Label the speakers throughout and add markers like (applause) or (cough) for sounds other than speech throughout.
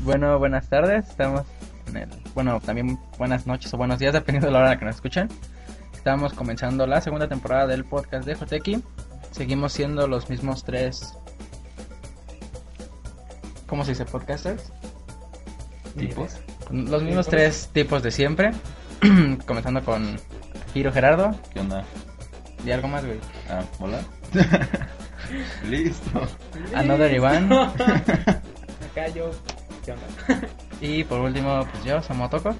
Speaker 1: Bueno, buenas tardes. Estamos en el. Bueno, también buenas noches o buenos días, dependiendo de la hora en la que nos escuchen. Estamos comenzando la segunda temporada del podcast de Joteki. Seguimos siendo los mismos tres. ¿Cómo se dice? ¿Podcasters?
Speaker 2: Ni idea.
Speaker 1: Tipos. Los mismos
Speaker 2: Tipos.
Speaker 1: tres tipos de siempre. (clears throat) Comenzando con Hiro Gerardo
Speaker 2: ¿Qué onda?
Speaker 1: y algo más, güey.
Speaker 2: Ah, (laughs) hola. Listo.
Speaker 1: Another (laughs) Iván.
Speaker 3: Acá yo. ¿Qué onda?
Speaker 1: Y por último, pues yo, Samotoko.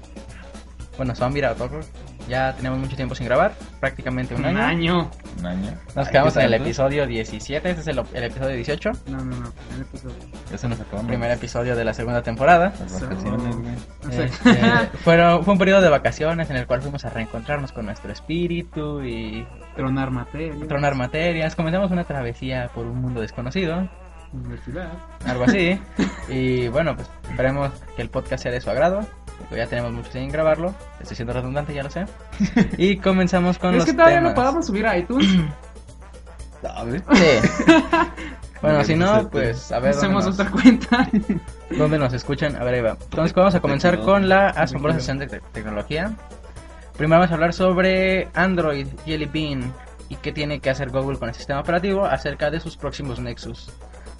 Speaker 1: Bueno, Zombira Otoko. Ya tenemos mucho tiempo sin grabar, prácticamente un año.
Speaker 2: Un año.
Speaker 1: Nos
Speaker 2: Ay,
Speaker 1: quedamos
Speaker 2: ¿qué
Speaker 1: en el
Speaker 2: tanto?
Speaker 1: episodio 17, este es el, el episodio 18,
Speaker 4: No, no, no, primer episodio.
Speaker 2: Ya se nos acabó. ¿no?
Speaker 1: primer episodio de la segunda temporada.
Speaker 2: Las vacaciones, güey.
Speaker 4: No sé.
Speaker 1: Este, fueron, fue un periodo de vacaciones en el cual fuimos a reencontrarnos con nuestro espíritu y
Speaker 4: Tronar materia.
Speaker 1: tronar materias. Comenzamos una travesía por un mundo desconocido,
Speaker 4: Universidad.
Speaker 1: algo
Speaker 4: (laughs)
Speaker 1: así. y bueno, pues esperemos que el podcast sea de su agrado. Ya tenemos mucho sin grabarlo, estoy siendo redundante, ya lo sé. Y comenzamos con
Speaker 4: es
Speaker 1: los
Speaker 4: que todavía
Speaker 1: temas.
Speaker 4: lo podamos subir a iTunes.
Speaker 2: ¿Sabes?
Speaker 1: Sí.
Speaker 4: (laughs)
Speaker 1: bueno, si
Speaker 2: Entonces,
Speaker 1: no, pues (clears throat) a ver dónde
Speaker 4: Hacemos
Speaker 1: nos,
Speaker 4: otra cuenta. (laughs)
Speaker 1: dónde nos escuchan. A ver, ahí va. Entonces vamos a comenzar con la asombrosa sesión de te- tecnología. Primero vamos a hablar sobre Android Jelly Bean y qué tiene que hacer Google con el sistema operativo acerca de sus próximos Nexus.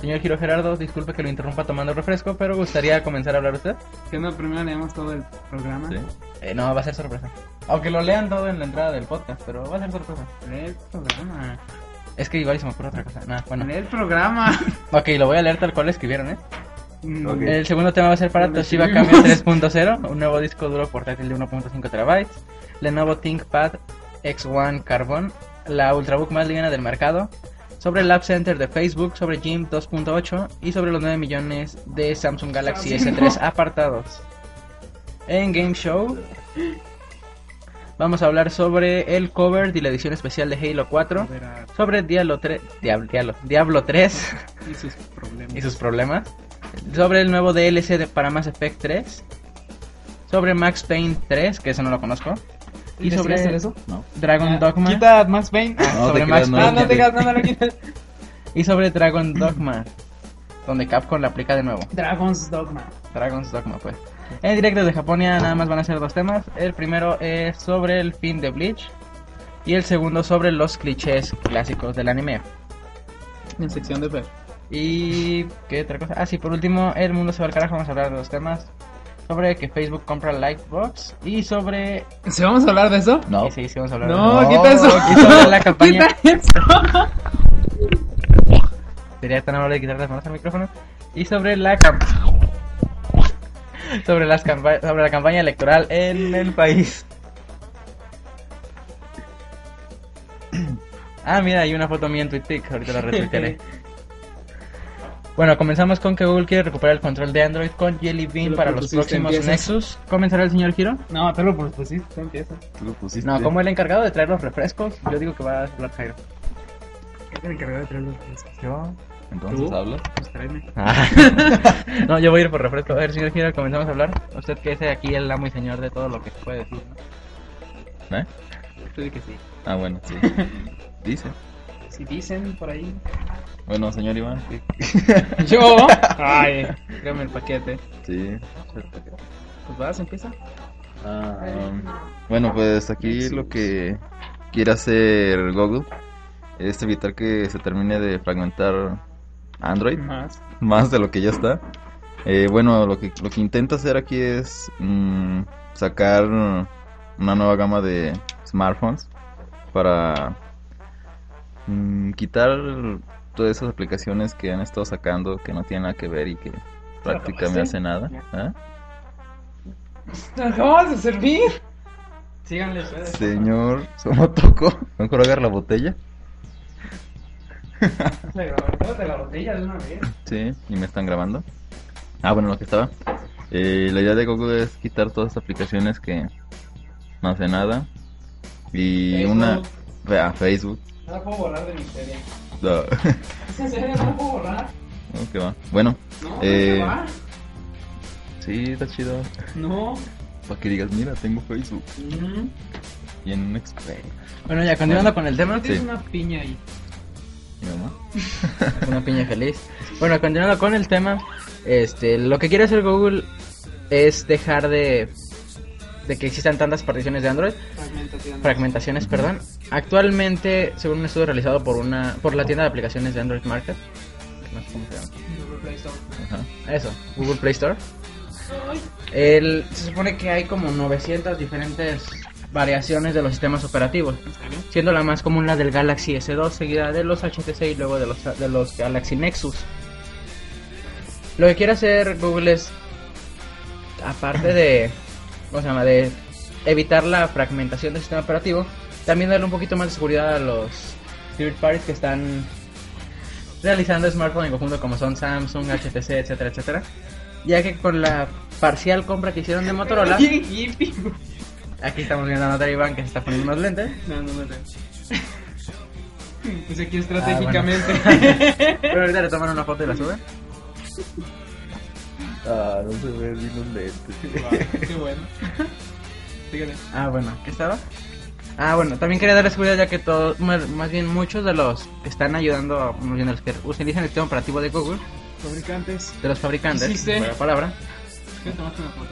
Speaker 1: Señor Giro Gerardo, disculpe que lo interrumpa tomando refresco, pero gustaría comenzar a hablar usted.
Speaker 4: que no, primero leemos todo el programa.
Speaker 2: Sí.
Speaker 1: Eh, no, va a ser sorpresa. Aunque lo lean todo en la entrada del podcast, pero va a ser sorpresa.
Speaker 4: Lee el programa.
Speaker 1: Es que igual se me ocurre otra cosa. Nah, bueno.
Speaker 4: Lee
Speaker 1: (laughs)
Speaker 4: el programa.
Speaker 1: Ok, lo voy a leer tal cual lo escribieron, ¿eh?
Speaker 4: Mm,
Speaker 2: Ok.
Speaker 1: El segundo tema va a ser para
Speaker 4: Lo
Speaker 1: Toshiba
Speaker 4: decidimos.
Speaker 1: Cameo 3.0, un nuevo disco duro portátil de 1.5 terabytes, Lenovo ThinkPad X1 Carbon, la ultrabook más liviana del mercado, sobre el App Center de Facebook, sobre GIMP 2.8 y sobre los 9 millones de Samsung Galaxy
Speaker 4: Samsung.
Speaker 1: S3 apartados. En Game Show vamos a hablar sobre el cover de la edición especial de Halo 4,
Speaker 4: a ver a-
Speaker 1: sobre Diablo 3, Diablo, Diablo 3
Speaker 4: Y sus problemas.
Speaker 1: y sus problemas. Sobre el nuevo DLC de, para Mass Effect 3. Sobre Max Payne 3 que eso no lo conozco. Y
Speaker 3: ¿Le
Speaker 1: sobre
Speaker 3: escribiste eso?
Speaker 2: No.
Speaker 1: Dragon
Speaker 3: Ah,
Speaker 1: Dogma.
Speaker 3: Quita a Max Payne.
Speaker 1: Ah,
Speaker 2: No, te
Speaker 1: sobre Max
Speaker 2: creas, no,
Speaker 3: Ah,
Speaker 1: Payne.
Speaker 3: no digas, no, no
Speaker 1: (laughs)
Speaker 3: lo quites.
Speaker 1: Y sobre Dragon Dogma. Donde Capcom la aplica de nuevo.
Speaker 4: Dragon's Dogma.
Speaker 1: Dragon's Dogma, pues. En directo de Japonia nada más van a ser dos temas. El primero es sobre el fin de Bleach. Y el segundo sobre los clichés clásicos del anime.
Speaker 4: En sección de ver.
Speaker 1: Y qué otra cosa. Ah, sí, por último, el mundo se va al carajo. Vamos a hablar de los temas. Sobre que Facebook compra Lightbox y sobre.
Speaker 4: ¿Se vamos a hablar de eso?
Speaker 2: No.
Speaker 1: Y sí, sí, vamos a hablar
Speaker 4: No,
Speaker 1: de
Speaker 4: quita eso.
Speaker 1: Y sobre
Speaker 3: (laughs)
Speaker 1: la campaña.
Speaker 4: Quita eso.
Speaker 1: Sería tan amable de quitar las manos al micrófono. Y sobre la campaña. (laughs) Sobre, las campa- sobre la campaña electoral en el país. Ah, mira, hay una foto mía en TweetPic, ahorita la retuitearé. Bueno, comenzamos con que Google quiere recuperar el control de Android con Jelly Bean
Speaker 4: Lo
Speaker 1: para los
Speaker 4: propusiste,
Speaker 1: próximos
Speaker 4: empiezas.
Speaker 1: Nexus. ¿Comenzará el señor Giro?
Speaker 3: No, tú lo pues propusiste, tú empiezas.
Speaker 2: Tú lo pusiste.
Speaker 1: No, como el encargado de traer los refrescos, yo digo que va a hablar Jairo.
Speaker 4: Me encargado de traer los discos.
Speaker 1: Yo.
Speaker 2: Entonces
Speaker 4: ¿Tú?
Speaker 2: habla.
Speaker 4: Pues tráeme.
Speaker 1: (laughs) no, yo voy a ir por refresco. A ver, señor Giro, comenzamos a hablar. Usted que es aquí el amo y señor de todo lo que se puede decir. ¿no?
Speaker 2: ¿Eh?
Speaker 4: Tú di que sí.
Speaker 2: Ah, bueno, (laughs) sí. Dice.
Speaker 4: Si dicen por ahí.
Speaker 2: Bueno, señor Iván. ¿qué-
Speaker 4: (laughs) Yo. Ay, créame el paquete.
Speaker 2: Sí.
Speaker 4: Pues vas, empieza.
Speaker 2: Ah, um, bueno, pues aquí lo que quiere hacer Google es evitar que se termine de fragmentar Android.
Speaker 4: Más.
Speaker 2: (laughs) más de lo que ya está. Eh, bueno, lo que, lo que intenta hacer aquí es mm, sacar una nueva gama de smartphones para mm, quitar todas esas aplicaciones que han estado sacando que no tienen nada que ver y que prácticamente hace nada. ¿Ah?
Speaker 3: Nos acabamos de servir.
Speaker 1: Síganle ustedes.
Speaker 2: Señor Somotoco, (laughs) mejor agarra la botella.
Speaker 3: Se grabó de la botella de una vez.
Speaker 2: Sí, y me están grabando. Ah, bueno, lo que estaba. Eh, la idea de Google es quitar todas las aplicaciones que no hacen nada. Y una... Ve- ah, Facebook.
Speaker 3: No la puedo borrar de mi serie.
Speaker 2: No, (laughs)
Speaker 3: ¿Es en serio? No la puedo borrar.
Speaker 2: no, qué va. Bueno,
Speaker 3: No,
Speaker 2: Eh.
Speaker 3: no se va.
Speaker 2: sí, está chido.
Speaker 3: No.
Speaker 2: Para que digas, mira, tengo Facebook. Y en un exp-
Speaker 1: Bueno, ya continuando con el tema.
Speaker 2: Sí.
Speaker 4: Una piña ahí.
Speaker 2: Mi mamá.
Speaker 1: Una piña feliz. Bueno, continuando con el tema, este, lo que quiere hacer Google es dejar de, de que existan tantas particiones de Android,
Speaker 3: Fragmentación.
Speaker 1: fragmentaciones, perdón. Actualmente, según un estudio realizado por una por la tienda de aplicaciones de Android Market, que no sé cómo se llama.
Speaker 3: Google Play Store.
Speaker 2: Ajá.
Speaker 1: Eso, Google Play Store. El, se supone que hay como 900 diferentes variaciones de los sistemas operativos, siendo la más común la del Galaxy S2, seguida de los HTC y luego de los, de los Galaxy Nexus. Lo que quiere hacer Google es, aparte de, ¿cómo se llama? de evitar la fragmentación del sistema operativo, también darle un poquito más de seguridad a los third parties que están realizando smartphone en conjunto como son Samsung, HTC, etcétera, etcétera. Ya que con la parcial compra que hicieron de
Speaker 3: (laughs)
Speaker 1: Motorola,
Speaker 3: Bien hippie, güey.
Speaker 1: aquí estamos viendo a Natalia Iván que se está poniendo unos lentes.
Speaker 3: No, no, no. no. (laughs) Pues aquí estratégicamente. Ah,
Speaker 1: Pero ahorita le toman una foto y la suben.
Speaker 2: Ah, no se ve bien los lentes.
Speaker 3: (laughs) Wow, qué bueno. Síguele.
Speaker 1: Ah, bueno, ¿qué estaba? Ah, bueno, también quería darles seguridad ya que todos, más más bien muchos de los que están ayudando, más bien de los que utilizan el sistema operativo de Google,
Speaker 3: Fabricantes.
Speaker 1: de los fabricantes,
Speaker 3: Hiciste.
Speaker 1: buena palabra,
Speaker 3: ¿Qué tomaste una foto?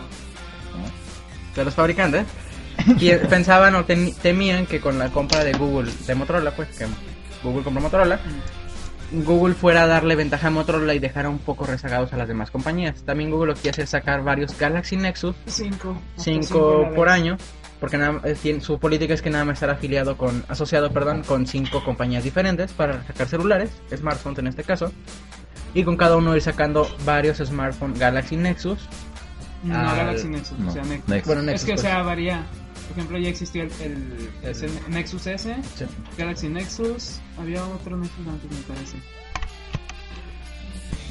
Speaker 1: de los fabricantes, (laughs) que pensaban o tem- temían que con la compra de Google, de Motorola, pues que Google compró Motorola, Google fuera a darle ventaja a Motorola y dejara un poco rezagados a las demás compañías. También Google lo que hace es sacar varios Galaxy Nexus,
Speaker 3: Cinco. Hasta
Speaker 1: 5
Speaker 3: cinco
Speaker 1: por
Speaker 3: a la vez.
Speaker 1: año, porque nada, eh, tiene- su política es que nada más estará afiliado con, asociado, perdón, con cinco compañías diferentes para sacar celulares, smartphones en este caso, y con cada uno ir sacando varios smartphones Galaxy Nexus.
Speaker 3: No,
Speaker 1: al-
Speaker 3: Galaxy Nexus.
Speaker 2: No.
Speaker 3: O sea, Nexus.
Speaker 2: Next.
Speaker 1: Bueno,
Speaker 3: Es
Speaker 1: Nexus,
Speaker 3: que, o
Speaker 1: pues.
Speaker 3: sea, varía. Por ejemplo, ya existía el, el, es el Nexus S,
Speaker 1: Sí.
Speaker 3: Galaxy Nexus. Había otro Nexus antes, me parece.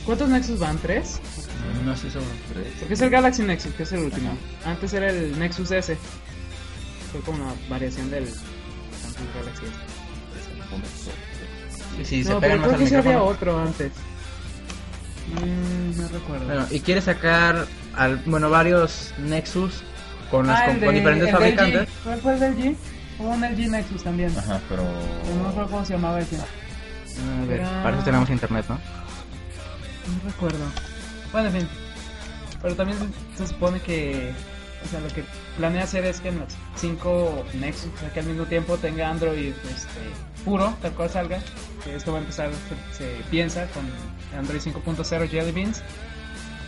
Speaker 3: ¿Cuántos Nexus van? ¿Tres?
Speaker 1: No sé sobre-
Speaker 3: Porque es el Galaxy Nexus, que es el último. Antes era el Nexus S. Fue como una variación del Samsung Galaxy S.
Speaker 1: Y si se
Speaker 3: no,
Speaker 1: pegan
Speaker 3: pero
Speaker 1: más
Speaker 3: creo
Speaker 1: al
Speaker 3: que sí había
Speaker 1: micrófono.
Speaker 3: otro antes. Mm, no recuerdo.
Speaker 1: Bueno, y quiere sacar al, bueno, varios Nexus con, las,
Speaker 3: Ah,
Speaker 1: com-
Speaker 3: el
Speaker 1: con
Speaker 3: de-
Speaker 1: diferentes
Speaker 3: el del
Speaker 1: fabricantes.
Speaker 3: G. ¿Cuál fue el del G? Hubo un LG Nexus también.
Speaker 2: Ajá, pero.
Speaker 3: Pero no recuerdo cómo se llamaba ese. No
Speaker 1: A ver,
Speaker 3: Era-
Speaker 1: Ah, para eso tenemos internet, ¿no?
Speaker 3: recuerdo. Bueno, en fin. Pero también se- se supone que. O sea, lo que planea hacer es que en los cinco Nexus, o sea, que al mismo tiempo tenga Android este, puro, tal cual salga. Que Esto va a empezar, se, se piensa, con Android 5.0 Jelly Beans.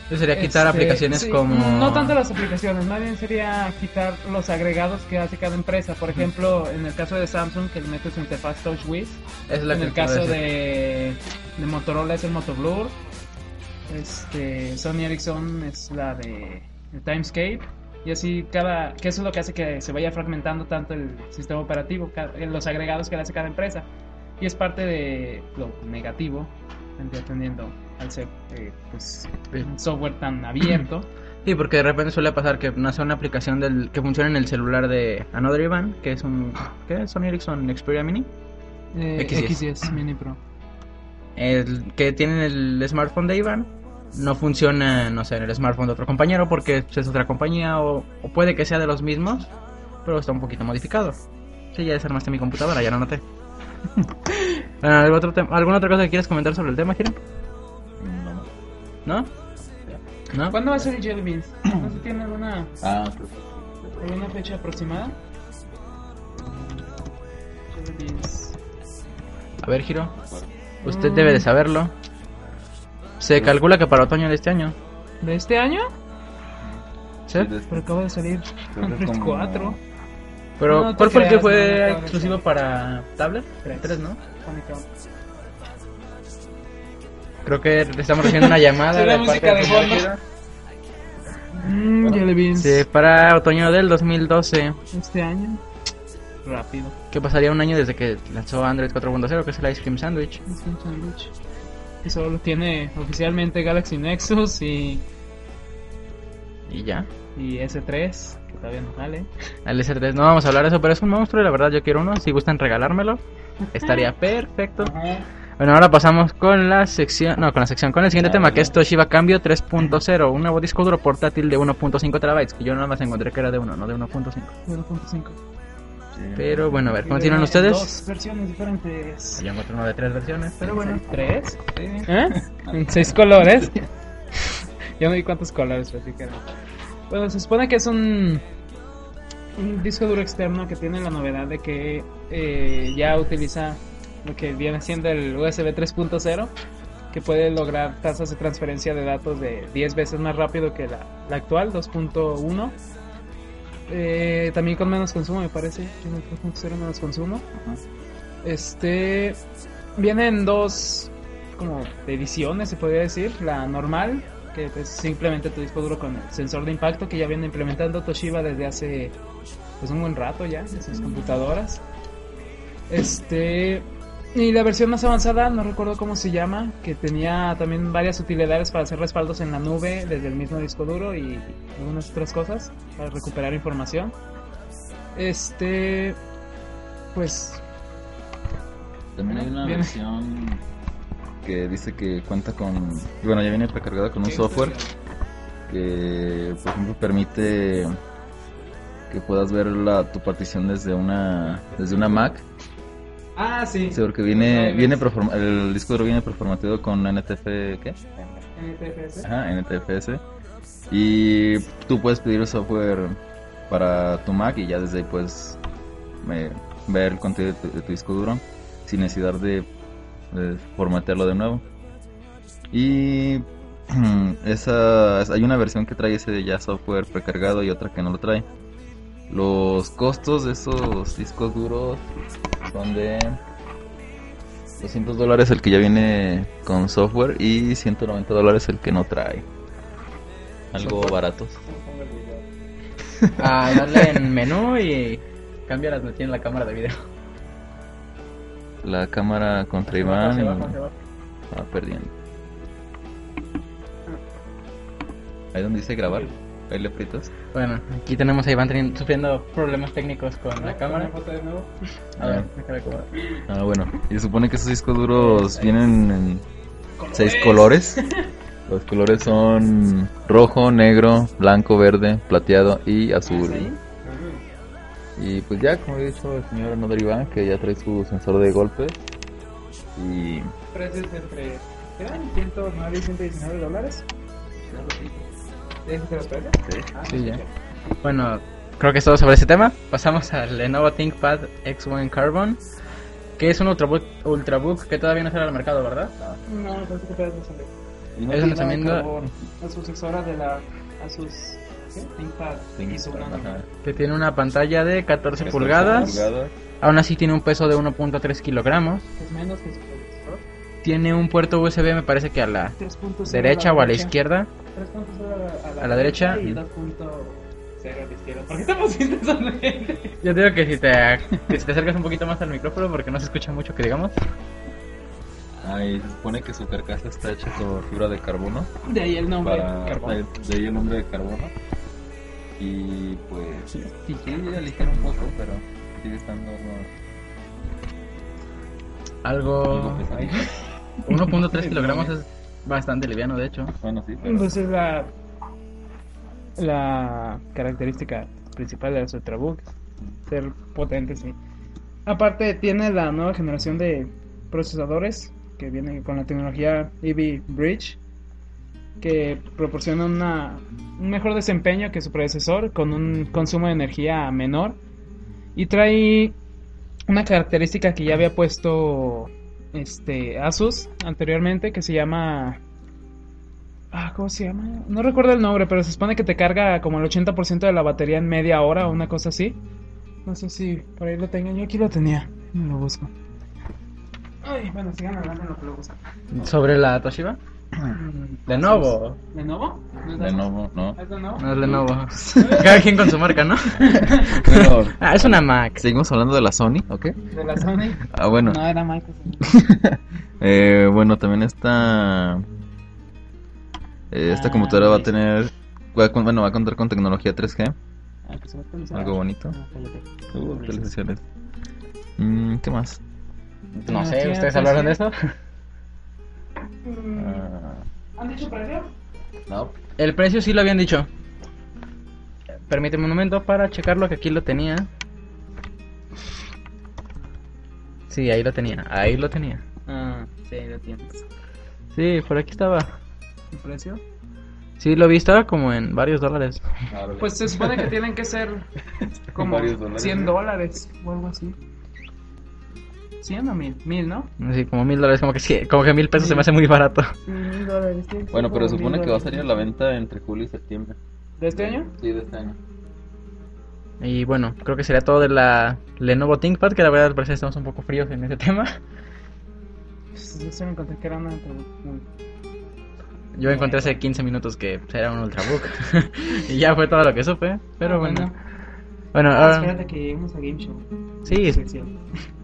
Speaker 1: Eso sería quitar
Speaker 3: Este,
Speaker 1: aplicaciones
Speaker 3: sí,
Speaker 1: como.
Speaker 3: No tanto las aplicaciones, más bien sería quitar los agregados que hace cada empresa. Por ejemplo, en el caso de Samsung, que le mete su interfaz TouchWiz.
Speaker 1: Es la
Speaker 3: En
Speaker 1: que
Speaker 3: el
Speaker 1: acabo
Speaker 3: caso
Speaker 1: decir.
Speaker 3: de, de Motorola es el Motoblur. Este, Sony Ericsson es la de el Timescape. Y así cada... que eso es lo que hace que se vaya fragmentando tanto el sistema operativo, ca- en los agregados que le hace cada empresa. Y es parte de lo negativo, entendiendo al ser eh, pues,
Speaker 1: Sí.
Speaker 3: un software tan abierto.
Speaker 1: Sí, porque de repente suele pasar que nace una aplicación del, que funciona en el celular de Another Ivan, que es un. ¿Qué es? Sony Ericsson Xperia Mini.
Speaker 3: Eh,
Speaker 1: XS.
Speaker 3: XS Mini Pro.
Speaker 1: El que tiene el smartphone de Ivan no funciona, no sé, en el smartphone de otro compañero porque pues, es otra compañía o, o puede que sea de los mismos, pero está un poquito modificado. Sí, ya desarmaste mi computadora, ya lo noté. (laughs) Bueno, ¿algún otro tem- ¿Alguna otra cosa que quieras comentar sobre el tema, Kira?
Speaker 2: No.
Speaker 1: ¿No? ¿No?
Speaker 3: ¿Cuándo va a ser el Jelly Beans? ¿No se tiene alguna,
Speaker 2: Ah, creo
Speaker 3: alguna fecha aproximada? Jelly Beans.
Speaker 1: A ver, Giro.
Speaker 2: que-
Speaker 1: Usted
Speaker 3: Mm.
Speaker 1: debe de saberlo. Se calcula que para otoño de este año.
Speaker 3: ¿De este año?
Speaker 1: ¿Sí?
Speaker 3: Pero acaba de salir.
Speaker 2: Creo que
Speaker 3: Android
Speaker 2: como-
Speaker 3: 4.
Speaker 1: Pero,
Speaker 3: No te
Speaker 1: ¿cuál fue el que
Speaker 3: creas, no,
Speaker 1: fue
Speaker 3: no, no, no.
Speaker 1: exclusivo para tablet?
Speaker 3: Tres.
Speaker 1: Tres, ¿no?
Speaker 3: Pánico.
Speaker 1: Creo que estamos recibiendo una llamada.
Speaker 3: Sí, la
Speaker 1: de
Speaker 3: música
Speaker 1: parte
Speaker 3: de
Speaker 1: señor
Speaker 3: fondo.
Speaker 1: Gira.
Speaker 3: Mm, Jelly Beans.
Speaker 1: Sí, para otoño del 2012,
Speaker 3: Este año. Rápido.
Speaker 1: que pasaría un año desde que lanzó Android 4.0, que es el Ice Cream Sandwich.
Speaker 3: Es un sándwich. Y solo tiene oficialmente Galaxy Nexus y,
Speaker 1: Y ya.
Speaker 3: y S3, que todavía no sale.
Speaker 1: Al S3 no vamos a hablar de eso, pero es un monstruo y la verdad yo quiero uno. Si gustan regalármelo, estaría perfecto. Bueno, ahora pasamos con la sección, no, con la sección, con el siguiente
Speaker 2: Ah,
Speaker 1: tema,
Speaker 2: bueno.
Speaker 1: que es Toshiba Cambio 3.0, un nuevo disco duro portátil de 1.5 terabytes, que yo nada más encontré que era de 1, no de 1.5.
Speaker 3: 1.5.
Speaker 1: Pero bueno, a ver, ¿cómo tienen
Speaker 3: en
Speaker 1: ustedes?
Speaker 3: Dos versiones diferentes.
Speaker 1: Yo encontré uno de tres versiones, pero bueno.
Speaker 3: ¿Tres?
Speaker 4: ¿Eh? En seis
Speaker 3: (laughs)
Speaker 4: colores. Yo no vi cuántos colores, pero sí que eran.
Speaker 3: Bueno, se supone que es un, un disco duro externo que tiene la novedad de que eh, ya utiliza lo que viene siendo el USB 3.0, que puede lograr tasas de transferencia de datos de 10 veces más rápido que la, la actual, 2.1. Eh, también con menos consumo, me parece. Tiene el 3.0 menos consumo. Este. Vienen dos como ediciones, se podría decir. La normal, que es simplemente tu disco duro con el sensor de impacto que ya viene implementando Toshiba desde hace pues un buen rato ya en sus computadoras. Este y la versión más avanzada, no recuerdo cómo se llama, que tenía también varias utilidades para hacer respaldos en la nube desde el mismo disco duro y algunas otras cosas para recuperar información. Este pues
Speaker 2: También hay una
Speaker 3: Viene.
Speaker 2: versión que dice que cuenta con. Bueno, ya viene precargada con un software que, por ejemplo, permite que puedas ver la, tu partición desde una desde una Mac.
Speaker 3: Ah, sí.
Speaker 2: Sí, porque viene, viene perform- el disco duro viene performateado con NTF, ¿qué?
Speaker 3: NTFS.
Speaker 2: Ajá, NTFS. Y tú puedes pedir el software para tu Mac y ya desde ahí puedes eh, ver el contenido de tu, de tu disco duro sin necesidad de, de formatearlo de nuevo. Y (clears throat) esa, hay una versión que trae ese ya software precargado y otra que no lo trae. Los costos de esos discos duros son de 200 dólares el que ya viene con software y 190 dólares el que no trae. Algo baratos.
Speaker 1: Ah, dale en menú y cambia las tiene la cámara de video.
Speaker 2: La cámara contra
Speaker 1: Se
Speaker 2: Iván
Speaker 1: baja, se baja.
Speaker 2: va perdiendo. Ahí donde dice grabar, ahí le aprietas.
Speaker 1: Bueno, aquí tenemos a Iván teni- sufriendo problemas técnicos con la cámara. A ver, déjala acomodar.
Speaker 2: Ah, bueno. Y se supone que esos discos duros vienen en seis colores. Los colores son rojo, negro, blanco, verde, plateado y azul.
Speaker 3: ¿Ah,
Speaker 2: Y pues ya, como he dicho el señor Another Iván, que ya trae su sensor de golpes. Y
Speaker 3: precios entre eran 109 y 119 dólares. ¿Ese te lo prende? Ah,
Speaker 2: sí, ya.
Speaker 1: Bueno, creo que es todo sobre ese tema. Pasamos al Lenovo ThinkPad X1 Carbon, que es un ultrabook, ultrabook que todavía no sale al mercado, ¿verdad?
Speaker 3: No, me parece que apenas me salió.
Speaker 2: Y no
Speaker 1: Es
Speaker 2: tiene
Speaker 1: un lanzamiento-
Speaker 2: nada de carbón.
Speaker 3: La sucesora de la Asus ¿qué? ThinkPad hizo una
Speaker 2: Ajá.
Speaker 1: Que tiene una pantalla de 14 pulgadas. Aún así tiene un peso de 1.3 kilogramos.
Speaker 3: que es menos que su predecesor.
Speaker 1: Tiene un puerto USB, me parece que a la
Speaker 3: 3.0
Speaker 1: derecha o a la izquierda.
Speaker 3: 3.0 a la,
Speaker 1: A la derecha.
Speaker 3: y 2.0 a la izquierda. ¿Por qué te (laughs) pusiste sonriente?
Speaker 1: Yo digo que si te, que si te acercas un poquito más al micrófono porque no se escucha mucho que digamos.
Speaker 2: Ah, y se supone que su carcasa está hecha con fibra de carbono.
Speaker 3: De ahí el nombre.
Speaker 2: para
Speaker 3: Carbón.
Speaker 2: de ahí el nombre de carbono. Y pues sí, ya ligero un poco, pero sigue estando algo- algo
Speaker 1: Algo...
Speaker 2: pesadito.
Speaker 1: 1.3 kilogramos es bastante liviano, de hecho.
Speaker 2: Bueno, sí, pero
Speaker 3: Entonces la la característica principal de los ultrabooks ser potentes sí. Aparte tiene la nueva generación de procesadores que viene con la tecnología EV Bridge que proporciona una, un mejor desempeño que su predecesor con un consumo de energía menor y trae una característica que ya había puesto este Asus anteriormente que se llama Ah, ¿cómo se llama? No recuerdo el nombre, pero se supone que te carga como el 80% de la batería en media hora o una cosa así. No sé si por ahí lo tengan. Yo aquí lo tenía. Me lo busco. Ay, bueno, sigan hablando en lo que lo buscan.
Speaker 1: Sobre la Toshiba.
Speaker 3: Ah.
Speaker 1: De nuevo.
Speaker 3: ¿De nuevo?
Speaker 2: de nuevo, no.
Speaker 3: ¿Es de nuevo?
Speaker 1: No es Lenovo. (laughs) Cada quien con su marca, ¿no?
Speaker 2: Bueno, (laughs)
Speaker 1: Ah, es una Mac.
Speaker 2: seguimos hablando de la Sony, ¿ok?
Speaker 3: ¿De la Sony?
Speaker 2: Ah, bueno.
Speaker 3: No, era Microsoft.
Speaker 2: Eh, bueno, también esta eh, esta
Speaker 3: Ah,
Speaker 2: computadora va a
Speaker 3: sí.
Speaker 2: tener va a con- bueno, va a contar con tecnología 3G,
Speaker 3: Ah, que se va a actualizar.
Speaker 2: algo bonito.
Speaker 3: Ah, cállate.
Speaker 2: Uh, actualizaciones. Mm, ¿qué más?
Speaker 1: No sé, ¿ustedes hablaron de eso?
Speaker 3: Mm,
Speaker 2: Ah,
Speaker 3: ¿Han dicho precio?
Speaker 2: no.
Speaker 1: El precio sí lo habían dicho. Permíteme un momento para checarlo, que aquí lo tenía. Sí, ahí lo tenía, ahí lo tenía.
Speaker 3: Ah, sí, ahí lo tienes.
Speaker 1: Sí, por aquí estaba.
Speaker 3: ¿El precio?
Speaker 1: Sí, lo vi, estaba como en varios dólares.
Speaker 2: Árale.
Speaker 3: Pues se supone que tienen que ser
Speaker 2: (laughs)
Speaker 3: como
Speaker 2: Varios dólares,
Speaker 3: 100
Speaker 2: ¿no?
Speaker 3: dólares o algo así. 100 o 1000, 1000, ¿no?
Speaker 1: Sí, como mil dólares, como que, sí, como que mil pesos se me hace muy barato.
Speaker 3: Sí, 1000 dólares. tiene que
Speaker 2: Bueno,
Speaker 3: ser
Speaker 2: pero
Speaker 3: como
Speaker 2: supone
Speaker 3: 1000
Speaker 2: que va a
Speaker 3: dólares.
Speaker 2: salir a la venta entre julio y septiembre.
Speaker 3: ¿De este año?
Speaker 2: Sí, de este año.
Speaker 1: Y bueno, creo que sería todo de la Lenovo ThinkPad, que la verdad al parecer estamos un poco fríos en ese tema.
Speaker 3: Pues, Yo se me encontré que era una. como-
Speaker 1: Yo encontré hace 15 minutos que era un Ultrabook. (laughs) y ya fue todo lo que supe, pero
Speaker 3: Ah,
Speaker 1: bueno. Bueno,
Speaker 3: Ah,
Speaker 1: ahora-
Speaker 3: espérate que lleguemos a Game Show.
Speaker 1: sí, es
Speaker 3: Sección.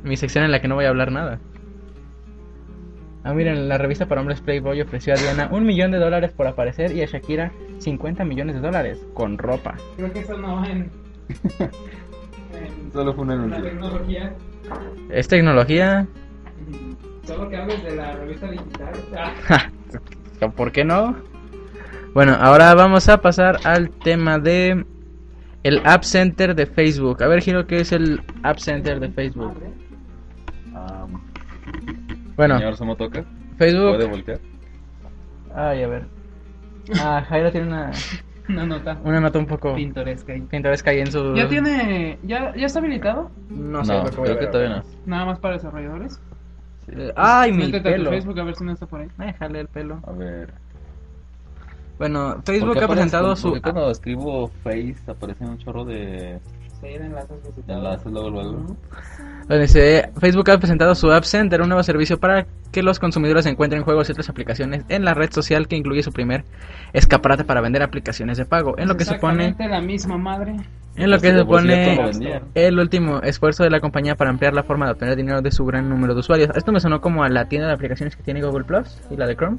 Speaker 1: mi sección en la que no voy a hablar nada. Ah, miren, la revista para hombres Playboy ofreció a Diana un millón de dólares por aparecer y a Shakira 50 millones de dólares con ropa.
Speaker 3: Creo que eso no va
Speaker 2: (laughs)
Speaker 3: en. en
Speaker 2: Solo fue un
Speaker 3: la
Speaker 2: anuncio.
Speaker 3: tecnología. Mm.
Speaker 1: Es tecnología,
Speaker 3: Solo que hables de la revista digital. Ah,
Speaker 1: (laughs) ¿por qué no? Bueno, ahora vamos a pasar al tema de el App Center de Facebook. A ver, Giro, ¿qué es el App Center de Facebook?
Speaker 3: madre.
Speaker 2: Ah,
Speaker 1: Bueno,
Speaker 2: Señor Somotoca,
Speaker 1: Facebook.
Speaker 2: ¿puede voltear?
Speaker 1: Ay, a ver. Ah, Jairo tiene una,
Speaker 3: Una nota
Speaker 1: una nota un poco
Speaker 3: pintoresca ahí.
Speaker 1: pintoresca ahí en su.
Speaker 3: ¿Ya tiene. ¿Ya, ya está habilitado?
Speaker 1: No sé, lo que voy a
Speaker 2: creo que
Speaker 1: ver,
Speaker 2: todavía no.
Speaker 3: Nada más para desarrolladores.
Speaker 1: Eh, Ay, mi
Speaker 3: Métete a tu
Speaker 1: pelo.
Speaker 3: Facebook a ver si no está por ahí.
Speaker 1: Déjale el pelo.
Speaker 2: A ver.
Speaker 1: Bueno,
Speaker 2: ¿por
Speaker 1: Facebook
Speaker 2: qué
Speaker 1: ha presentado
Speaker 2: aparece- por
Speaker 1: su.
Speaker 2: qué cuando escribo Face aparecen un chorro de
Speaker 3: Sí, de enlaces visitados.
Speaker 2: enlaces luego luego?
Speaker 1: Bueno, dice, Facebook ha presentado su App Center, un nuevo servicio para que los consumidores encuentren juegos y otras aplicaciones en la red social que incluye su primer escaparate para vender aplicaciones de pago, en lo que supone,
Speaker 3: Exactamente la misma madre.
Speaker 1: en lo que
Speaker 2: Por
Speaker 1: supone
Speaker 2: cierto, lo vendían.
Speaker 1: el último esfuerzo de la compañía para ampliar la forma de obtener dinero de su gran número de usuarios. Esto me sonó como a la tienda de aplicaciones que tiene Google Plus y la de Chrome.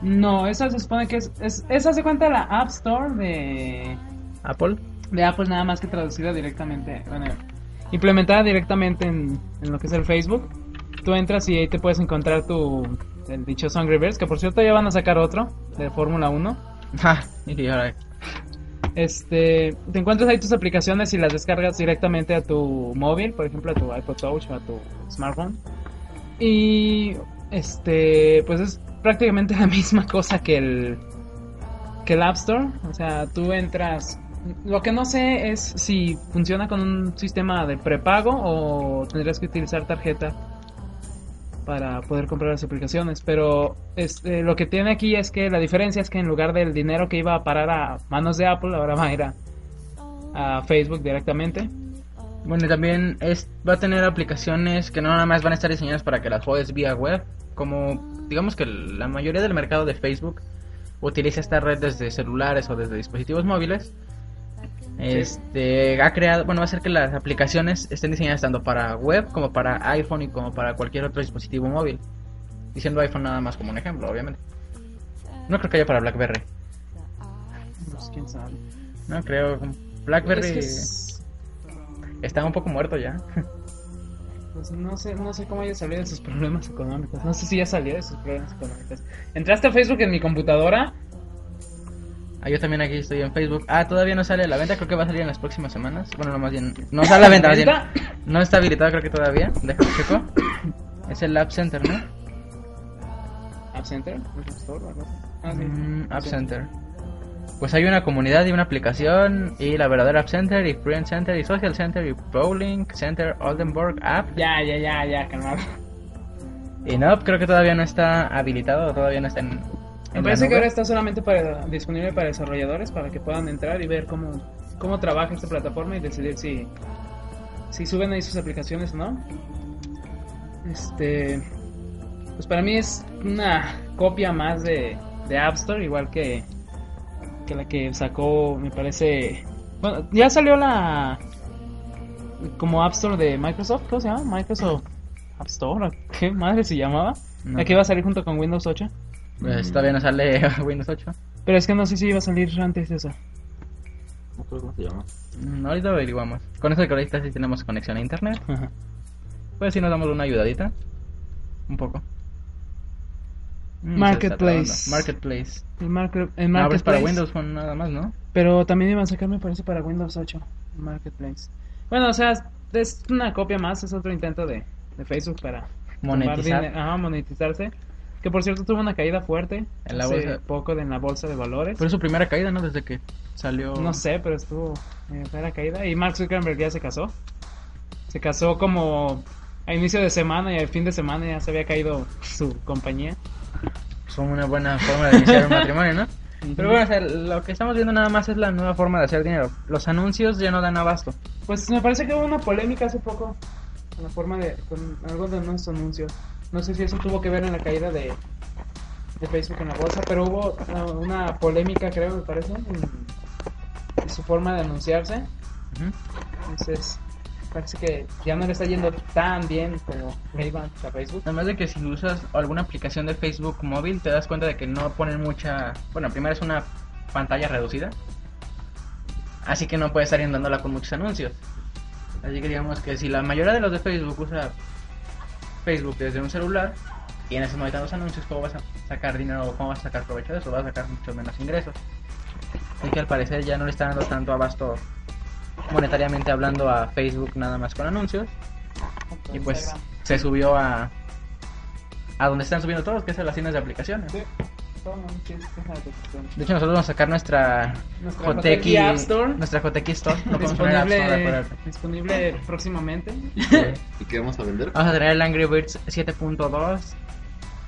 Speaker 3: No, esa se supone que es. es esa se cuenta la App Store de.
Speaker 1: Apple.
Speaker 3: de Apple nada más que traducida directamente, bueno, implementada directamente en, en lo que es el Facebook. Tú entras y ahí te puedes encontrar tu el dichoso Angry Birds, que por cierto ya van a sacar otro de Fórmula 1.
Speaker 1: Ah, y ahora,
Speaker 3: Este, te encuentras ahí tus aplicaciones y las descargas directamente a tu móvil, por ejemplo, a tu iPod Touch o a tu smartphone. Y este, pues es prácticamente (laughs) la misma cosa que el que el App Store, o sea, tú entras lo que no sé es si funciona con un sistema de prepago o tendrías que utilizar tarjeta para poder comprar las aplicaciones, pero este, lo que tiene aquí es que la diferencia es que en lugar del dinero que iba a parar a manos de Apple, ahora va a ir a, a Facebook directamente.
Speaker 1: Bueno, y también es, va a tener aplicaciones que no nada más van a estar diseñadas para que las juegues vía web, como digamos que la mayoría del mercado de Facebook utiliza esta red desde celulares o desde dispositivos móviles. Este ha creado, bueno, va a hacer que las aplicaciones estén diseñadas tanto para web como para iPhone y como para cualquier otro dispositivo móvil. Diciendo iPhone nada más como un ejemplo, obviamente. No creo que haya para BlackBerry.
Speaker 3: Pues, quién sabe.
Speaker 1: No creo. BlackBerry
Speaker 3: Es que es-
Speaker 1: está un poco muerto ya.
Speaker 3: pues, no sé, no sé cómo haya salido de sus problemas económicos. No sé si ya salió de sus problemas económicos. Entraste a Facebook en mi computadora.
Speaker 1: Ah, yo también aquí estoy en Facebook. Ah, todavía no sale a la venta, creo que va a salir en las próximas semanas. Bueno, no más bien. No sale a la venta, más bien.
Speaker 3: ¿Venta?
Speaker 1: No está habilitado, creo que todavía. Déjame checo. Es el App Center, ¿no?
Speaker 3: App Center, App Store, algo así. Ah, sí.
Speaker 1: Mm, App Center. Pues hay una comunidad y una aplicación. Y la verdadera App Center, y Friend Center, y Social Center, y Bowling Center, Oldenburg App.
Speaker 3: Ya, ya, ya, ya, calmado.
Speaker 1: Y no, creo que todavía no está habilitado, todavía no está en.
Speaker 3: Me
Speaker 1: en la
Speaker 3: parece que
Speaker 1: nube.
Speaker 3: ahora está solamente para, disponible para desarrolladores para que puedan entrar y ver cómo, cómo trabaja esta plataforma y decidir si, si suben ahí sus aplicaciones o no. Este. Pues para mí es una copia más de, de App Store, igual que, que la que sacó, me parece. Bueno, ya salió la. Como App Store de Microsoft, ¿cómo se llama? Microsoft App Store, ¿qué madre se llamaba?
Speaker 1: No.
Speaker 3: La que iba a salir junto con Windows 8. Eh,
Speaker 1: Pues
Speaker 2: Mm.
Speaker 1: todavía no sale (laughs) Windows 8.
Speaker 3: Pero es que no sé si iba a salir antes de eso.
Speaker 2: No creo cómo se llama.
Speaker 1: Mm, ahorita averiguamos. Con eso de que ahorita sí tenemos conexión a internet. Pues si nos damos una ayudadita. Un poco. Mm,
Speaker 3: Marketplace.
Speaker 1: se está trabando. Marketplace.
Speaker 3: El, market, el
Speaker 1: No, pero es
Speaker 3: Marketplace.
Speaker 1: Ah, pues, para Windows Phone nada más, ¿no?
Speaker 3: Pero también iban a sacar, me parece, para Windows 8. el Marketplace. Bueno, o sea, es una copia más, es otro intento de, de Facebook para tumbar
Speaker 1: Monetizar.
Speaker 3: dinero- ajá, monetizarse. Que por cierto tuvo una caída fuerte
Speaker 1: En la
Speaker 3: hace
Speaker 1: bolsa.
Speaker 3: poco de- en la bolsa de valores.
Speaker 1: Pero es su primera caída, ¿no? Desde que salió.
Speaker 3: No sé, pero estuvo en la caída. Y Mark Zuckerberg ya se casó. Se casó como a inicio de semana y al fin de semana ya se había caído su compañía.
Speaker 1: Son una buena forma de iniciar un matrimonio,
Speaker 3: (laughs)
Speaker 1: ¿no? Pero bueno, o sea, lo que estamos viendo nada más es la nueva forma de hacer dinero. Los anuncios ya no dan abasto.
Speaker 3: Pues me parece que hubo una polémica hace poco con la forma de. con algo de nuestro anuncio. No sé si eso tuvo que ver en la caída de, de Facebook en la bolsa, pero hubo ah, una polémica, creo, me parece, en su forma de anunciarse.
Speaker 1: Ujú.
Speaker 3: Entonces, parece que ya no le está yendo tan bien como le iba antes a Facebook.
Speaker 1: Además de que si usas alguna aplicación de Facebook móvil, te das cuenta de que no ponen mucha... Bueno, primero es una pantalla reducida. Así que no puedes estar inundándola con muchos anuncios. Así que digamos que si la mayoría de los de Facebook usa Facebook desde un celular y en eso no hay tantos anuncios, ¿cómo vas a sacar dinero? ¿Cómo vas a sacar provecho de eso? Vas a sacar mucho menos ingresos. Así que al parecer ya no le está dando tanto abasto monetariamente hablando a Facebook nada más con anuncios. Y pues se subió a. a donde están subiendo todos, que es a las tiendas de aplicaciones.
Speaker 3: Sí, toma, sí, es una decepción.
Speaker 1: De hecho, nosotros vamos a sacar nuestra
Speaker 3: Nuestra
Speaker 1: Joteki
Speaker 3: App Store.
Speaker 1: Nuestra Joteki Store. No podemos poner App Store,
Speaker 3: disponible,
Speaker 1: acuérdate.
Speaker 3: disponible próximamente.
Speaker 2: (laughs) ¿Y qué vamos a vender?
Speaker 3: Ah,
Speaker 1: Vamos a tener el Angry Birds 7.2.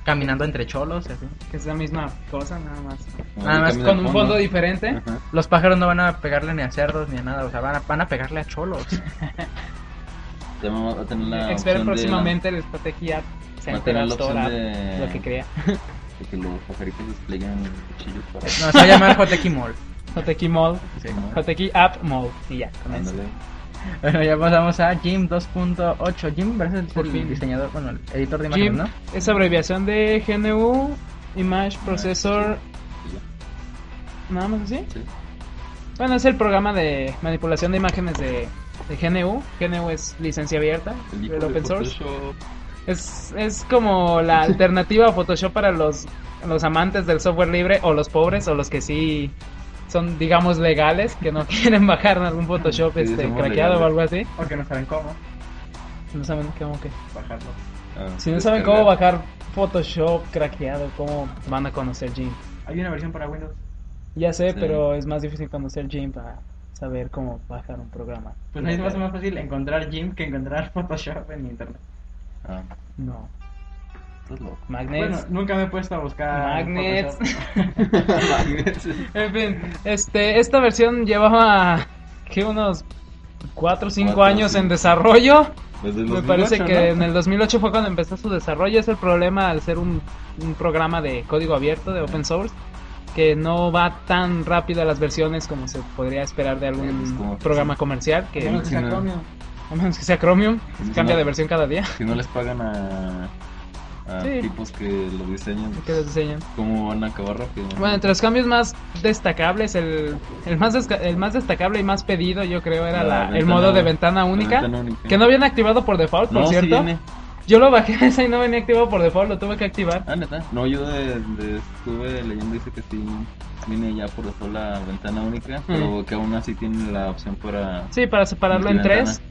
Speaker 1: Caminando entre cholos, y así.
Speaker 3: Que es la misma cosa, nada más.
Speaker 1: nada más
Speaker 3: Con un fondo diferente.
Speaker 2: Ajá.
Speaker 1: Los pájaros no van a pegarle ni a cerdos ni a nada, o sea, van a, van a pegarle a cholos.
Speaker 2: Ya vamos a tener la
Speaker 3: Esperen
Speaker 2: opción de-
Speaker 3: próximamente el Joteki App.
Speaker 2: Va a tener la opción
Speaker 3: Store,
Speaker 2: de-
Speaker 3: lo que crea.
Speaker 2: de que los pajaritos despliegan cuchillos para...
Speaker 1: Nos va a (laughs) llamar Joteki Mall.
Speaker 3: Joteki Mall.
Speaker 1: Sí.
Speaker 2: ¿no?
Speaker 3: Joteki App Mall. Y ya, con eso.
Speaker 2: Ándale.
Speaker 1: Bueno, ya pasamos a Jim 2.8. Jim parece el,
Speaker 3: Por
Speaker 1: el
Speaker 3: fin.
Speaker 1: diseñador, bueno, el editor de imágenes,
Speaker 3: GIMP
Speaker 1: ¿no?
Speaker 3: es abreviación de GNU, Image Processor,
Speaker 2: Y ya,
Speaker 3: nada más así.
Speaker 2: sí.
Speaker 3: Bueno, es el programa de manipulación de imágenes de, de GNU. GNU es licencia abierta,
Speaker 2: El hijo
Speaker 3: el
Speaker 2: de
Speaker 3: open source.
Speaker 2: Photoshop.
Speaker 3: Es, es como
Speaker 2: (laughs)
Speaker 3: la alternativa a Photoshop para los, los amantes del software libre o los pobres o los que sí son, digamos, legales, que no (laughs) quieren bajar en algún Photoshop
Speaker 2: Sí,
Speaker 3: este,
Speaker 2: somos
Speaker 3: craqueado
Speaker 2: legales.
Speaker 3: o algo así.
Speaker 1: Porque no saben cómo
Speaker 3: No saben cómo que.
Speaker 1: bajarlo.
Speaker 2: Ah,
Speaker 3: Si no saben cómo
Speaker 2: descargar.
Speaker 3: bajar Photoshop craqueado, ¿cómo van a conocer GIMP?
Speaker 1: Hay una versión para Windows.
Speaker 3: Ya sé,
Speaker 2: Sí.
Speaker 3: pero es más difícil conocer GIMP para saber cómo bajar un programa.
Speaker 1: Pues no es más, más fácil encontrar GIMP que encontrar (laughs) Photoshop en internet.
Speaker 2: Ah,
Speaker 3: No.
Speaker 2: estás loco. (laughs)
Speaker 3: Magnets.
Speaker 1: Bueno, nunca me he puesto a buscar.
Speaker 3: Magnets. (laughs)
Speaker 1: Photoshop.
Speaker 3: en fin, este, esta versión llevaba que unos 4 o 5
Speaker 2: Cuatro,
Speaker 3: años en
Speaker 2: cinco.
Speaker 3: desarrollo.
Speaker 2: Desde el
Speaker 3: Me
Speaker 2: 2008,
Speaker 3: parece que
Speaker 2: ¿no?
Speaker 3: en el 2008 fue cuando empezó su desarrollo. Es el problema al ser un, un programa de código abierto, de open source, que no va tan rápido a las versiones como se podría esperar de
Speaker 2: Eh, pues,
Speaker 3: algún
Speaker 2: como-
Speaker 3: programa comercial, que
Speaker 1: Bueno, que sea
Speaker 2: Sí, no.
Speaker 1: Chromium.
Speaker 3: a menos que sea Chromium,
Speaker 2: Sí,
Speaker 3: cambia
Speaker 2: no.
Speaker 3: de versión cada día. (laughs)
Speaker 2: Si no les pagan a, a
Speaker 3: Sí.
Speaker 2: tipos que los diseñan,
Speaker 3: que los diseñan.
Speaker 2: ¿cómo van a acabar rápido?
Speaker 3: Bueno, entre los cambios más destacables, el, el, más, desca- el más destacable y más pedido, yo creo, era
Speaker 2: La
Speaker 3: la- el
Speaker 2: ventana-
Speaker 3: modo de ventana
Speaker 2: La
Speaker 3: única.
Speaker 2: ventana única.
Speaker 3: Que no viene activado por default,
Speaker 2: No,
Speaker 3: por
Speaker 2: sí
Speaker 3: cierto.
Speaker 2: viene.
Speaker 3: yo lo bajé (laughs) esa y no venía activado por default, lo tuve que activar.
Speaker 2: Ah, neta. No, yo de- de- estuve leyendo, dice que sí viene ya por default la ventana única, pero que aún así tiene la opción para...
Speaker 3: Mm. Sí, para separarlo en tres.
Speaker 2: multiventana.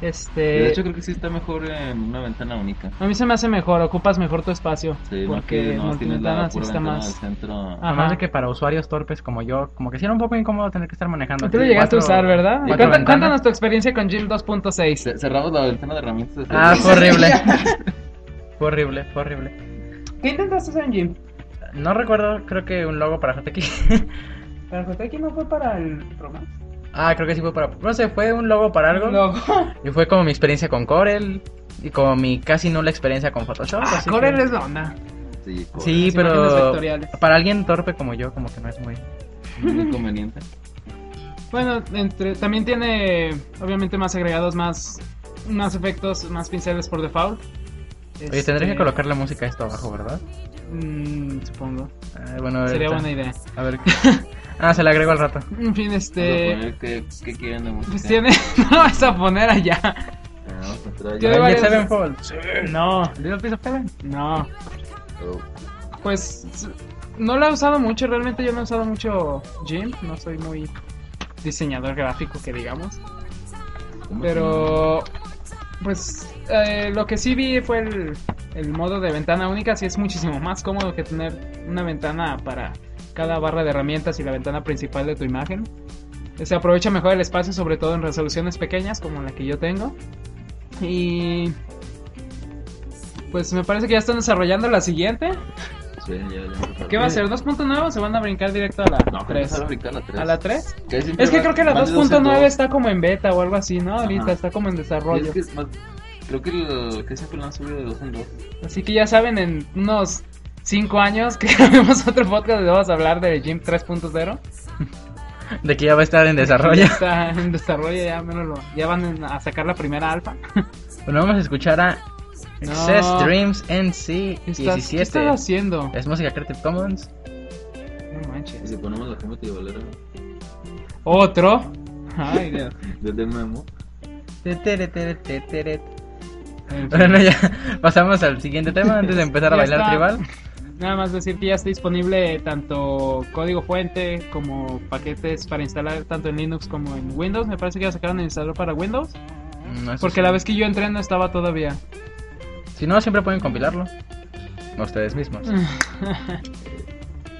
Speaker 3: Este,
Speaker 2: Y De hecho, creo que sí está mejor en una ventana única.
Speaker 3: a mí se me hace mejor, ocupas mejor tu espacio.
Speaker 2: Sí, más
Speaker 3: porque
Speaker 2: que no tienes la
Speaker 3: multiventana sí
Speaker 2: pura
Speaker 3: está
Speaker 2: ventana del
Speaker 3: más.
Speaker 2: centro.
Speaker 3: Ah,
Speaker 1: Además
Speaker 3: Ajá.
Speaker 1: de que para usuarios torpes como yo, como que sí era un poco incómodo tener que estar manejando.
Speaker 3: Tú lo
Speaker 1: aquí
Speaker 3: llegaste a
Speaker 1: cuatro-
Speaker 3: usar, ¿verdad?
Speaker 1: cuatro
Speaker 3: Cuenta-
Speaker 1: ventanas.
Speaker 3: Cuéntanos tu experiencia con Jim 2.6.
Speaker 2: Ce- Cerramos la ventana de herramientas.
Speaker 1: Ah, fue
Speaker 3: (laughs)
Speaker 1: horrible. (laughs) fue horrible, fue horrible.
Speaker 3: ¿Qué intentaste hacer en Jim?
Speaker 1: No recuerdo, creo que un logo para JTK.
Speaker 3: ¿Para Joteki no fue para el programa?
Speaker 1: (laughs) ah, creo que sí fue para. No sé, fue un logo para algo.
Speaker 3: No.
Speaker 1: Y fue como mi experiencia con Corel. Y como mi casi nula experiencia con Photoshop.
Speaker 3: Ah,
Speaker 1: así
Speaker 3: Corel
Speaker 1: que-
Speaker 3: es la onda.
Speaker 2: Sí,
Speaker 1: Sí,
Speaker 3: Las imágenes
Speaker 1: pero.
Speaker 3: vectoriales.
Speaker 1: Para alguien torpe como yo, como que no es muy.
Speaker 2: Muy
Speaker 3: (laughs)
Speaker 2: conveniente.
Speaker 3: Bueno, entre, también tiene obviamente más agregados, más, más efectos, más pinceles por default.
Speaker 1: Oye,
Speaker 3: Este,
Speaker 1: tendré que colocar la música a esto abajo, ¿verdad?
Speaker 3: Mm, supongo.
Speaker 1: Ah, bueno, a ver,
Speaker 3: Sería
Speaker 1: ahorita-
Speaker 3: buena idea.
Speaker 1: A ver. ah, se la agrego al rato.
Speaker 3: En fin,
Speaker 2: Vamos a
Speaker 3: este.
Speaker 2: poner qué, qué quieren de música.
Speaker 3: Pues tiene. (laughs) no vas a poner allá.
Speaker 2: Ah, vamos a entrar
Speaker 3: Tiene
Speaker 2: ya.
Speaker 3: varias-
Speaker 1: Sevenfold.
Speaker 3: No,
Speaker 1: Little Piece of Heaven.
Speaker 3: no.
Speaker 2: Oh,
Speaker 3: Pues. s- No lo he usado mucho, realmente yo no he usado mucho Jim. No soy muy diseñador gráfico, que digamos. Pero, pues, eh, lo que sí vi fue el, el modo de ventana única. Sí, es muchísimo más cómodo que tener una ventana para cada barra de herramientas y la ventana principal de tu imagen. Eh, Se aprovecha mejor el espacio, sobre todo en resoluciones pequeñas como la que yo tengo. Y. Pues me parece que ya están desarrollando la siguiente.
Speaker 5: Sí, ya, ya.
Speaker 3: ¿Qué va a ser? ¿2.9 o se van a brincar directo a la
Speaker 5: No, pero
Speaker 3: 3?
Speaker 5: empezaron a brincar la 3.
Speaker 3: ¿A la 3? Es que creo que la 2.9 está como en beta o algo así, ¿no? Ahorita
Speaker 5: Ajá.
Speaker 3: está como en
Speaker 5: rollo.
Speaker 3: desarrollo.
Speaker 5: Es que es más... Creo que, el, que siempre lo han subido de 2 en 2.
Speaker 3: Así que ya saben, en unos 5 años que (laughs) grabemos otro podcast, les vamos a hablar de Jim 3.0.
Speaker 1: De que ya va a estar en desarrollo.
Speaker 3: (laughs) Ya Está en desarrollo, ya, menos lo, ya van en- a sacar la primera alfa.
Speaker 1: Bueno, vamos a escuchar a Eh.
Speaker 3: No.
Speaker 1: Excess Dreams NC
Speaker 3: ¿Qué estás, ¿Qué
Speaker 1: 17.
Speaker 3: estás haciendo?
Speaker 1: Es música Creative Commons.
Speaker 3: No
Speaker 5: Y
Speaker 3: manches.
Speaker 5: si ponemos la gema de Valera
Speaker 3: ¿Otro?
Speaker 5: (laughs)
Speaker 3: Ay, Dios.
Speaker 5: desde el memo.
Speaker 1: Te, tere, tere, te, tere. (laughs)
Speaker 3: En fin.
Speaker 1: Bueno, ya pasamos al siguiente
Speaker 3: (laughs)
Speaker 1: tema antes de empezar a
Speaker 3: Ya
Speaker 1: bailar
Speaker 3: está.
Speaker 1: tribal.
Speaker 3: Nada más decir que ya está disponible tanto código fuente como paquetes para instalar tanto en Linux como en Windows. Me parece que ya sacaron el instalador para Windows.
Speaker 1: No, eso
Speaker 3: Porque
Speaker 1: sí.
Speaker 3: la vez que yo entré no estaba todavía.
Speaker 1: Si no, siempre pueden compilarlo. Ustedes mismos.
Speaker 3: Mm.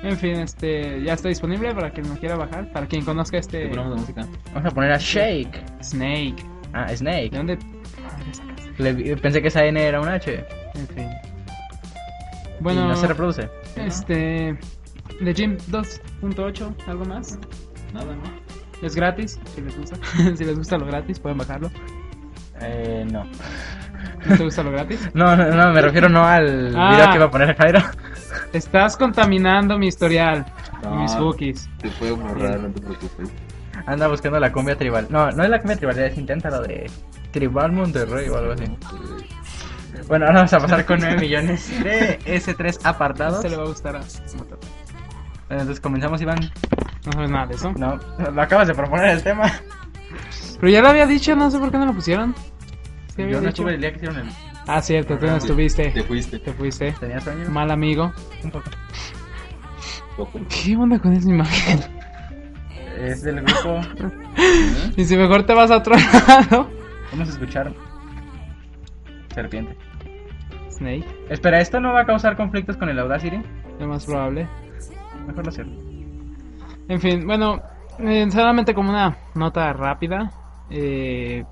Speaker 3: en fin, este ya está disponible para quien lo quiera bajar. Para quien conozca
Speaker 5: Si
Speaker 3: este
Speaker 5: ponemos la música.
Speaker 1: Vamos a poner a Shake.
Speaker 3: Snake.
Speaker 1: Ah,
Speaker 3: ¿De
Speaker 1: Snake.
Speaker 3: dónde? madre sacas?
Speaker 1: Le- pensé que esa N era un H.
Speaker 3: En fin.
Speaker 1: Bueno,
Speaker 3: Bueno,
Speaker 1: y no se reproduce.
Speaker 3: este. De Jim 2.8, algo más.
Speaker 5: Nada, ¿no?
Speaker 3: Es gratis, si les gusta. (laughs) si les gusta lo gratis, pueden bajarlo.
Speaker 1: Eh, no.
Speaker 3: ¿No te gusta lo gratis?
Speaker 1: No, no, no, me refiero no al
Speaker 3: Ah.
Speaker 1: video que iba a poner Jairo. (laughs)
Speaker 3: Estás contaminando mi historial y mis
Speaker 5: Ah.
Speaker 3: cookies. Este
Speaker 5: Te puedo borrar, no te preocupes.
Speaker 1: Anda buscando la cumbia tribal. No, no es la cumbia tribal, es intenta lo de Tribal Monterrey o algo así. Bueno, ahora vamos a pasar con 9 millones de S3 apartados.
Speaker 3: Este le va a gustar a...
Speaker 1: Entonces comenzamos, Iván.
Speaker 3: No sabes nada de eso.
Speaker 1: No, lo acabas de proponer el tema.
Speaker 3: Pero ya lo había dicho, no sé por qué no lo pusieron. Sí había
Speaker 1: Yo no
Speaker 3: dicho.
Speaker 1: estuve el día que hicieron el.
Speaker 3: Ah, cierto, tú no estuviste.
Speaker 5: Te fuiste.
Speaker 3: Te fuiste.
Speaker 1: ¿Tenía sueño?
Speaker 3: Mal amigo.
Speaker 1: Un poco.
Speaker 5: Poco.
Speaker 3: ¿Qué onda con esa imagen? (laughs)
Speaker 1: Es del grupo.
Speaker 3: Y si mejor te vas a otro (laughs) lado.
Speaker 1: Vamos a escuchar. Serpiente.
Speaker 3: Snake,
Speaker 1: Espera, ¿esto no va a causar conflictos con el Audacity?
Speaker 3: lo más probable.
Speaker 1: Mejor lo cierro.
Speaker 3: En fin, bueno, eh, solamente como una nota rápida, eh,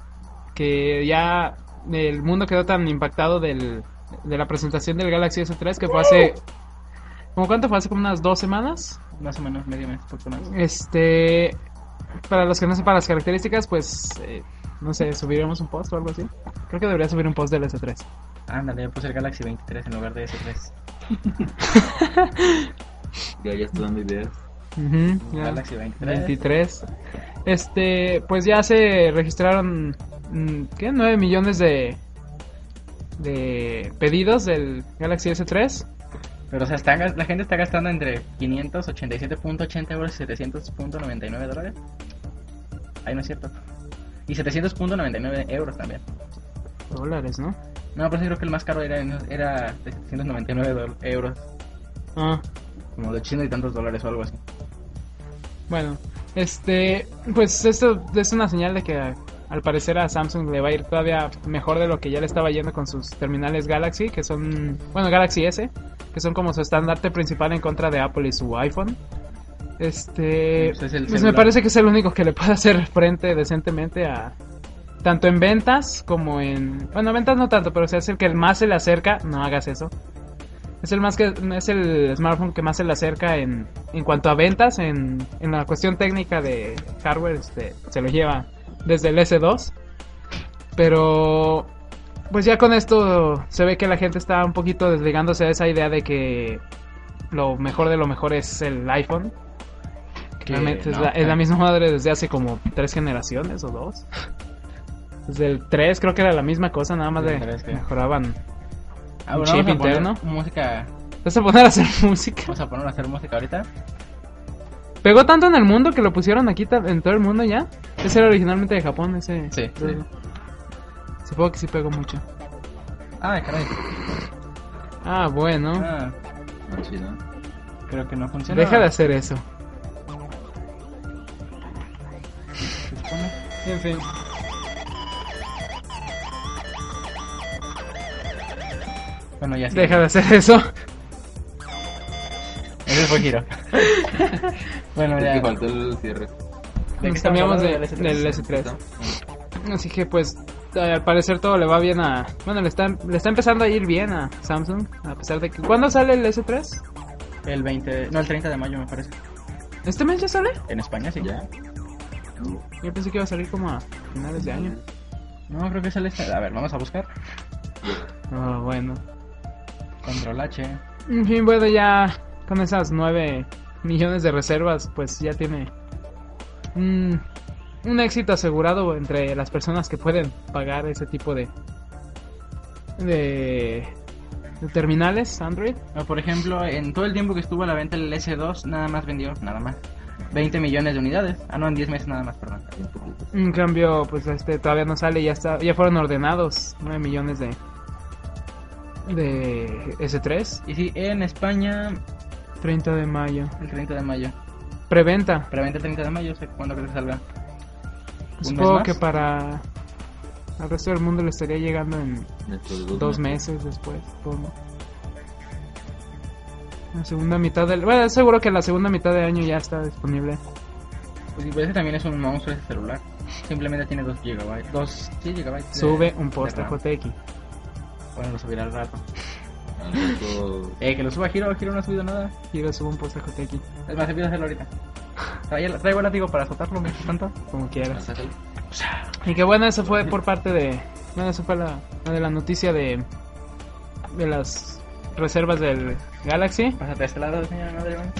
Speaker 3: que ya el mundo quedó tan impactado del, de la presentación del Galaxy S3 que fue hace... ¿Cómo cuánto fue? Hace como unas dos semanas.
Speaker 1: Más o menos, medio mes, poco más.
Speaker 3: Este, para los que no sepan las características, pues, eh, no sé, subiremos un post o algo así. Creo que debería subir un post del S3.
Speaker 1: Ándale, ya puse el Galaxy 23 en lugar de S3.
Speaker 5: Ya, ya estoy dando ideas.
Speaker 3: Ujú, ya.
Speaker 1: Galaxy 23.
Speaker 3: 23. Este, pues ya se registraron, mm, ¿qué? 9 millones de, de pedidos del Galaxy S3.
Speaker 1: Pero o sea, están gas- la gente está gastando entre 587.80 euros y 700.99 dólares. Ahí no es cierto. Y 700.99 euros también.
Speaker 3: Dólares, ¿no?
Speaker 1: No, pero sí creo que el más caro era, era de 799 dol- euros.
Speaker 3: Ah,
Speaker 1: Como de 80 y tantos dólares o algo así.
Speaker 3: bueno. Este, pues esto es una señal de que al parecer a Samsung le va a ir todavía mejor de lo que ya le estaba yendo con sus terminales Galaxy, que son, bueno, Galaxy S, que son como su estandarte principal en contra de Apple y su iPhone. Este,
Speaker 1: Pues es el
Speaker 3: Pues me
Speaker 1: celular.
Speaker 3: parece que es el único que le puede hacer frente decentemente a tanto en ventas como en bueno ventas no tanto pero si es el que más se le acerca no hagas eso es el más que es el smartphone que más se le acerca en, en cuanto a ventas en, en la cuestión técnica de hardware este, se lo lleva desde el S2 pero pues ya con esto se ve que la gente está un poquito desligándose de esa idea de que lo mejor de lo mejor es el iPhone
Speaker 1: Que
Speaker 3: Realmente es,
Speaker 1: no,
Speaker 3: la, es la
Speaker 1: eh,
Speaker 3: misma madre desde hace como tres generaciones o dos. Desde el 3 creo que era la misma cosa, nada más
Speaker 1: Desde
Speaker 3: de
Speaker 1: el tres, sí.
Speaker 3: mejoraban.
Speaker 1: Ah,
Speaker 3: un
Speaker 1: bueno, vamos
Speaker 3: chip
Speaker 1: a poner
Speaker 3: interno.
Speaker 1: Música.
Speaker 3: ¿Vas a poner a hacer (laughs) música?
Speaker 1: Vamos a poner a hacer música ahorita.
Speaker 3: Pegó tanto en el mundo que lo pusieron aquí ta- en todo el mundo ya. Ese era originalmente de Japón, ese.
Speaker 1: Sí, sí.
Speaker 3: Supongo que sí pegó mucho.
Speaker 1: Ah, caray.
Speaker 3: Ah, bueno.
Speaker 1: Ah,
Speaker 5: No, chido.
Speaker 1: creo que no funciona.
Speaker 3: Deja de hacer eso. En fin.
Speaker 1: Bueno, ya sí.
Speaker 3: Deja de hacer eso.
Speaker 1: Ese fue
Speaker 3: (laughs)
Speaker 1: giro. bueno,
Speaker 6: Es
Speaker 1: ya.
Speaker 6: que faltó el cierre.
Speaker 1: ¿De qué
Speaker 3: Nos
Speaker 1: estamos
Speaker 3: cambiamos de-
Speaker 1: hablando? Del
Speaker 3: del S3. (laughs) Así que pues al parecer todo le va bien a... Bueno, le está, le está empezando a ir bien a Samsung. A pesar de que... ¿Cuándo sale el S3?
Speaker 1: El 20, no, el 30 de mayo me parece.
Speaker 3: ¿Este mes ya sale?
Speaker 1: En España sí.
Speaker 6: ¿Ya?
Speaker 3: Yo pensé que iba a salir como a finales de año.
Speaker 1: No, creo que sale este. A ver, vamos a buscar.
Speaker 3: Ah, bueno.
Speaker 1: Control H.
Speaker 3: En fin, bueno, ya con esas 9 millones de reservas, pues ya tiene un, un éxito asegurado entre las personas que pueden pagar ese tipo de, de, de terminales Android.
Speaker 1: O, por ejemplo, en todo el tiempo que estuvo a la venta el S2, nada más vendió, nada más. 20 millones de unidades. Ah, no, en 10 meses nada más, perdón.
Speaker 6: Un poquito.
Speaker 3: En cambio, pues este todavía no sale, ya está, ya fueron ordenados 9 millones de de S3,
Speaker 1: Y sí, en España,
Speaker 3: 30 de mayo.
Speaker 1: el 30 de mayo.
Speaker 3: Preventa.
Speaker 1: Preventa 30 de mayo, o sea, ¿cuándo crees que salga? mes
Speaker 3: Supongo
Speaker 1: más?
Speaker 3: que para al resto del mundo le estaría llegando en
Speaker 6: Estos
Speaker 3: dos meses después, supongo. La segunda mitad del... Bueno, seguro que la segunda mitad de año ya está disponible.
Speaker 1: Pues sí, pero ese también es un monstruo ese celular. Simplemente tiene 2 GB. 2 sí, GB. de-
Speaker 3: Sube un post
Speaker 1: de
Speaker 3: a
Speaker 1: RAM.
Speaker 3: JTX.
Speaker 1: Bueno, lo subirá al rato.
Speaker 6: Al rato-
Speaker 3: (laughs)
Speaker 1: Eh, que lo suba Giro, Giro no ha subido nada.
Speaker 3: Quiero sube un post a JTX,
Speaker 1: Es más, empiezo a hacerlo (laughs) ahorita. Trae el- Traigo el látigo para azotarlo mientras tanto.
Speaker 3: como
Speaker 5: ah,
Speaker 3: quieras.
Speaker 6: sácalo.
Speaker 3: Y que bueno, eso fue por parte de... Bueno, eso fue la, la de la noticia de... De las reservas del Galaxy.
Speaker 1: Pásate a este lado, señora madre. bueno.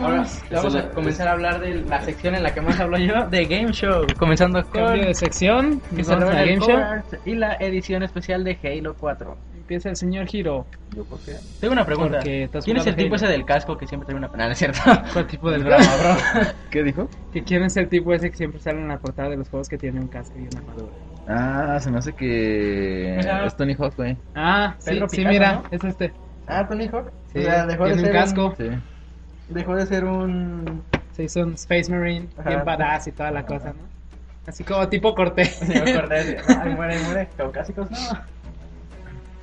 Speaker 1: Ahora le vamos
Speaker 6: Eso
Speaker 1: a
Speaker 6: la-
Speaker 1: comenzar a hablar de la sección en la que más hablo yo, de Game Show. Comenzando con
Speaker 3: Cambio de sección.
Speaker 1: que
Speaker 3: Nos
Speaker 1: se
Speaker 3: vamos a
Speaker 1: revela
Speaker 3: la
Speaker 1: el
Speaker 3: Game Show.
Speaker 1: cover y la edición especial de Halo 4.
Speaker 3: Empieza el señor Hiro.
Speaker 6: Yo creo que-
Speaker 1: Tengo una pregunta.
Speaker 3: Porque estás
Speaker 1: ¿Quién es el
Speaker 3: jugando
Speaker 1: tipo
Speaker 3: Halo.
Speaker 1: ese del casco que siempre trae una (laughs) penal, es cierto?
Speaker 3: (laughs) ¿Cuál tipo
Speaker 1: El
Speaker 3: del
Speaker 1: drama,
Speaker 3: drama?
Speaker 1: bro.
Speaker 2: ¿Qué dijo?
Speaker 3: Que quién es el tipo ese que siempre sale en la portada de los juegos que tiene un casco y una armadura.
Speaker 2: Ah, se me hace que
Speaker 1: Mira.
Speaker 2: es Tony Hawk, güey.
Speaker 3: Ah, sí,
Speaker 1: Pedro
Speaker 3: sí,
Speaker 1: Picasso,
Speaker 3: mira,
Speaker 1: ¿no?
Speaker 3: es este.
Speaker 1: Ah, Tony Hawk.
Speaker 3: Sí,
Speaker 1: O sea, dejó de
Speaker 3: tiene
Speaker 1: ser
Speaker 3: un casco,
Speaker 1: un-
Speaker 2: Sí.
Speaker 1: dejó de ser
Speaker 3: (laughs)
Speaker 1: un.
Speaker 3: se hizo un Space Marine,
Speaker 1: Ajá.
Speaker 3: bien badass y toda la cosa, ¿no? Así como tipo Cortés.
Speaker 1: Sí, me acordé. Ay, muere, muere. Caucásicos, no.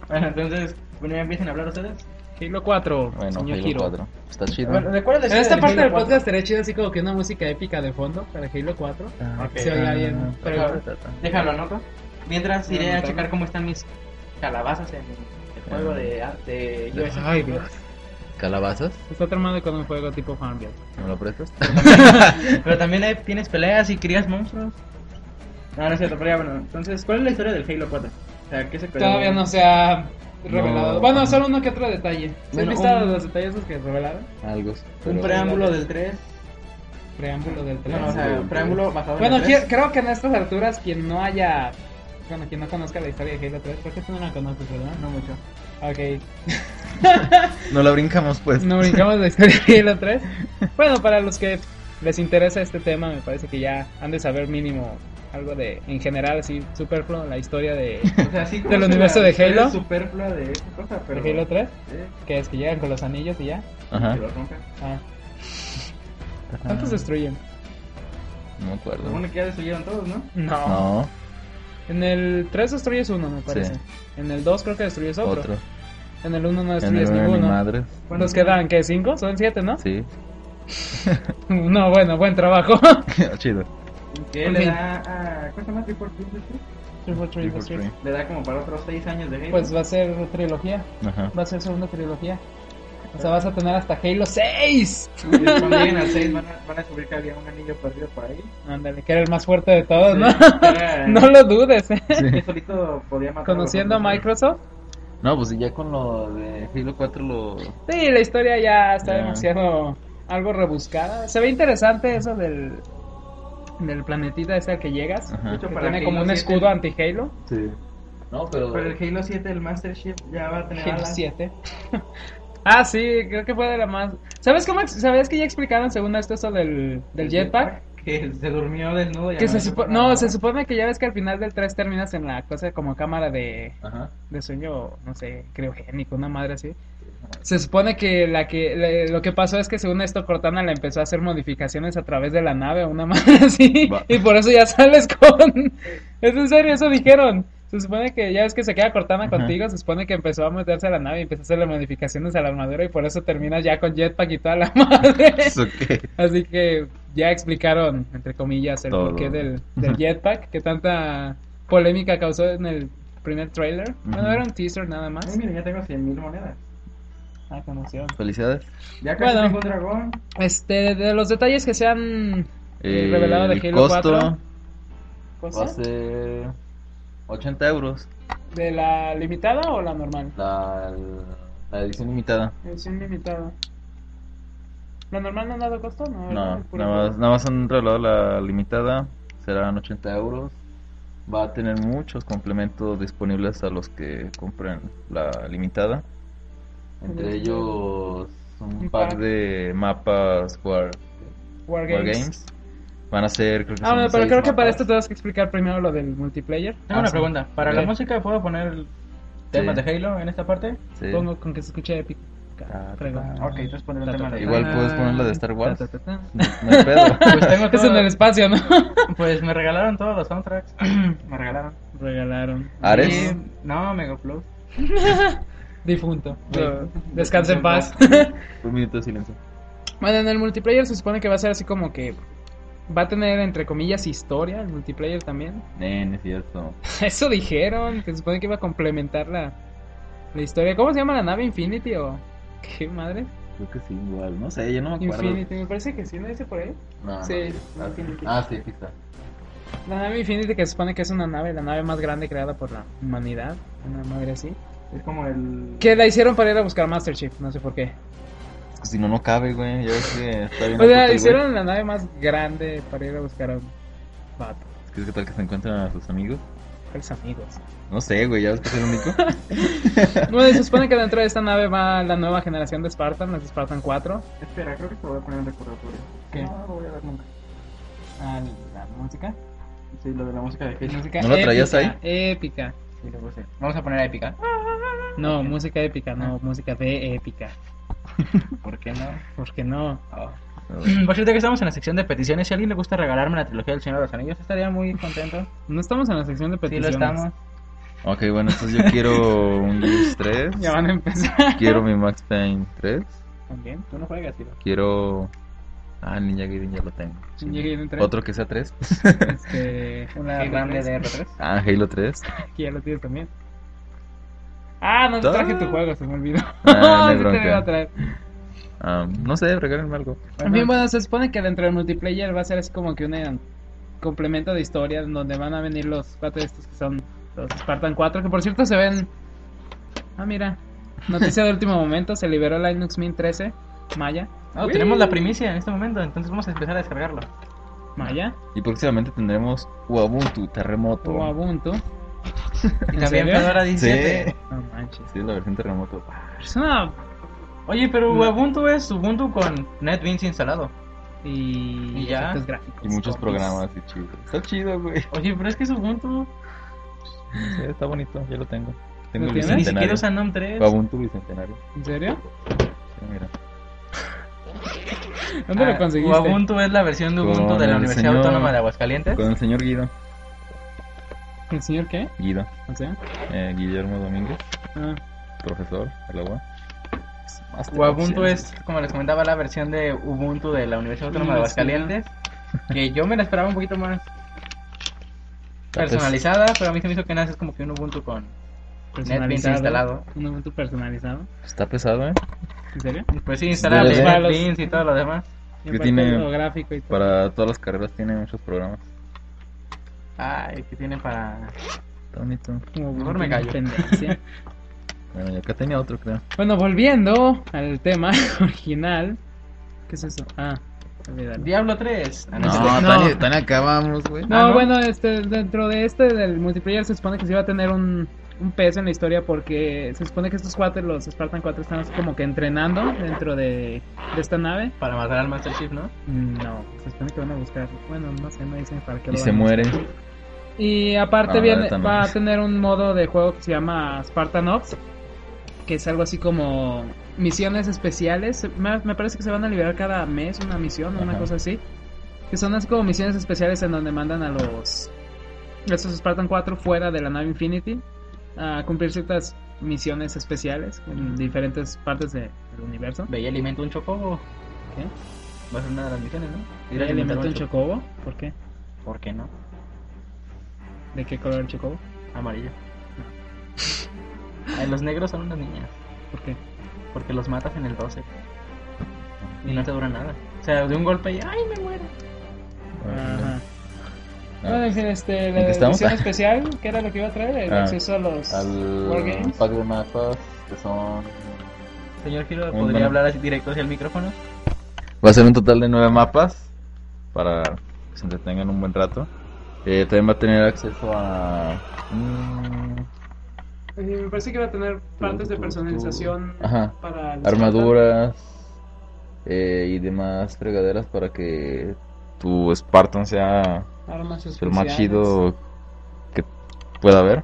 Speaker 1: Bueno, entonces, bueno, ya empiecen a hablar ustedes.
Speaker 3: (laughs) Halo 4,
Speaker 2: Bueno,
Speaker 3: señor
Speaker 2: Halo
Speaker 3: Hiro.
Speaker 2: 4. Está chido.
Speaker 1: Bueno, recuerda
Speaker 3: En esta parte del podcast estaría chido así como que una música épica de fondo para Halo 4.
Speaker 2: Ah,
Speaker 1: ok.
Speaker 3: Se oiga bien. Pero,
Speaker 1: Déjalo, anoto. Mientras iré a
Speaker 3: Anotando.
Speaker 1: checar cómo están mis calabazas en el juego de, de US.
Speaker 3: Ah. ay, Dios.
Speaker 2: ¿Calabazas?
Speaker 3: Se está tramando con un juego tipo Farmville.
Speaker 2: ¿Me lo prestas?
Speaker 1: Pero también hay- tienes peleas y crías monstruos. No, no es cierto, pero ya bueno. Entonces, ¿cuál es la historia del Halo 4? O sea, ¿qué se creó?
Speaker 3: Todavía no se ha revelado.
Speaker 2: No.
Speaker 3: Bueno, solo uno que otro detalle. ¿Se
Speaker 1: Bueno,
Speaker 3: han visto
Speaker 1: un-
Speaker 3: los detalles esos que revelaron?
Speaker 2: Algo.
Speaker 1: Un
Speaker 2: pero-
Speaker 1: preámbulo del 3.
Speaker 3: Preámbulo del 3.
Speaker 1: Bueno, o sea, un preámbulo basado en
Speaker 3: Bueno,
Speaker 1: el
Speaker 3: qui-
Speaker 1: 3.
Speaker 3: creo que en estas alturas quien no haya... Bueno, quien no conozca la historia de Halo 3, porque tú no la conoces, ¿verdad?
Speaker 1: No mucho.
Speaker 3: Ok.
Speaker 2: No la brincamos, pues.
Speaker 3: No brincamos la historia de Halo
Speaker 2: (laughs)
Speaker 3: 3. Bueno, para los que les interesa este tema, me parece que ya han de saber mínimo algo de, en general, así, superfluo, la historia de,
Speaker 1: O sea, sí,
Speaker 3: ¿Del universo de Halo?
Speaker 1: Es superflua de esta cosa, pero.
Speaker 3: de Halo 3,
Speaker 1: Eh,
Speaker 3: que es que llegan con los anillos y ya.
Speaker 2: Ajá.
Speaker 1: que lo rompen.
Speaker 3: Ah, ¿Cuántos destruyen?
Speaker 2: No me acuerdo.
Speaker 1: Supone que ya destruyeron todos, ¿no?
Speaker 3: No.
Speaker 2: No,
Speaker 3: En el 3 destruyes uno, me parece.
Speaker 2: Sí.
Speaker 3: En el 2 creo que destruyes otro.
Speaker 2: otro.
Speaker 3: En el 1 no
Speaker 2: En el
Speaker 3: destruyes
Speaker 2: uno ni
Speaker 3: ninguno.
Speaker 2: madres.
Speaker 3: ¿Cuántos quedan? ¿Qué? ¿5? Son 7, ¿no?
Speaker 2: Sí. (laughs)
Speaker 3: No, bueno, buen trabajo. (laughs)
Speaker 2: chido.
Speaker 1: Que
Speaker 3: Ok.
Speaker 1: le da a. ¿Cuánto más Report Industry?
Speaker 3: Triple Tree,
Speaker 2: Triple
Speaker 3: Tree.
Speaker 2: Tree.
Speaker 1: Le da como para otros 6 años de Halo.
Speaker 3: Pues va a ser trilogía. (laughs)
Speaker 2: Ajá.
Speaker 3: Va a ser segunda trilogía. O sea, vas a tener hasta Halo 6.
Speaker 1: Y cuando lleguen al 6 van a, van a descubrir que había un anillo perdido por ahí.
Speaker 3: Ándale, que era el más fuerte de todos, ¿no?
Speaker 1: Era-
Speaker 3: (laughs) No lo dudes, ¿eh?
Speaker 1: que solito podía matar
Speaker 3: Conociendo a
Speaker 1: los otros.
Speaker 3: Microsoft.
Speaker 2: No, pues ya con lo de Halo 4 lo...
Speaker 3: Sí, la historia ya está
Speaker 2: Ya.
Speaker 3: demasiado algo rebuscada. Se ve interesante eso del del planetita ese al que llegas.
Speaker 2: Ajá.
Speaker 1: De
Speaker 3: Que
Speaker 1: hecho, para
Speaker 3: tiene
Speaker 1: Halo
Speaker 3: como un
Speaker 1: 7,
Speaker 3: escudo anti-Halo.
Speaker 2: Sí. No, pero...
Speaker 1: Para el Halo 7, el Master Chief ya va a tener
Speaker 3: Halo
Speaker 1: alas.
Speaker 3: 7. (laughs) ah, sí, creo que fue de la más... ¿Sabes cómo? ex- ¿Sabías que ya explicaron según esto eso del, del
Speaker 1: El
Speaker 3: jetpack?
Speaker 1: Que se durmió desnudo. y
Speaker 3: Que se
Speaker 1: amaneció
Speaker 3: supo-
Speaker 1: con
Speaker 3: no,
Speaker 1: la-
Speaker 3: se supone que ya ves que al final del 3 terminas en la cosa como cámara de, (laughs)
Speaker 2: Ajá.
Speaker 3: de sueño, no sé, criogénico, una madre así. Se supone que la que le- lo que pasó es que según esto Cortana le empezó a hacer modificaciones a través de la nave, una (laughs) madre así,
Speaker 2: Va.
Speaker 3: y por eso ya sales con... Es en serio, eso dijeron. Se supone que ya ves que se queda Cortana
Speaker 2: Ajá.
Speaker 3: contigo, se supone que empezó a meterse a la nave y empezó a hacerle modificaciones a la armadura y por eso termina ya con jetpack y toda la (laughs) madre.
Speaker 2: ¿Eso qué?
Speaker 3: Así que ya explicaron, entre comillas, el
Speaker 2: Todo.
Speaker 3: porqué del, del jetpack que tanta polémica causó en el primer trailer. Bueno,
Speaker 2: Ujú.
Speaker 3: era un teaser nada más.
Speaker 7: Ay, miren, ya tengo 100 mil monedas.
Speaker 3: Ah, qué emoción.
Speaker 2: Felicidades.
Speaker 7: Ya casi
Speaker 3: Bueno.
Speaker 7: tengo un dragón.
Speaker 3: Este, de los detalles que se han
Speaker 2: Eh,
Speaker 3: revelado de
Speaker 2: el
Speaker 3: Halo
Speaker 2: costo
Speaker 3: 4.
Speaker 8: Va a
Speaker 2: Pues,
Speaker 3: ¿cosa?
Speaker 8: ser
Speaker 2: 80 euros.
Speaker 3: ¿eh? ¿De la limitada o la normal?
Speaker 8: la, la edición
Speaker 2: Limitada.
Speaker 3: Edición limitada. ¿La normal no ha dado costo? No,
Speaker 2: No,
Speaker 3: ¿verdad? Puro
Speaker 2: nada más, nada más han revelado la limitada. Serán 80 euros. Va a tener muchos complementos disponibles a los que compren la limitada.
Speaker 8: Entre ellos un
Speaker 3: Un
Speaker 8: pack
Speaker 2: Par de mapas War,
Speaker 3: Wargames.
Speaker 2: Wargames. Van a ser, creo que
Speaker 3: Ah, bueno,
Speaker 2: son
Speaker 3: pero
Speaker 2: seis
Speaker 3: creo que para
Speaker 2: mapas.
Speaker 3: esto tenemos que explicar primero lo del multiplayer.
Speaker 1: Tengo
Speaker 2: Ah,
Speaker 1: una
Speaker 2: sí.
Speaker 1: pregunta. ¿Para la
Speaker 2: Ok.
Speaker 1: música puedo poner temas
Speaker 2: Sí.
Speaker 1: de Halo en esta parte?
Speaker 2: Sí.
Speaker 3: Pongo con que se escuche épico.
Speaker 2: Ah,
Speaker 3: Fregón.
Speaker 7: Ah,
Speaker 1: Ok,
Speaker 3: (laughs)
Speaker 1: entonces pondré el tema de
Speaker 2: Igual pues. puedes poner la de Star Wars.
Speaker 3: Ta, ta, ta, ta.
Speaker 2: No, (laughs) no hay pedo.
Speaker 3: (laughs)
Speaker 1: Pues tengo
Speaker 3: Es en el
Speaker 1: todo,
Speaker 3: espacio, ¿no?
Speaker 1: (laughs) Pues me regalaron todos
Speaker 7: (clears throat)
Speaker 1: los soundtracks. me regalaron.
Speaker 3: Regalaron.
Speaker 2: Ares.
Speaker 1: Y- No, Megaflow.
Speaker 3: Difunto.
Speaker 1: Sí.
Speaker 3: Descansa en paz. (laughs)
Speaker 2: Un minuto de silencio.
Speaker 3: bueno, en el multiplayer se supone que va a ser así como que. Va a tener, entre comillas, historia el multiplayer también. (laughs)
Speaker 2: Nen, es cierto.
Speaker 3: Eso dijeron, que se supone que iba a complementar la, la historia. ¿Cómo se llama la nave? ¿Infinity o qué madre?
Speaker 2: Creo que sí, igual. No sé, yo no me acuerdo.
Speaker 3: Infinity, me parece que sí, ¿no dice por ahí?
Speaker 8: No, no,
Speaker 3: Sí.
Speaker 8: Ah, sí. Ah, sí, aquí está.
Speaker 3: La nave Infinity que se supone que es una nave, la nave más grande creada por la humanidad. Una madre así.
Speaker 7: Es como el.
Speaker 3: Que la hicieron para ir a buscar Master Chief, no sé por qué.
Speaker 2: Es que si no, no cabe, güey. Ya ves que está bien.
Speaker 3: O sea,
Speaker 2: ojete, pues, güey.
Speaker 3: hicieron la nave más grande para ir a buscar a un vato.
Speaker 2: Es que, ¿Qué tal que se encuentran a sus amigos?
Speaker 3: Los amigos.
Speaker 2: No sé, güey. Ya ves que es el
Speaker 3: (laughs)
Speaker 2: único.
Speaker 3: Bueno, y se supone que dentro de esta nave va la nueva generación de Spartan, los Spartan 4.
Speaker 7: Espera, creo que te voy a poner un recordatorio.
Speaker 3: ¿Qué?
Speaker 7: No lo voy a ver nunca.
Speaker 3: Ah, la música.
Speaker 7: Sí, lo de la música de Halo.
Speaker 3: música
Speaker 2: ¿No la traías
Speaker 3: épica,
Speaker 2: ahí?
Speaker 3: Épica.
Speaker 1: Sí, lo puse. Vamos a poner épica.
Speaker 3: No, música épica, no, música de épica.
Speaker 1: ¿Por qué no? (clears throat)
Speaker 3: ¿Por qué no?
Speaker 1: Por cierto, que estamos en la sección de peticiones. Si a alguien le gusta regalarme la trilogía del Señor de los Anillos, estaría muy contento.
Speaker 3: No estamos en la sección de
Speaker 1: Sí, lo
Speaker 3: peticiones.
Speaker 1: estamos.
Speaker 2: ok, bueno, entonces yo quiero un Gears 3.
Speaker 3: (laughs) Ya van a
Speaker 2: (laughs)
Speaker 3: empezar.
Speaker 2: Quiero mi Max Payne 3.
Speaker 3: También.
Speaker 1: Tú no juegas, tío.
Speaker 2: Quiero. Ah, Ninja Gaiden ya lo tengo. Sí.
Speaker 3: Ninja Gaiden 3.
Speaker 2: Otro que sea 3.
Speaker 3: Este,
Speaker 1: (laughs) Una
Speaker 3: Halo
Speaker 1: grande
Speaker 3: 3,
Speaker 1: de R3.
Speaker 2: (laughs) Ah, Halo 3.
Speaker 3: (laughs) Aquí ya lo tienes también. Ah, no te traje tu juego, se me olvidó.
Speaker 2: Ah, no
Speaker 3: (laughs)
Speaker 2: hay
Speaker 3: Sí te lo iba a
Speaker 2: bronca.
Speaker 3: traer.
Speaker 2: Ah, no sé, regálenme algo.
Speaker 3: También, bueno, se supone que dentro del multiplayer va a ser así como que un eh, complemento de historia en donde van a venir los cuatro de estos que son los Spartan 4, que por cierto se ven. Ah, mira, noticia de último momento: se liberó la Linux Mint 13 Maya.
Speaker 1: No, Ah, tenemos la primicia en este momento, entonces vamos a empezar a descargarlo.
Speaker 3: Maya,
Speaker 2: Y próximamente tendremos Ubuntu Terremoto.
Speaker 3: o Ubuntu.
Speaker 1: Y
Speaker 3: ¿En
Speaker 1: también
Speaker 3: serio?
Speaker 1: Fedora
Speaker 2: Sí,
Speaker 1: 17.
Speaker 3: No manches.
Speaker 2: sí, la versión Terremoto.
Speaker 3: Es una.
Speaker 1: Oye, pero
Speaker 3: No.
Speaker 1: Ubuntu es Ubuntu con NetBeans instalado.
Speaker 3: Y,
Speaker 1: Y ya.
Speaker 3: efectos gráficos.
Speaker 2: Y muchos
Speaker 3: zombies.
Speaker 2: programas y chido. Está chido, güey.
Speaker 1: Oye, pero es que es Ubuntu.
Speaker 2: Sí, está bonito, yo lo tengo. Tengo
Speaker 3: ¿Lo
Speaker 2: el
Speaker 3: tienes?
Speaker 1: Ni siquiera
Speaker 2: bicentenario.
Speaker 1: usan NOM 3.
Speaker 2: Ubuntu bicentenario.
Speaker 3: ¿En serio?
Speaker 2: Sí, mira.
Speaker 3: ¿Dónde lo
Speaker 1: Ah,
Speaker 3: conseguiste?
Speaker 1: Ubuntu es la versión de Ubuntu
Speaker 2: Con
Speaker 1: de
Speaker 2: el
Speaker 1: la Universidad
Speaker 2: señor-
Speaker 1: Autónoma de Aguascalientes.
Speaker 2: Con el señor Guido.
Speaker 3: ¿El señor qué?
Speaker 2: Guido.
Speaker 3: O sea,
Speaker 2: eh, Guillermo Domínguez,
Speaker 3: ah,
Speaker 2: profesor de la UA.
Speaker 1: Ubuntu es, como les comentaba, la versión de Ubuntu de la Universidad Autónoma de Aguascalientes. Que yo me la esperaba un poquito más
Speaker 2: Ah, pues,
Speaker 1: personalizada, pero a mí se me hizo que nada, es como que un Ubuntu con NetBeans
Speaker 3: personalizado.
Speaker 1: instalado.
Speaker 3: Un Ubuntu personalizado.
Speaker 2: Está pesado, ¿eh?
Speaker 3: ¿En serio?
Speaker 1: Pues sí, instala
Speaker 2: DVD.
Speaker 1: NetBeans y todo lo demás.
Speaker 3: Y
Speaker 2: ¿Qué
Speaker 3: aparte
Speaker 2: tiene
Speaker 3: lo gráfico y todo.
Speaker 2: Para todas las carreras tiene muchos programas.
Speaker 1: Ay, que tiene para.
Speaker 2: Está bonito.
Speaker 3: Como
Speaker 1: Mejor
Speaker 3: Ubuntu
Speaker 1: me callo. (laughs)
Speaker 3: independencia.
Speaker 2: Bueno, yo acá tenía otro, creo.
Speaker 3: bueno, volviendo al tema (laughs) original. ¿Qué es eso? Ah, olvídalo.
Speaker 1: Diablo 3. Ah, no,
Speaker 3: No.
Speaker 2: tan acá vamos, güey.
Speaker 3: No,
Speaker 1: Ah, ¿no?
Speaker 3: bueno, este, dentro de este del multiplayer se supone que se iba a tener un, un peso en la historia porque se supone que estos cuates, los Spartan 4, están así como que entrenando dentro de, de esta nave. Mm,
Speaker 1: Para matar al Master Chief, ¿no?
Speaker 3: No, se supone que van a buscar. Bueno, no sé, no dicen para qué
Speaker 2: Y
Speaker 3: lo
Speaker 2: se
Speaker 3: van a
Speaker 2: muere.
Speaker 3: Y aparte
Speaker 2: Ah,
Speaker 3: viene,
Speaker 2: neta, no.
Speaker 3: va a tener un modo de juego que se llama Spartan Ops, que es algo así como misiones especiales. Me, me parece que se van a liberar cada mes una misión, una
Speaker 2: Ajá.
Speaker 3: cosa así. Que son así como misiones especiales en donde mandan a los estos Spartan 4 fuera de la nave Infinity a cumplir ciertas misiones especiales en diferentes partes de- del universo.
Speaker 1: Ve y alimenta un chocobo.
Speaker 3: ¿Qué?
Speaker 1: Va a ser una de las misiones, ¿no? Ir a
Speaker 3: ¿Le
Speaker 1: alimentar
Speaker 3: meto un chocobo? ¿Por qué?
Speaker 1: chocobo. ¿Por qué no?
Speaker 3: ¿De qué color el chocobo?
Speaker 1: Amarillo. (laughs) Ay, los negros son unas niñas.
Speaker 3: ¿Por qué?
Speaker 1: Porque los matas en el 12. Y no te dura nada. O sea, de un golpe y ¡ay, me muero!
Speaker 3: Ajá.
Speaker 2: Ah.
Speaker 3: Bueno, en fin, este,
Speaker 2: qué
Speaker 3: la
Speaker 2: estamos?
Speaker 3: edición
Speaker 2: (laughs)
Speaker 3: especial, ¿qué era lo que iba a traer? El
Speaker 2: Ah.
Speaker 3: acceso a los
Speaker 9: Al
Speaker 3: Wargames.
Speaker 9: pack de mapas que son.
Speaker 1: Señor Giro,
Speaker 2: Un
Speaker 1: ¿podría
Speaker 2: mano.
Speaker 1: hablar así directo hacia el micrófono?
Speaker 2: Va a ser un total de nueve mapas para que se entretengan un buen rato. Eh, también va a tener acceso a... mm,
Speaker 3: Eh, Me parece que iba a tener partes de personalización
Speaker 2: ajá,
Speaker 3: para el
Speaker 2: armaduras eh, y demás fregaderas para que tu Spartan sea
Speaker 3: Spartan, armas
Speaker 2: Pues, el más
Speaker 3: especiales.
Speaker 2: chido que pueda haber.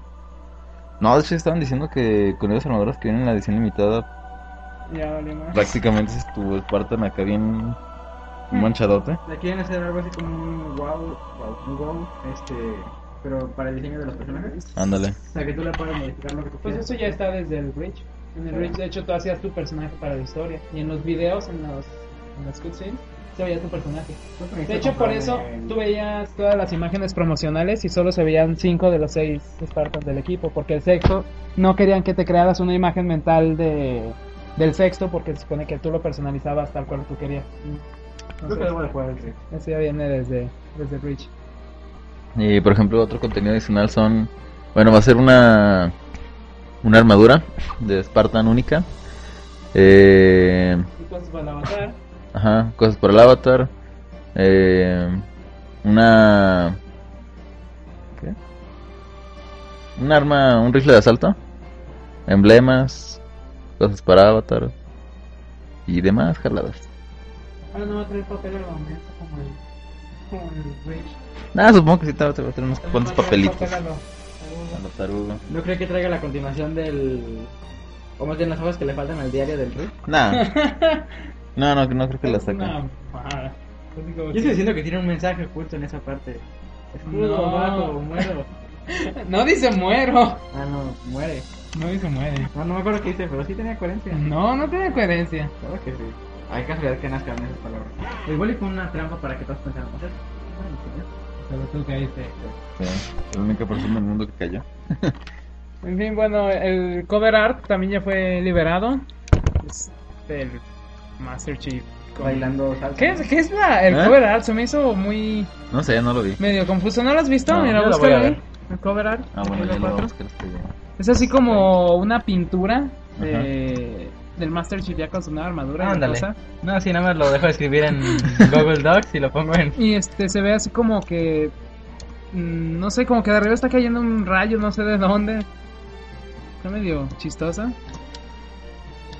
Speaker 2: No, de hecho estaban diciendo que con esas armaduras que vienen en la edición limitada
Speaker 3: Ya valió más.
Speaker 2: prácticamente es tu Spartan acá bien manchadote.
Speaker 1: Le quieren hacer algo así como un wow, wow, un wow, este, pero para el diseño de los personajes.
Speaker 2: Ándale.
Speaker 1: O sea, que tú le puedes modificar lo que tú
Speaker 3: Pues eso ya está desde el Bridge. En el Bridge, de hecho, tú hacías tu personaje para la historia. Y en los videos, en los, en los cutscenes, se veía tu personaje. De hecho, por eso tú veías todas las imágenes promocionales y solo se veían cinco de los seis Spartans del equipo, porque el sexto no querían que te crearas una imagen mental de del sexto, porque se supone que tú lo personalizabas tal cual tú querías.
Speaker 1: Creo que
Speaker 3: Entonces,
Speaker 1: debo de jugar el trick.
Speaker 3: eso ya viene desde, desde Bridge.
Speaker 2: Y por ejemplo, otro contenido adicional son. Bueno, va a ser una. Una armadura de Spartan única. Eh,
Speaker 3: Entonces, para avatar,
Speaker 2: ajá, cosas para el avatar. Eh, una. ¿Qué? Un arma, un rifle de asalto. Emblemas. Cosas para avatar. Y demás jaladas.
Speaker 3: ahora Ah, no va a traer papel al como el, como el Bridge.
Speaker 2: Ah, supongo que sí, te va a tener unos cuantos papelitos.
Speaker 3: Papel
Speaker 2: Al tarugo.
Speaker 1: ¿No creo que traiga la continuación del... o más bien las hojas que le faltan al diario del Rick?
Speaker 2: Nah. No, no, no creo que la saquen.
Speaker 1: Yo estoy diciendo que tiene un mensaje justo en esa parte. Escudo,
Speaker 3: No.
Speaker 1: bajo, muero.
Speaker 3: (laughs) No dice muero.
Speaker 1: (laughs) Ah, no, muere.
Speaker 3: No dice muere.
Speaker 1: No, no me acuerdo qué dice, pero sí tenía coherencia.
Speaker 3: (laughs) No, no tiene coherencia.
Speaker 1: Claro que sí. Hay casualidad que nazcan esas palabras. Igual y fue una trampa para que todos pensáramos. "Ah, bueno, señor".
Speaker 3: Solo tú caíste.
Speaker 2: Sí, la única persona del mundo que cayó.
Speaker 3: En fin, bueno, el cover art también ya fue liberado. Es el Master Chief. con-
Speaker 1: Bailando salsa.
Speaker 3: ¿Qué es, qué es la, el
Speaker 2: ¿Eh?
Speaker 3: cover art? Se me hizo muy
Speaker 2: No sé, no lo vi.
Speaker 3: medio confuso. ¿No lo has visto?
Speaker 2: No,
Speaker 3: Mira,
Speaker 1: yo lo voy
Speaker 3: búscalo
Speaker 1: a
Speaker 3: ahí.
Speaker 1: ver.
Speaker 3: El cover art.
Speaker 2: Ah, bueno,
Speaker 3: Halo
Speaker 2: ya lo
Speaker 3: 4.
Speaker 2: vamos a buscar este video.
Speaker 3: Es así como una pintura de, del Master Chief ya con su nueva armadura. y la
Speaker 1: Ándale.
Speaker 3: cosa.
Speaker 1: No, sí, nada más lo dejo de escribir (laughs) en Google Docs y lo pongo en.
Speaker 3: Y este se ve así como que mm, no sé, como que de arriba está cayendo un rayo, no sé de dónde. Está medio chistosa.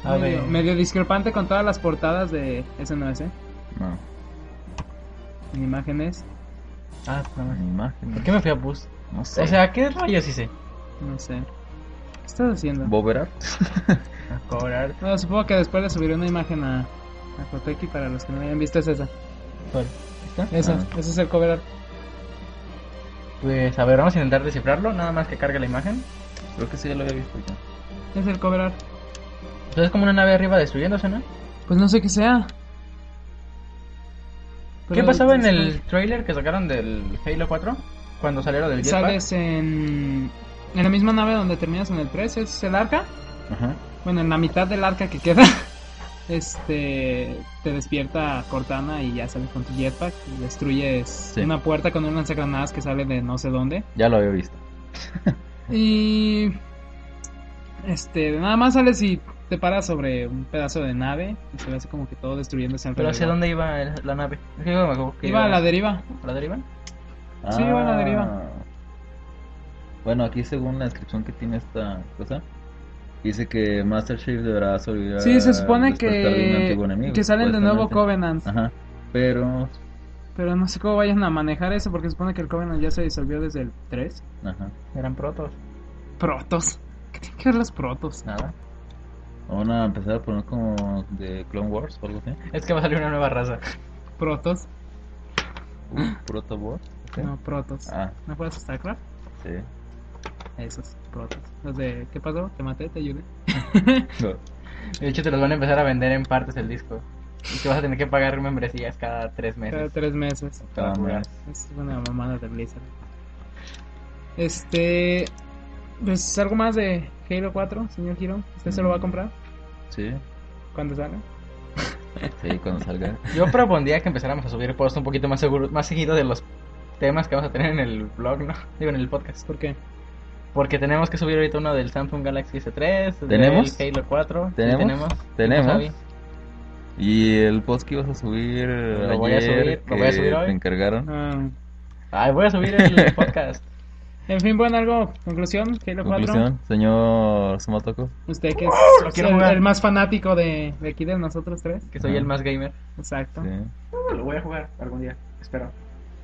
Speaker 1: A
Speaker 3: medio,
Speaker 1: ver.
Speaker 3: medio discrepante con todas las portadas de ese no es, ¿eh?
Speaker 2: No,
Speaker 3: En imágenes,
Speaker 1: Ah, no
Speaker 2: una
Speaker 1: más.
Speaker 2: imagen.
Speaker 1: ¿Por qué me fui a Boost?
Speaker 2: No sé.
Speaker 1: O sea, ¿qué rayos hice?
Speaker 3: no sé. ¿Qué estás haciendo?
Speaker 2: Bober Art.
Speaker 1: A cobrar.
Speaker 3: Bueno, supongo que después le subiré una imagen a, a Koteki para los que no hayan visto es esa.
Speaker 1: ¿Cuál?
Speaker 3: Esa,
Speaker 2: Ah.
Speaker 3: ese es el cover art.
Speaker 1: Pues a ver, vamos a intentar descifrarlo. Nada más que cargue la imagen.
Speaker 2: Creo que sí, ya lo había visto ya.
Speaker 3: Es el cover art.
Speaker 1: Entonces, es como una nave arriba destruyéndose, ¿no?
Speaker 3: Pues no sé qué sea.
Speaker 1: ¿Qué
Speaker 3: Pero-
Speaker 1: pasaba en el trailer que sacaron del Halo 4? Cuando salieron del jetpack.
Speaker 3: Sales en, en la misma nave donde terminas en el 3, es el arca.
Speaker 2: Ajá.
Speaker 3: Bueno, en la mitad del arca que queda, (laughs) este te despierta Cortana y ya sales con tu jetpack y destruyes
Speaker 2: Sí.
Speaker 3: una puerta con un lanzagranadas que sale de no sé dónde.
Speaker 2: Ya lo había visto.
Speaker 3: Y este nada más sales y te paras sobre un pedazo de nave y se ve así como que todo destruyéndose
Speaker 1: Pero
Speaker 3: alrededor.
Speaker 1: ¿hacia dónde iba el- la nave? Es que yo me acuerdo que
Speaker 3: Iba a la deriva.
Speaker 1: ¿A la deriva?
Speaker 3: Sí, va a la deriva.
Speaker 2: Ah. Bueno, aquí según la descripción que tiene esta cosa, dice que Master Chief deberá sobrevivir.
Speaker 3: Sí, se
Speaker 2: al
Speaker 3: supone
Speaker 2: despertar de un
Speaker 3: que,
Speaker 2: antiguo enemigo,
Speaker 3: que salen de nuevo
Speaker 2: supuestamente.
Speaker 3: Covenant.
Speaker 2: Ajá. Pero.
Speaker 3: Pero no sé cómo vayan a manejar eso porque supone que el Covenant ya se disolvió desde el 3.
Speaker 2: Ajá.
Speaker 1: Eran protos.
Speaker 3: Protos. ¿Qué tienen que ver los protos?
Speaker 1: Nada.
Speaker 2: Van a empezar a poner como de Clone Wars
Speaker 3: (gasps)
Speaker 2: o algo así.
Speaker 1: Es que va a salir una nueva raza.
Speaker 3: Protos.
Speaker 2: Proto Wars. ¿sí?
Speaker 3: No, protos.
Speaker 2: Ah,
Speaker 3: ¿No puedes StarCraft?
Speaker 2: sí.
Speaker 1: (laughs)
Speaker 3: Esos, protos. Los de, ¿qué pasó? Te maté, te ayudé.
Speaker 2: No.
Speaker 1: De hecho, te los van a empezar a vender en partes el disco. Y te vas a tener que pagar membresías cada tres
Speaker 3: Cada
Speaker 1: meses.
Speaker 3: tres meses.
Speaker 2: Ah, man.
Speaker 3: Es una mamada de Blizzard. Este. Pues algo más de Halo 4, señor Hiro. ¿Usted se lo
Speaker 1: Mm.
Speaker 3: va a comprar
Speaker 2: Sí,
Speaker 3: cuando salga?
Speaker 2: sí, cuando salga.
Speaker 1: Yo propondría que empezáramos a subir posts un poquito más seguro, más seguido de los temas que vamos a tener en el blog, ¿no? Digo, en el podcast.
Speaker 3: ¿Por qué?
Speaker 1: Porque tenemos que subir ahorita uno del Samsung Galaxy S3, del
Speaker 2: ¿Tenemos?
Speaker 1: Halo 4. Sí,
Speaker 2: ¿Tenemos?
Speaker 1: tenemos.
Speaker 2: Tenemos.
Speaker 1: Javi.
Speaker 2: Y el post que ibas a subir
Speaker 1: Lo
Speaker 2: ayer,
Speaker 1: voy a subir, lo
Speaker 2: que
Speaker 1: voy a subir hoy.
Speaker 2: te encargaron.
Speaker 3: Ah,
Speaker 1: Ay, voy a subir
Speaker 2: (laughs)
Speaker 1: el podcast.
Speaker 3: en fin, bueno, algo. Conclusión: Halo 4.
Speaker 2: Conclusión, señor Sumotoco.
Speaker 3: Usted que es
Speaker 1: lo quiero
Speaker 3: el,
Speaker 1: jugar.
Speaker 3: el más fanático de, de aquí de nosotros tres.
Speaker 1: Que soy
Speaker 2: Ajá.
Speaker 1: el más gamer.
Speaker 3: Exacto.
Speaker 2: Sí.
Speaker 1: Lo voy a jugar algún día, espero.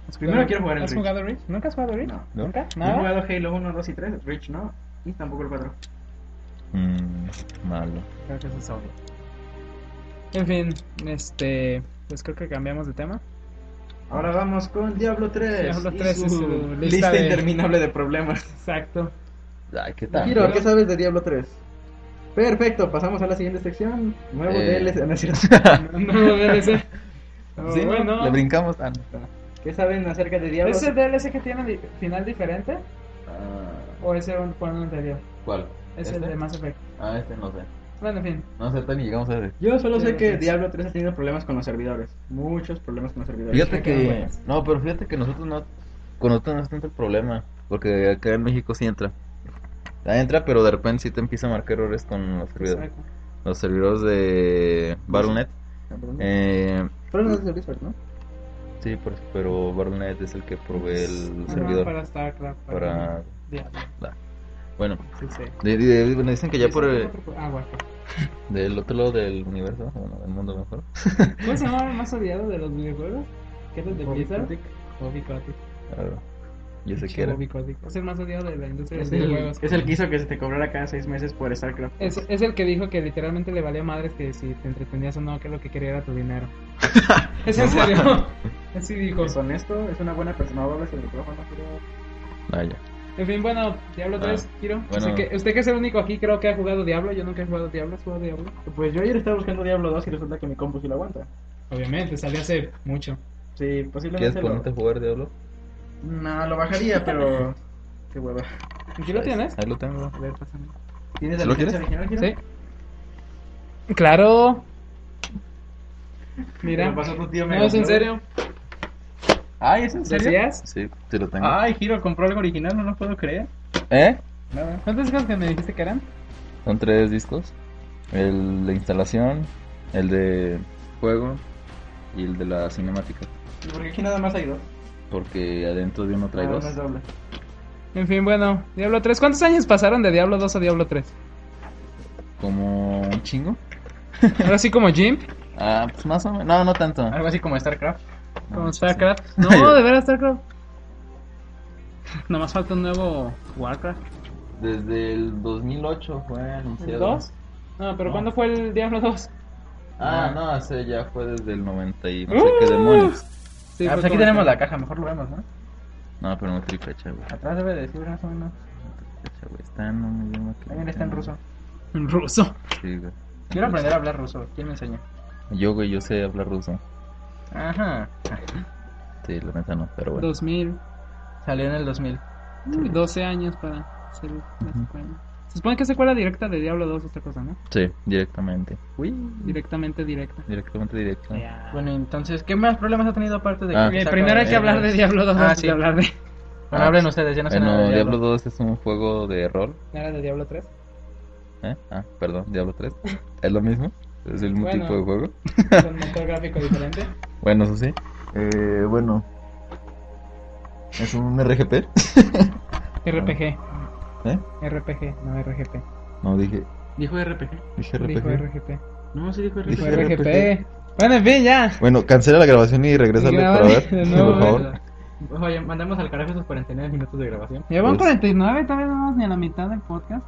Speaker 3: Pues
Speaker 1: Primero quiero jugar el
Speaker 3: ¿Has
Speaker 1: Reach.
Speaker 3: jugado Reach? ¿Nunca has jugado Reach?
Speaker 1: No.
Speaker 2: ¿No?
Speaker 3: ¿Nunca?
Speaker 1: He
Speaker 3: ¿Nada?
Speaker 1: jugado Halo 1, 2 y 3, Rich no, y tampoco el 4.
Speaker 2: Mm, malo.
Speaker 3: Creo que eso es obvio. En fin, este. Pues creo que cambiamos de tema.
Speaker 1: Ahora vamos con Diablo 3.
Speaker 3: Diablo
Speaker 1: y
Speaker 3: 3 y su lista
Speaker 1: lista
Speaker 3: de-
Speaker 1: interminable de problemas.
Speaker 3: (laughs) Exacto.
Speaker 2: Ay, ¿qué tal?
Speaker 1: Giro, ¿qué sabes de Diablo 3? Perfecto, pasamos a la siguiente sección. Nuevo
Speaker 2: Eh.
Speaker 1: DLC, no es cierto.
Speaker 2: (laughs)
Speaker 3: Nuevo DLC. Oh,
Speaker 2: Sí,
Speaker 3: bueno.
Speaker 2: Le brincamos. Ah, no.
Speaker 1: ¿Qué saben acerca de Diablo
Speaker 3: ¿Es el DLC que tiene di- final diferente?
Speaker 10: Ah,
Speaker 3: ¿O es el un- con el anterior?
Speaker 2: ¿Cuál?
Speaker 3: Es
Speaker 2: ¿Este?
Speaker 3: el de Mass Effect.
Speaker 2: Ah, este no sé.
Speaker 3: Bueno, en fin.
Speaker 2: No sé, Tony, llegamos a ese.
Speaker 1: Yo solo sé
Speaker 3: Diablo
Speaker 1: que
Speaker 3: 3.
Speaker 1: Diablo 3 ha tenido problemas con los servidores. Muchos problemas con los servidores.
Speaker 2: Fíjate
Speaker 3: quedan
Speaker 2: que.
Speaker 3: buenas.
Speaker 2: No, pero fíjate que nosotros no. Con nosotros no es tanto el problema. Porque acá en México sí entra. Ya entra, pero de repente sí te empieza a marcar errores con los servidores.
Speaker 3: Exacto.
Speaker 2: Los servidores de Battle.net.
Speaker 1: Ah, perdón.
Speaker 2: Eh,
Speaker 1: Pero no es de Blizzard, ¿no?
Speaker 2: sí, por- pero Battle.net es el que provee el
Speaker 3: Ajá,
Speaker 2: servidor.
Speaker 3: Para StarCraft.
Speaker 2: para...
Speaker 3: Diablo.
Speaker 2: Bueno,
Speaker 3: Sí, sí.
Speaker 2: de- de- bueno, dicen que ya por el-
Speaker 3: Ah, bueno.
Speaker 2: del otro lado del universo, bueno, del mundo mejor.
Speaker 3: ¿Cómo se llama el más odiado de los videojuegos? ¿Qué es el de
Speaker 1: Bobby
Speaker 3: Blizzard?
Speaker 1: Kotick.
Speaker 3: Bobby Kotick.
Speaker 2: Claro, yo ah, sé que
Speaker 3: Pinche
Speaker 2: era.
Speaker 3: Bobby Kotick. Es el más odiado de la industria
Speaker 1: Es
Speaker 3: de los
Speaker 1: el,
Speaker 3: videojuegos.
Speaker 1: es el que hizo que se te cobrara cada 6 meses por StarCraft.
Speaker 3: Es, es el que dijo que literalmente le valía madres que si te entretenías o no, que lo que quería era tu
Speaker 2: (laughs)
Speaker 3: dinero. es en serio. (laughs) Así dijo.
Speaker 1: Es honesto, es una buena persona. No hables el micrófono, pero-
Speaker 2: Ah, ya.
Speaker 3: En fin, bueno, Diablo
Speaker 2: Ah,
Speaker 3: 3, Kiro.
Speaker 2: bueno.
Speaker 3: Usted, que, usted que es el único aquí, creo que ha jugado Diablo. Yo nunca he jugado Diablo, ¿has jugado Diablo?
Speaker 1: Pues yo ayer estaba buscando Diablo 2 y resulta que mi compu sí lo aguanta.
Speaker 3: Obviamente, salió hace mucho.
Speaker 1: Sí,
Speaker 2: ¿Quieres
Speaker 1: posiblemente lo...
Speaker 2: ponerte a jugar Diablo?
Speaker 1: No, lo bajaría,
Speaker 3: (laughs)
Speaker 1: pero... Qué hueva.
Speaker 3: ¿Aquí lo tienes?
Speaker 2: Ahí lo tengo.
Speaker 3: A ver, pásame.
Speaker 1: ¿Tienes la
Speaker 2: ¿Lo
Speaker 1: licencia
Speaker 2: quieres?
Speaker 1: original, Kira?
Speaker 3: Sí. Claro. Mira.
Speaker 1: Lo pasó tu tío, me
Speaker 3: No, es en
Speaker 1: compró.
Speaker 3: serio.
Speaker 1: Ay, ¿es en serio?
Speaker 3: ¿Decías?
Speaker 2: Sí, sí lo tengo.
Speaker 1: Ay, Giro compró algo original, no lo puedo creer.
Speaker 2: ¿Eh?
Speaker 1: Nada.
Speaker 3: ¿Cuántas cosas que me dijiste que eran?
Speaker 2: Son tres discos. El de instalación, el de juego y el de la cinemática.
Speaker 1: ¿Y por qué aquí nada más hay dos?
Speaker 2: Porque adentro de uno trae
Speaker 1: Ah,
Speaker 2: dos.
Speaker 1: no es doble.
Speaker 3: En fin, bueno, Diablo 3. ¿Cuántos años pasaron de Diablo 2 a Diablo 3?
Speaker 2: Como un chingo.
Speaker 3: Ahora sí como Jim,
Speaker 2: Ah, pues más o menos. No, no tanto.
Speaker 1: Algo así como StarCraft.
Speaker 3: como
Speaker 1: (laughs)
Speaker 3: StarCraft. No, de veras StarCraft. Nomás falta un nuevo Warcraft.
Speaker 2: Desde el 2008 fue anunciado.
Speaker 3: ¿El 2? No, pero ¿cuándo fue el Diablo 2?
Speaker 2: Ah, no, ese ya fue desde el 90 y no sé qué demonios.
Speaker 3: Uh, Sí,
Speaker 1: ah,
Speaker 3: fue
Speaker 1: pues aquí
Speaker 3: como- este.
Speaker 1: tenemos la caja, mejor lo vemos, ¿no?
Speaker 2: No, pero no trae fecha, güey.
Speaker 1: Atrás debe decir más o menos.
Speaker 2: No trae fecha, güey. Está en un idioma que.
Speaker 1: Ahí mira, está en ruso.
Speaker 3: En ruso.
Speaker 2: Sí, güey.
Speaker 1: Quiero aprender a hablar ruso. ¿Quién me enseña?
Speaker 2: Yo, güey, yo sé hablar ruso.
Speaker 1: Ajá.
Speaker 2: Sí, la neta no, pero bueno.
Speaker 3: 2000.
Speaker 1: Salió en el 2000.
Speaker 3: uy, 12 años para hacer la secuela. Se supone que es secuela directa de Diablo 2 esta cosa, ¿no?
Speaker 2: Sí, directamente. Uy.
Speaker 3: Directamente directa.
Speaker 2: Directamente directo.
Speaker 1: Ah, Bueno, entonces, ¿qué más problemas ha tenido aparte de
Speaker 2: Ah.
Speaker 1: que
Speaker 3: Eh,
Speaker 1: saca-
Speaker 3: primero hay que
Speaker 1: eh,
Speaker 3: hablar de Diablo 2
Speaker 1: Ah,
Speaker 3: antes
Speaker 1: sí.
Speaker 3: de hablar de...
Speaker 1: (laughs) Bueno, hablen ustedes, ya no sé nada
Speaker 2: Bueno,
Speaker 1: de
Speaker 2: Diablo
Speaker 1: Diablo.
Speaker 2: 2 es un juego de rol.
Speaker 3: ¿No era de
Speaker 1: (laughs)
Speaker 3: Diablo 3?
Speaker 2: ¿Eh? Ah, perdón, Diablo 3. ¿Es lo mismo? ¿Es el mismo
Speaker 3: Bueno.
Speaker 2: tipo de juego?
Speaker 3: Con motor gráfico diferente.
Speaker 2: Bueno, eso sí. Eh, bueno. ¿Es un RGP?
Speaker 3: RPG.
Speaker 2: (laughs)
Speaker 1: Ah.
Speaker 2: ¿Eh?
Speaker 3: RPG, no RGP.
Speaker 2: No, dije,
Speaker 1: Dijo RPG.
Speaker 2: dije
Speaker 3: Dijo
Speaker 2: RPG.
Speaker 3: RGP.
Speaker 1: No, sí dijo
Speaker 2: Dije
Speaker 1: RPG.
Speaker 3: Dijo RGP.
Speaker 2: RPG.
Speaker 3: Bueno, en fin, ya.
Speaker 2: Bueno, cancela la grabación y regrésale
Speaker 4: ah,
Speaker 2: para
Speaker 3: Grábale
Speaker 2: ver,
Speaker 4: (laughs)
Speaker 3: de nuevo,
Speaker 2: por favor.
Speaker 1: Oye, mandamos al carajo esos 49 minutos de grabación.
Speaker 3: Ya van
Speaker 2: Pues-
Speaker 3: 49, todavía no vamos ni a la mitad del podcast.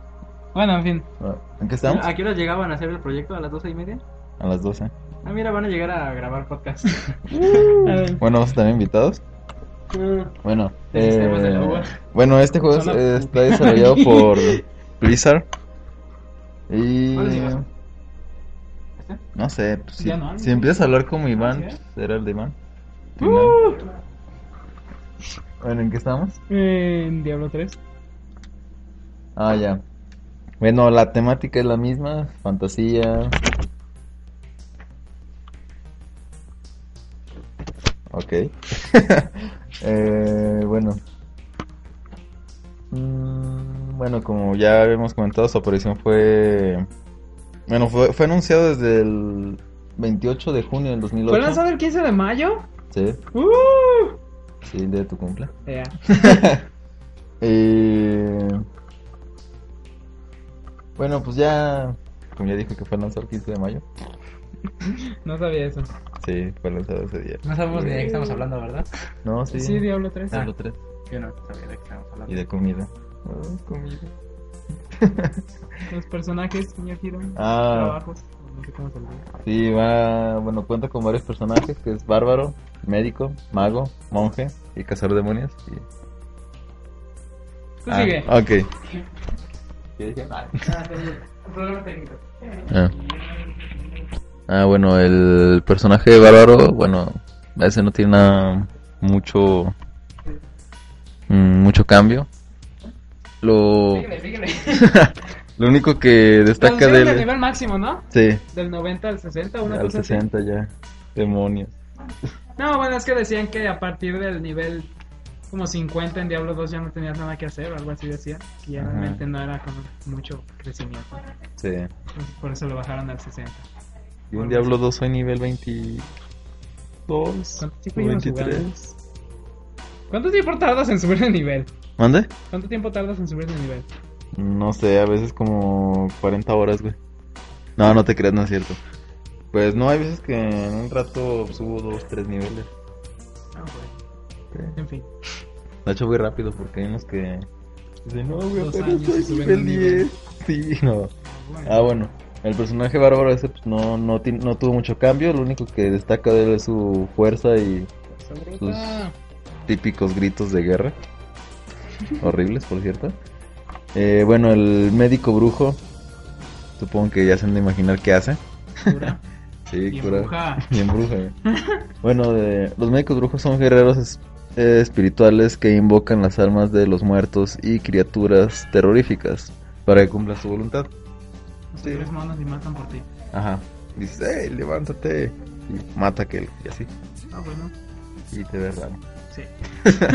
Speaker 3: Bueno, en fin.
Speaker 2: Ah, ¿En qué estamos?
Speaker 1: ¿A qué hora llegaban a hacer el proyecto? ¿A las 12 y media?
Speaker 2: A las 12.
Speaker 1: (laughs) Ah, mira, van a llegar a grabar podcast.
Speaker 3: A ver,
Speaker 2: Bueno, vamos a tener invitados. Bueno,
Speaker 3: De sistemas de la UA.
Speaker 2: bueno, este juego es-
Speaker 4: Son la-
Speaker 2: está desarrollado
Speaker 4: (laughs)
Speaker 2: por Blizzard. Y.
Speaker 4: ¿Cuál es Iván? ¿Este?
Speaker 2: No sé, pues, si,
Speaker 4: Ya no hay.
Speaker 2: si empiezas a hablar como Iván,
Speaker 4: ¿Ah, sí? ¡Uh!
Speaker 2: pues, era el de Iván. Y no.
Speaker 1: Uh.
Speaker 2: Bueno, ¿en qué estamos?
Speaker 4: En Diablo 3.
Speaker 2: Ah, ya. Bueno, la temática es la misma, fantasía. Ok. (laughs) Eh, bueno. Mm, bueno, como ya habíamos comentado, su aparición fue... Bueno, fue, fue anunciado desde el 28 de junio del
Speaker 4: ¿Fue
Speaker 2: 2008.
Speaker 4: lanzado el 15 de mayo?
Speaker 2: Sí,
Speaker 4: ¡Uh!
Speaker 2: sí, el día de tu cumple.
Speaker 4: Ya.
Speaker 2: Eh, Bueno, pues ya, como ya dije que fue lanzado el 15 de mayo.
Speaker 4: No sabía eso.
Speaker 2: Sí, fue lanzado ese día.
Speaker 1: No sabemos ni de qué estamos hablando, ¿verdad? Ah.
Speaker 2: No, sí.
Speaker 4: Sí, Diablo 3.
Speaker 2: Solo tres.
Speaker 1: Yo no sabía de qué estamos hablando.
Speaker 2: Y de comida. Ah,
Speaker 1: (laughs)
Speaker 2: comida.
Speaker 4: Los personajes, señor Girón.
Speaker 2: Ah,
Speaker 4: Trabajos. No sé cómo se llama.
Speaker 2: sí, va. Bueno, cuenta con varios personajes que es bárbaro, médico, mago, monje y cazador de demonios. Y...
Speaker 4: Tú
Speaker 2: Ah,
Speaker 4: sigue. Ah,
Speaker 2: ok.
Speaker 4: Problema técnico.
Speaker 2: Ah. Ah, bueno, el personaje de Bárbaro, bueno, ese no tiene nada mucho mm, mucho cambio.
Speaker 1: Oh.
Speaker 2: Lo,
Speaker 4: Síguele, síguele.
Speaker 2: lo único que destaca
Speaker 4: Reducieron el
Speaker 2: del
Speaker 4: nivel máximo, ¿no?
Speaker 2: sí,
Speaker 4: Del 90 al 60, una
Speaker 2: al
Speaker 4: cosa así.
Speaker 2: 60 ya. Demonios.
Speaker 4: No, bueno, es que decían que a partir del nivel como 50 en Diablo 2 ya no tenías nada que hacer, algo así decía. Que ya
Speaker 2: Ajá.
Speaker 4: realmente no era como mucho crecimiento.
Speaker 2: Sí.
Speaker 4: Entonces, por eso lo bajaron al 60.
Speaker 2: Y un Diablo 2 soy nivel 22
Speaker 4: ¿Cuánto tiempo
Speaker 2: o
Speaker 4: llevas
Speaker 2: 23.
Speaker 4: ¿Cuánto tiempo tardas en subir de nivel?
Speaker 2: ¿Mande?
Speaker 4: ¿Cuánto tiempo tardas en subir de nivel?
Speaker 2: No sé, a veces como 40 horas, güey. No, no te creas, no es cierto. Pues no, hay veces que en un rato subo dos, tres niveles.
Speaker 4: Ah, bueno.
Speaker 2: Sí.
Speaker 4: En fin.
Speaker 2: De hecho, voy rápido porque hay unos que dicen, no, güey,
Speaker 4: Dos
Speaker 2: apenas
Speaker 4: años y
Speaker 2: soy
Speaker 4: suben
Speaker 2: nivel
Speaker 4: un nivel".
Speaker 2: 10. Sí, no.
Speaker 4: Bueno.
Speaker 2: Ah, bueno. El personaje bárbaro ese pues, no, no, ti- no tuvo mucho cambio. Lo único que destaca de él es su fuerza y sus
Speaker 4: Ah.
Speaker 1: (laughs)
Speaker 2: típicos gritos de guerra. Horribles, por cierto. Eh, bueno, el médico brujo. Supongo que ya se han de imaginar qué hace.
Speaker 4: Cura
Speaker 2: Sí,
Speaker 4: y
Speaker 2: cura.
Speaker 4: embruja.
Speaker 2: Bien
Speaker 4: (laughs)
Speaker 2: bruja. eh. bueno, de- los médicos brujos son guerreros es- eh, espirituales que invocan las almas de los muertos y criaturas terroríficas para que cumplan su voluntad.
Speaker 4: Los
Speaker 2: Sí.
Speaker 4: tres monos y matan por ti.
Speaker 2: Ajá. Dices, hey, levántate y mata a aquel y así.
Speaker 4: Ah, bueno.
Speaker 2: Y te ves raro.
Speaker 4: Sí.
Speaker 2: (laughs)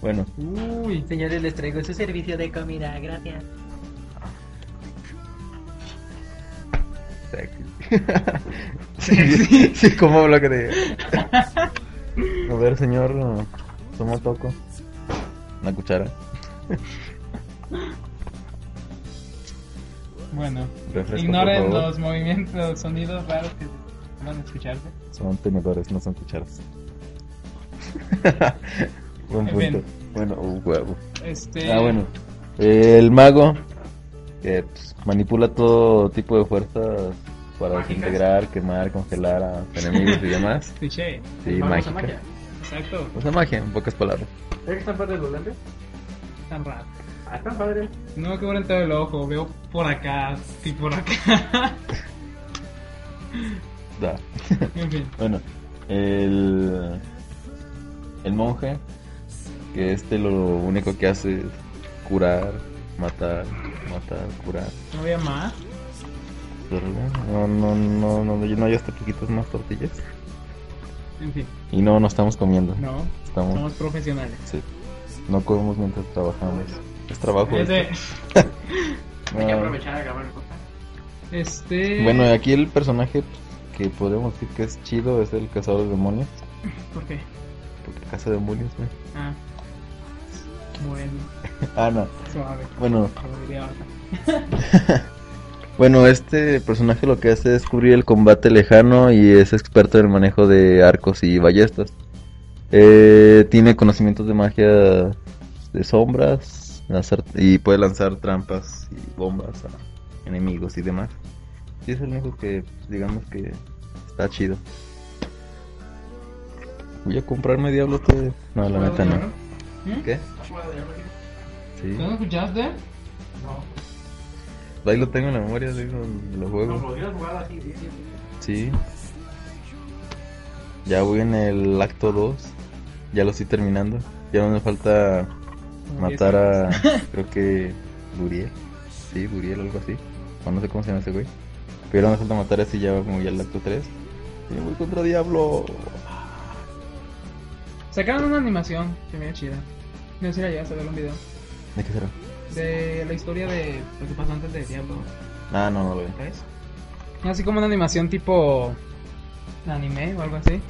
Speaker 2: bueno,
Speaker 4: Uy.
Speaker 1: Señores, les traigo su servicio de comida, gracias.
Speaker 2: sexy. (laughs) sí, sí, ¿cómo habla que te...
Speaker 4: (laughs)
Speaker 2: A ver, señor, toma toco. Una cuchara.
Speaker 4: Bueno.
Speaker 2: Refresco, por
Speaker 4: Ignoren
Speaker 2: favor.
Speaker 4: los movimientos, los sonidos raros que van a escucharse.
Speaker 2: Son tenedores, no son
Speaker 4: (laughs)
Speaker 2: cucharas. Buen
Speaker 4: En fin.
Speaker 2: punto. Bueno, un huevo.
Speaker 4: Este.
Speaker 2: Ah, bueno. Eh, El mago que pues, manipula todo tipo de fuerzas para
Speaker 4: Mágicas.
Speaker 2: desintegrar, quemar, congelar a enemigos y
Speaker 4: (laughs)
Speaker 2: demás.
Speaker 4: Cliché.
Speaker 2: Sí,
Speaker 1: Vamos a
Speaker 2: mágica.
Speaker 4: Exacto.
Speaker 2: O sea, magia, en pocas palabras.
Speaker 1: ¿Es que están padres los lentes?
Speaker 4: Tan raro.
Speaker 1: Ah, están padres.
Speaker 4: No me cubren todo el ojo. Veo por acá (laughs) y por acá.
Speaker 2: Da.
Speaker 4: en fin.
Speaker 2: Bueno, el, el monje, que este lo único que hace es curar, matar, matar, curar.
Speaker 4: No había más.
Speaker 2: No, no, no, no, yo no hay hasta poquitas más tortillas.
Speaker 4: En fin.
Speaker 2: Y no, no estamos comiendo.
Speaker 4: No.
Speaker 2: estamos,
Speaker 4: Somos profesionales.
Speaker 2: sí. No comemos mientras trabajamos. Es trabajo.
Speaker 4: Este,
Speaker 2: esto.
Speaker 1: Hay que
Speaker 2: Ah,
Speaker 1: aprovechar a grabar cosas.
Speaker 4: este.
Speaker 2: bueno, eh. aquí el personaje que podemos decir que es chido es el cazador de demonios.
Speaker 4: ¿Por qué?
Speaker 2: Porque caza demonios, güey. (laughs)
Speaker 4: Ah. Bueno,
Speaker 2: Ah, no.
Speaker 4: suave.
Speaker 2: Bueno,
Speaker 4: Como diría Arta.
Speaker 2: bueno, este personaje lo que hace es cubrir el combate lejano y es experto en el manejo de arcos y ballestas. Eh, tiene conocimientos de magia de sombras lanzar- y puede lanzar trampas y bombas a enemigos y demás. Y es el único que, digamos que está chido. Voy a comprarme Diablo 3. No, la neta no. ¿Qué? Sí.
Speaker 1: ¿Ya lo escuchaste?
Speaker 2: Ahí lo tengo en la memoria, digo, los juegos. Sí. Ya voy en el acto 2. Ya lo estoy terminando. Ya no me falta matar a. creo que. Buriel. Sí, Buriel, algo así. O no sé cómo se llama ese güey. Pero ya no me falta matar a ese ya va como ya el acto 3. Y voy contra Diablo.
Speaker 1: Sacaron una animación que me chida. No sé si la llegaste a ver un video.
Speaker 2: ¿De qué será?
Speaker 1: De la historia de lo que pasó antes de Diablo
Speaker 2: Ah, no, no lo vi.
Speaker 1: 3. Así como una animación tipo anime o algo así.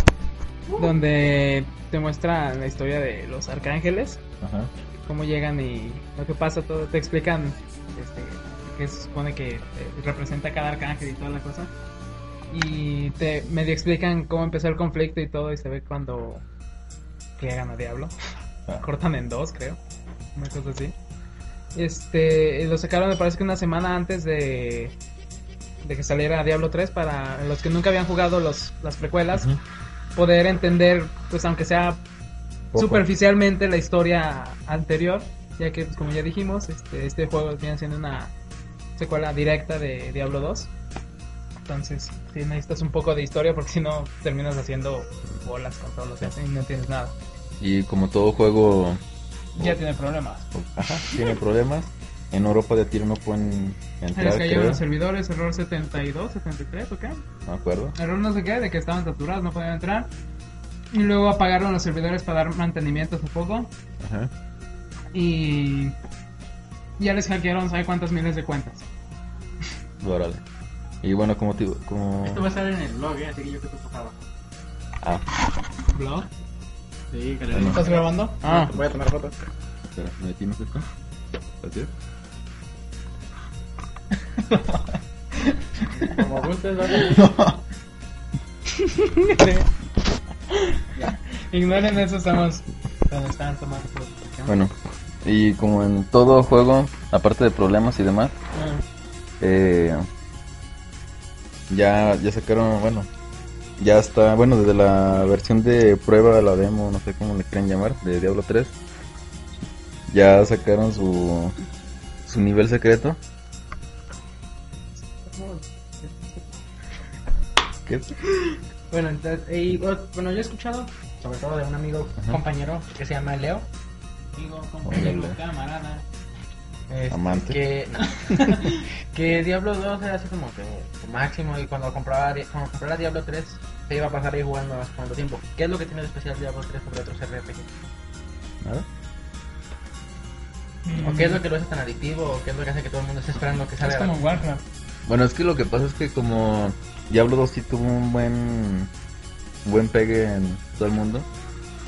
Speaker 1: Donde te muestra la historia de los arcángeles.
Speaker 2: Ajá.
Speaker 1: cómo llegan y lo que pasa, todo te explican este, qué se supone que eh, representa cada arcángel y toda la cosa. Y te medio explican cómo empezó el conflicto y todo, y se ve cuando llegan a Diablo.
Speaker 2: Ah.
Speaker 1: (laughs) Cortan en dos, creo. Una cosa así. Este, y lo sacaron, me parece que una semana antes de, de que saliera Diablo 3 para los que nunca habían jugado los, las precuelas,
Speaker 2: Ujú.
Speaker 1: poder entender, pues aunque sea
Speaker 2: Poco.
Speaker 1: superficialmente la historia anterior, ya que pues, como ya dijimos, este, este juego viene siendo una secuela directa de Diablo 2. Entonces, si necesitas un poco de historia porque si no terminas haciendo bolas con todo lo que hacen y no tienes nada.
Speaker 2: Y como todo juego
Speaker 1: Ya tiene problemas.
Speaker 2: Ajá, tiene problemas. En Europa de tiro no pueden entrar, creo.
Speaker 1: servidores, error 72, 73, ¿o qué?
Speaker 2: No me acuerdo.
Speaker 1: Error no sé qué, de que estaban saturados, no podían entrar. Y luego apagaron los servidores para dar mantenimiento hace poco.
Speaker 2: Ajá.
Speaker 1: Y ya les hackearon, ¿sabe cuántas miles de cuentas?
Speaker 2: Órale. Y bueno, como te como...
Speaker 11: Esto va a estar en el blog, ¿eh? así que yo creo que tocaba.
Speaker 2: Ah,
Speaker 1: ¿Blog?
Speaker 11: Sí, que
Speaker 2: Bueno.
Speaker 1: ¿Estás grabando? Ah.
Speaker 11: Voy a tomar fotos.
Speaker 2: espera, ¿me metimos esto? Así.
Speaker 11: Como gustes,
Speaker 3: (laughs)
Speaker 11: ¿vale?
Speaker 1: Ignoren eso, estamos donde están tomando fotos.
Speaker 2: Bueno, y como en todo juego, aparte de problemas y demás,
Speaker 1: Ah,
Speaker 2: eh, ya, ya sacaron, bueno, ya está, bueno, desde la versión de prueba, la demo, no sé cómo le quieren llamar, de Diablo 3, ya sacaron su, su nivel secreto. ¿Qué?
Speaker 3: Bueno, entonces, eh, y, oh, bueno, yo he escuchado, sobre todo de un amigo,
Speaker 2: Ajá.
Speaker 3: compañero, que se llama Leo.
Speaker 1: Digo, compañero,
Speaker 2: Órale.
Speaker 1: camarada.
Speaker 3: Este,
Speaker 2: Amante.
Speaker 3: Que,
Speaker 1: (laughs)
Speaker 3: que Diablo 2 era así como que lo máximo y cuando compraba, Di- cuando comprara Diablo 3 se iba a pasar ahí jugando más cuánto tiempo. ¿Qué es lo que tiene de especial Diablo 3 sobre otros RPG?
Speaker 2: ¿Nada?
Speaker 3: ¿O qué es lo que lo hace tan adictivo? ¿O qué es lo que hace que todo el mundo esté esperando que
Speaker 1: Mm. Es
Speaker 3: salga?
Speaker 1: como Warcraft.
Speaker 2: Bueno, es que lo que pasa es que como Diablo 2 sí tuvo un buen buen pegue en todo el mundo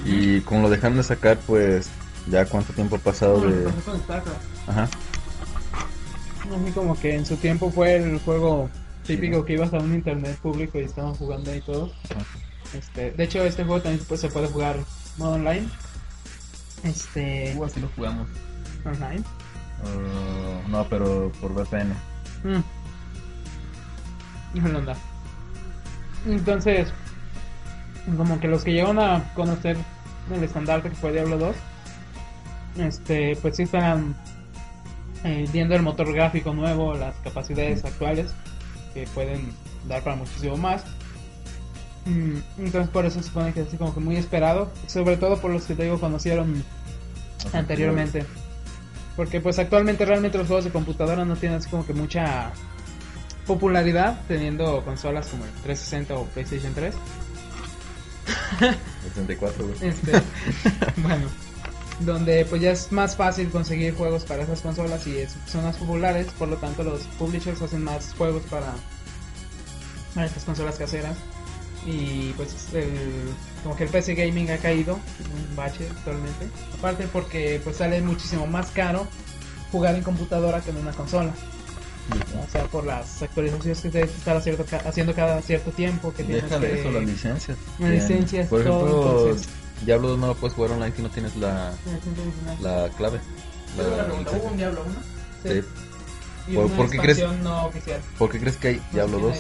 Speaker 2: y como lo dejaron de sacar, pues ya cuánto tiempo ha pasado de
Speaker 1: pues,
Speaker 2: ajá,
Speaker 1: Así como que en su tiempo fue el juego típico que ibas a un internet público y estaban jugando ahí todos.
Speaker 2: Ajá.
Speaker 1: Este, de hecho, este juego también pues, se puede jugar modo online. Este,
Speaker 2: así lo jugamos. Uh,
Speaker 1: online.
Speaker 2: no, pero por VPN.
Speaker 1: Mm. Híjole, onda. Entonces, como que los que llegaron a conocer el estandarte que fue Diablo 2, este, pues sí están eh, viendo el motor gráfico nuevo, las capacidades actuales que pueden dar para muchísimo más. Mm, Entonces por eso se supone que es así como que muy esperado, sobre todo por los que te digo conocieron anteriormente. Porque pues actualmente realmente los juegos de computadora no tienen así como que mucha popularidad teniendo consolas como el 360 o PlayStation 3.
Speaker 2: 84, güey.
Speaker 1: Este, (laughs) bueno, donde pues ya es más fácil conseguir juegos para esas consolas y es- son más populares, por lo tanto los publishers hacen más juegos para, para estas consolas caseras. Y pues el- como que el PC gaming ha caído en un bache actualmente. Aparte porque pues sale muchísimo más caro jugar en computadora que en una consola. O sea, por las actualizaciones que debes estar haciendo ca- haciendo cada cierto tiempo que tienes
Speaker 2: Deja de
Speaker 1: que-
Speaker 2: eso, las licencias.
Speaker 1: Las
Speaker 2: Bien.
Speaker 1: licencias,
Speaker 2: Por ejemplo,
Speaker 1: todo, entonces.
Speaker 2: Diablo 2 no lo puedes jugar online si no tienes la, la clave. La licencia.
Speaker 1: ¿Hubo un Diablo 1?
Speaker 2: Sí.
Speaker 1: Y
Speaker 2: ¿Por-
Speaker 1: una
Speaker 2: por qué crees-
Speaker 1: expansión no oficial.
Speaker 2: ¿Por qué crees que
Speaker 1: Pues
Speaker 2: hay Diablo 2?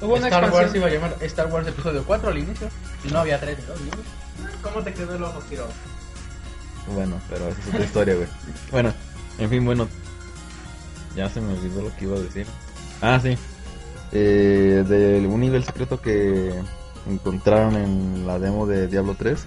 Speaker 1: Hubo una
Speaker 3: Star Wars
Speaker 1: expansión.
Speaker 3: iba a llamar Star Wars Episodio 4 al inicio y no había 3 ¿no?
Speaker 12: ¿Cómo te quedó el ojo, Kiro?
Speaker 2: Bueno, pero esa es otra historia, güey. Bueno, en fin, bueno. Ya se me olvidó lo que iba a decir. Ah, sí. Eh, de un nivel secreto que encontraron en la demo de Diablo 3.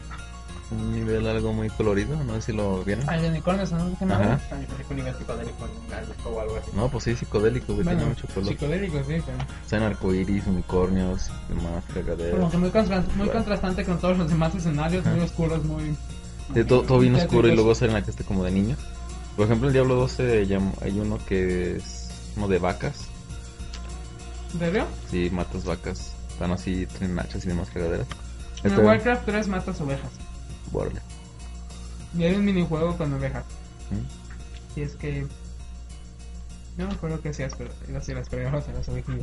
Speaker 2: Un nivel algo muy colorido, no sé si lo vieron.
Speaker 1: Ah, el de unicornios, ¿no? ¿Qué más?
Speaker 2: Ajá.
Speaker 3: Ah,
Speaker 12: También parece que un nivel psicodélico en México o algo así.
Speaker 2: No, pues sí, psicodélico, güey,
Speaker 1: Bueno,
Speaker 2: tiene mucho color.
Speaker 1: Psicodélico, sí, pero...
Speaker 2: O sea, en arcoiris, unicornios, demás,
Speaker 1: Como
Speaker 2: fregaderas.
Speaker 1: que muy, contra- muy contrastante con todos los demás escenarios, muy oscuros, muy...
Speaker 2: De todo, todo bien
Speaker 1: Ya te
Speaker 2: oscuro y
Speaker 1: digo,
Speaker 2: luego salen la que esté como de niño. Por ejemplo, el Diablo 2 se llama- hay uno que es como de vacas.
Speaker 1: ¿En serio?
Speaker 2: Sí, matas vacas. Están así, tienen hachas y demás fregaderas.
Speaker 3: Ah,
Speaker 1: En el
Speaker 2: Este-
Speaker 1: Warcraft 3 matas ovejas.
Speaker 2: Órale.
Speaker 1: Y hay un minijuego con ovejas.
Speaker 2: ¿Mm?
Speaker 1: Y es que... No me acuerdo qué hacías, pero ibas y las pegabas a las ovejas.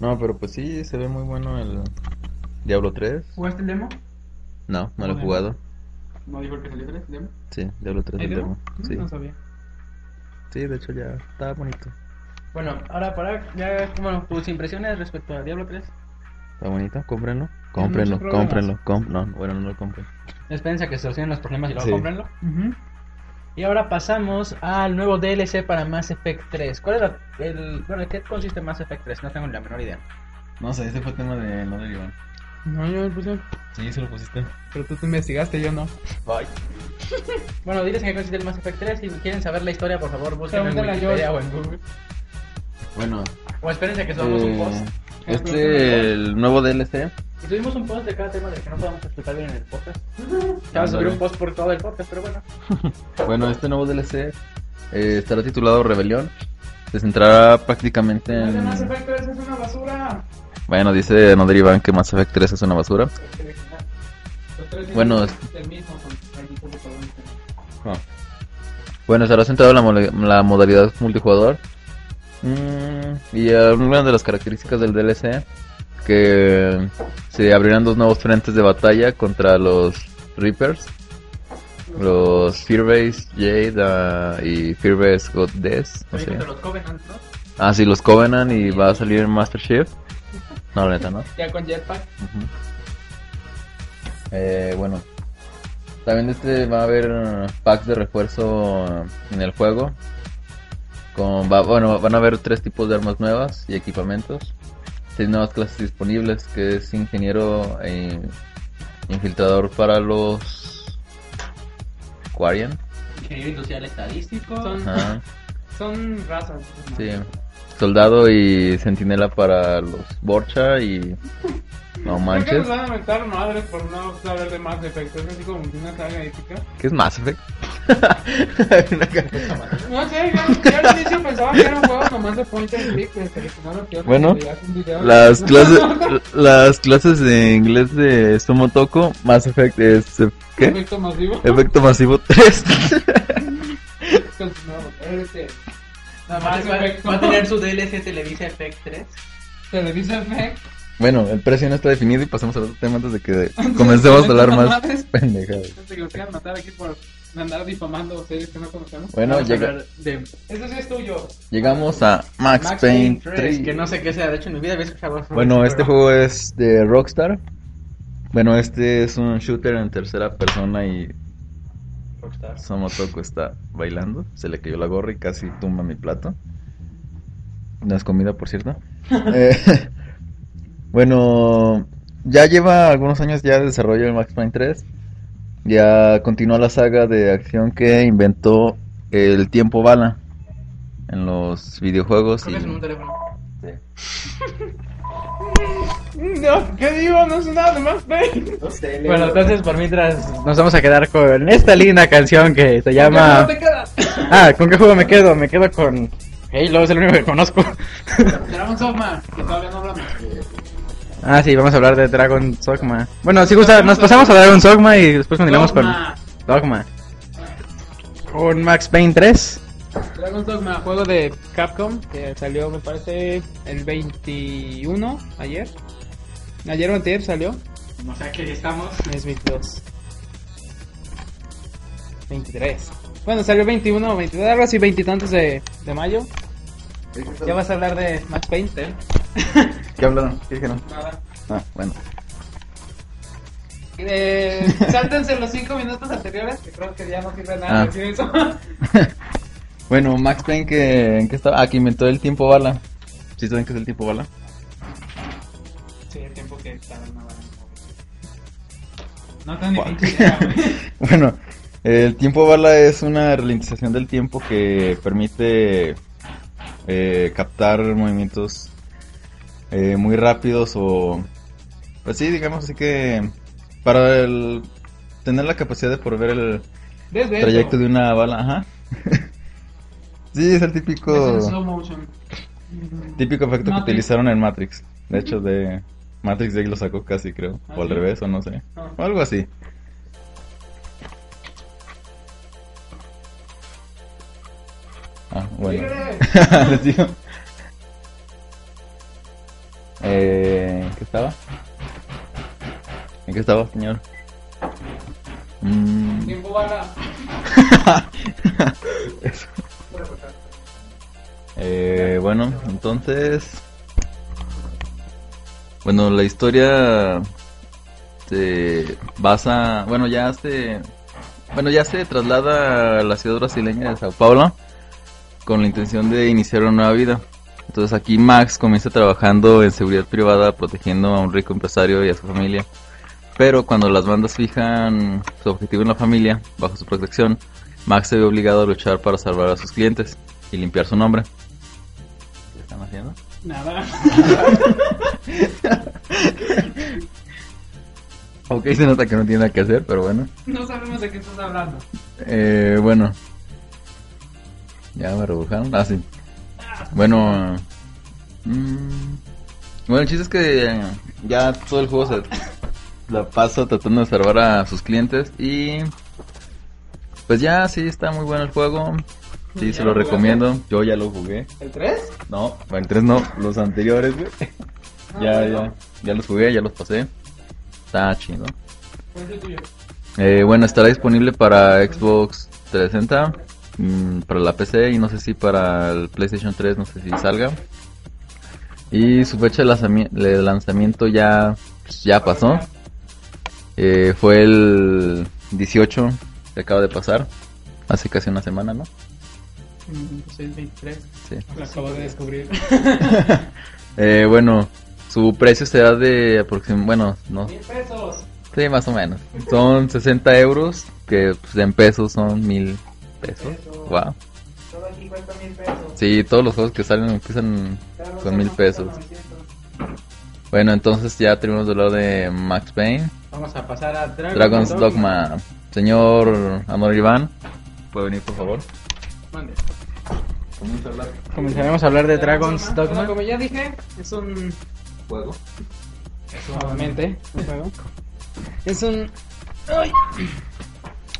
Speaker 2: No, pero pues sí, se ve muy bueno el Diablo 3.
Speaker 13: ¿Jugaste el demo?
Speaker 2: No, no lo he
Speaker 1: Bueno.
Speaker 2: jugado.
Speaker 13: ¿No dijo el que salió tres, el demo?
Speaker 2: Sí, Diablo 3
Speaker 1: ¿Hay
Speaker 2: el
Speaker 1: demo? Mm,
Speaker 2: demo.
Speaker 3: Mm,
Speaker 2: Sí.
Speaker 1: No sabía.
Speaker 2: sí, de hecho ya está bonito.
Speaker 3: Bueno, ahora para ya, bueno, tus impresiones respecto a Diablo 3.
Speaker 2: Está bonito, cómprenlo. Cómprenlo,
Speaker 1: muchos problemas.
Speaker 2: cómprenlo. comp- no, bueno, no lo compren.
Speaker 3: Espérense a que se solucionen los problemas y luego
Speaker 2: Sí.
Speaker 3: cómprenlo.
Speaker 1: Ujú.
Speaker 3: Y ahora pasamos al nuevo DLC para Mass Effect 3. ¿Cuál es la, el, bueno, ¿en qué consiste Mass Effect 3? No tengo ni la menor idea.
Speaker 2: No sé, ese fue tema de no del Iván.
Speaker 1: No, yo me puse...
Speaker 2: Sí, se lo pusiste.
Speaker 1: Pero tú te investigaste, yo no.
Speaker 3: (laughs) Bueno, diles en qué consiste el Mass Effect 3. Si quieren saber la historia, por favor, busquen Pues en
Speaker 1: Pregúntale a
Speaker 3: Wikipedia o en Google.
Speaker 2: Bueno,
Speaker 3: O espérense a que subamos un
Speaker 2: eh,
Speaker 3: post.
Speaker 2: este, el nuevo DLC.
Speaker 3: Y subimos un post de cada tema del que no podemos explicar bien en el podcast. Ya vamos a subir un post por todo el podcast, pero bueno.
Speaker 2: Bueno, este nuevo DLC eh, estará titulado Rebelión. Se centrará prácticamente
Speaker 1: Ese
Speaker 2: en...
Speaker 1: Mass Effect 3 es una basura.
Speaker 2: Bueno, dice Nodri Iván que Mass Effect 3 es una basura.
Speaker 3: "Ah".
Speaker 2: Bueno, es-
Speaker 1: El mismo con el mismo protagonista.
Speaker 2: Bueno, estará centrado en la, mole- la modalidad multijugador. Mm, y algunas de las características del DLC que se abrirán dos nuevos frentes de batalla contra los Reapers, los Fearbase Jade ah, y Fearbase Goddess. no sé.
Speaker 12: Pero los Covenant, ¿no?
Speaker 2: Ah, sí, los Covenant y va a salir Master Chief. No, la neta, no.
Speaker 1: Ya con Jetpack.
Speaker 2: Ujú. Eh, bueno, también de este va a haber eh, packs de refuerzo eh, en el juego. Con, va- bueno, van a haber tres tipos de armas nuevas y equipamientos. Seis nuevas clases disponibles, que es ingeniero e infiltrador para los Quarian.
Speaker 3: Ingeniero industrial estadístico.
Speaker 1: Son,
Speaker 2: Ajá,
Speaker 1: son razas. ¿no?
Speaker 2: sí. Soldado y sentinela para los Borcha y...
Speaker 1: Creo
Speaker 2: No
Speaker 1: que
Speaker 2: manches.
Speaker 1: nos van a aventar madres por no saber de más defectos. Es así como una saga épica.
Speaker 2: ¿Qué es
Speaker 3: (laughs)
Speaker 2: Mass Effect?
Speaker 1: No sé, yo,
Speaker 2: (laughs)
Speaker 1: yo al inicio pensaba que era un juego nomás de point and click. pero seleccionaron que otro
Speaker 2: Bueno,
Speaker 1: que veías un video.
Speaker 2: Las clases, las clases de inglés de Sumotoco, Mass Effect, este, ¿qué?
Speaker 1: Efecto masivo.
Speaker 2: Efecto masivo 3.
Speaker 1: Continuamos. Este,
Speaker 3: Nada más
Speaker 1: Mass
Speaker 3: va,
Speaker 1: Effect.
Speaker 3: va a tener su DLC Televisa Effect 3.
Speaker 1: Televisa Effect.
Speaker 2: (laughs) bueno, el precio no está definido y pasamos al otro tema antes de que comencemos a hablar más
Speaker 1: Madres.
Speaker 2: pendejadas.
Speaker 1: Gente que nos quieran matar aquí por andar difamando series que no conocemos.
Speaker 2: Bueno,
Speaker 3: Vamos a
Speaker 2: llega-
Speaker 3: hablar de
Speaker 1: Eso sí es tuyo.
Speaker 2: llegamos a Max,
Speaker 3: Max Payne 3,
Speaker 2: Payne 3.
Speaker 3: que no sé qué sea. De hecho, en mi vida había escuchado.
Speaker 2: Bueno, este
Speaker 3: juego
Speaker 2: juego es de Rockstar. Bueno, este es un shooter en tercera persona y Somotoko está bailando, se le cayó la gorra y casi tumba mi plato. No es comida, por cierto. Eh, (laughs) bueno, ya lleva algunos años ya de desarrollo el Max Payne 3. Ya continúa la saga de acción que inventó el tiempo bala en los videojuegos.
Speaker 3: Creo que es en
Speaker 2: y-
Speaker 3: un teléfono.
Speaker 1: (laughs) No, ¿qué digo? No es nada de más Payne.
Speaker 3: Bueno, entonces por mientras nos vamos a quedar con esta linda canción que se llama.
Speaker 1: No te quedas.
Speaker 3: Ah, ¿con qué juego me quedo? Me quedo con Halo, es el único que conozco.
Speaker 1: Dragon Sogma, que todavía no hablamos.
Speaker 3: ah, sí, vamos a hablar de Dragon Dogma. Bueno, si gusta, nos pasamos a Dragon Dogma y después continuamos
Speaker 1: Dogma.
Speaker 3: con Dogma. Con Max Payne 3.
Speaker 1: Dragon's Dogma, juego de Capcom que salió, me parece, el 21, ayer. Ayer o antier salió.
Speaker 3: O sea que estamos.
Speaker 1: Es 22. 23. Bueno, salió 21 o 22, algo así, veintitantos de, de mayo. Ya vas a hablar de Max Payne, ¿eh?
Speaker 2: Ah, ¿Qué hablaron? ¿Qué dijeron?
Speaker 1: Nada.
Speaker 2: Ah, bueno.
Speaker 4: Eh, (laughs) sáltense los 5 minutos anteriores, que creo que ya no sirve nada
Speaker 2: Ah.
Speaker 4: decir eso.
Speaker 2: Bueno, Max Payne que en qué estaba, ah, que inventó el tiempo bala. ¿Sí saben qué es el tiempo bala?
Speaker 4: Sí, el tiempo que está en No tan difícil.
Speaker 2: (laughs) Bueno, el tiempo bala es una ralentización del tiempo que permite eh, captar movimientos eh, muy rápidos o... Pues sí, digamos así que para el- tener la capacidad de volver el
Speaker 4: Desde
Speaker 2: trayecto de una bala, ajá. (laughs) sí, es el
Speaker 1: Este
Speaker 2: típico,
Speaker 4: Es en slow motion.
Speaker 2: típico efecto
Speaker 4: Matrix.
Speaker 2: que utilizaron en Matrix. De hecho, de Matrix de ahí lo sacó casi, creo.
Speaker 4: ¿Ah,
Speaker 2: O al
Speaker 4: sí?
Speaker 2: revés, o no sé.
Speaker 4: Ah.
Speaker 2: O algo así. Ah, bueno. (laughs) Les digo. Eh, ¿en ¿Qué estaba? ¿En qué estaba, señor? Mm,
Speaker 4: Tiempo bala.
Speaker 2: eh, bueno, entonces... Bueno, la historia se basa... Bueno, ya se... Bueno, ya se traslada a la ciudad brasileña de Sao Paulo con la intención de iniciar una nueva vida. Entonces aquí Max comienza trabajando en seguridad privada, protegiendo a un rico empresario y a su familia. Pero cuando las bandas fijan su objetivo en la familia, bajo su protección, Max se ve obligado a luchar para salvar a sus clientes y limpiar su nombre. ¿Qué están haciendo?
Speaker 1: (laughs)
Speaker 4: Nada.
Speaker 2: Ok, se nota que no tiene nada que hacer, pero bueno.
Speaker 4: No sabemos de qué estás hablando.
Speaker 2: Eh, bueno. Ya me rebujaron. Ah, sí. Bueno. mm, bueno, el chiste es que eh, ya todo el juego se la pasa tratando de salvar a sus clientes y... Pues ya, sí, está muy bueno el juego. Sí, se lo recomiendo. Yo ya lo jugué.
Speaker 4: ¿El 3?
Speaker 2: No, el 3 no, los anteriores, güey. (laughs) Ya, ya, ya los jugué, ya los pasé. Está chido.
Speaker 1: Pues
Speaker 2: Eh, bueno, estará disponible para Xbox 360, mm, para la PC y no sé si para el PlayStation 3, no sé si salga. Y su fecha de lanzami- de lanzamiento ya, pues, ya pasó. Eh, fue el 18 que acaba de pasar, hace casi una semana, ¿no?
Speaker 1: Mm, pues
Speaker 4: Soy 23.
Speaker 2: Sí.
Speaker 4: Lo acabo de descubrir.
Speaker 2: Eh, bueno, su precio será de aproximadamente, bueno, no,
Speaker 4: 1000 pesos.
Speaker 2: sí, más o menos. Son 60 euros, que pues, en pesos son mil pesos. Wow.
Speaker 4: Todo aquí cuesta 1000 pesos.
Speaker 2: Sí, todos los juegos que salen empiezan con mil pesos. Bueno, entonces ya tenemos de hablar de Max Payne,
Speaker 1: Vamos a pasar a Dragon
Speaker 2: Dragon's Dogma. Señor Amor Iván, ¿puede venir por favor?
Speaker 4: Mande.
Speaker 1: Comenzaremos a hablar de Dragon's Dogma.
Speaker 4: Bueno, como ya dije, es un
Speaker 2: Juego.
Speaker 4: Obviamente, un juego. Es un. ¡Ay!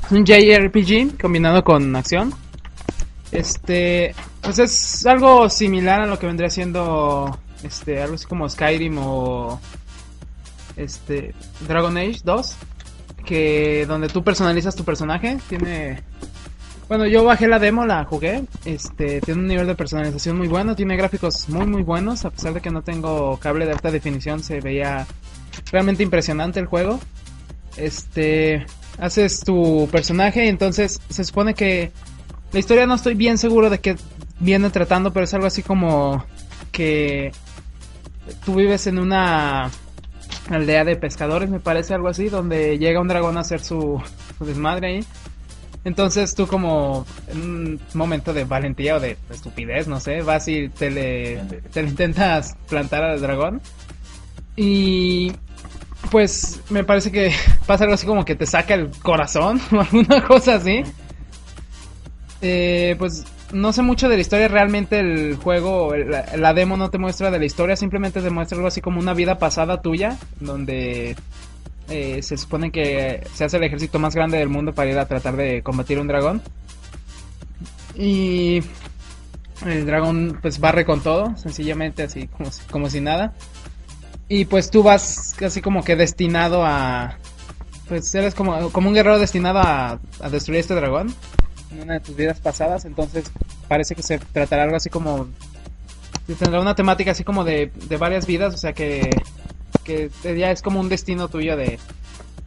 Speaker 4: Es un JRPG combinado con acción. Este. Pues es algo similar a lo que vendría siendo. Este, algo así como Skyrim o. Este. Dragon Age 2. Que donde tú personalizas tu personaje. Tiene. Bueno, yo bajé la demo, la jugué. Este, tiene un nivel de personalización muy bueno, tiene gráficos muy muy buenos, a pesar de que no tengo cable de alta definición, se veía realmente impresionante el juego. Este, haces tu personaje, entonces se supone que la historia no estoy bien seguro de qué viene tratando, pero es algo así como que tú vives en una aldea de pescadores, me parece algo así, donde llega un dragón a hacer su, su desmadre ahí. Entonces tú como en un momento de valentía o de estupidez, no sé, vas y te le, te le intentas plantar al dragón. Y pues me parece que (laughs) pasa algo así como que te saca el corazón (laughs) o alguna cosa así. Eh, pues no sé mucho de la historia, realmente el juego, el- la, la demo no te muestra de la historia, simplemente te muestra algo así como una vida pasada tuya, donde eh, se supone que se hace el ejército más grande del mundo para ir a tratar de combatir un dragón. Y el dragón pues barre con todo, sencillamente así como si, como si nada. Y pues tú vas casi como que destinado a... Pues eres como, como un guerrero destinado a, a destruir este dragón en una de tus vidas pasadas, entonces parece que se tratará algo así como... Tendrá una temática así como de, de varias vidas, o sea que, que ya es como un destino tuyo de,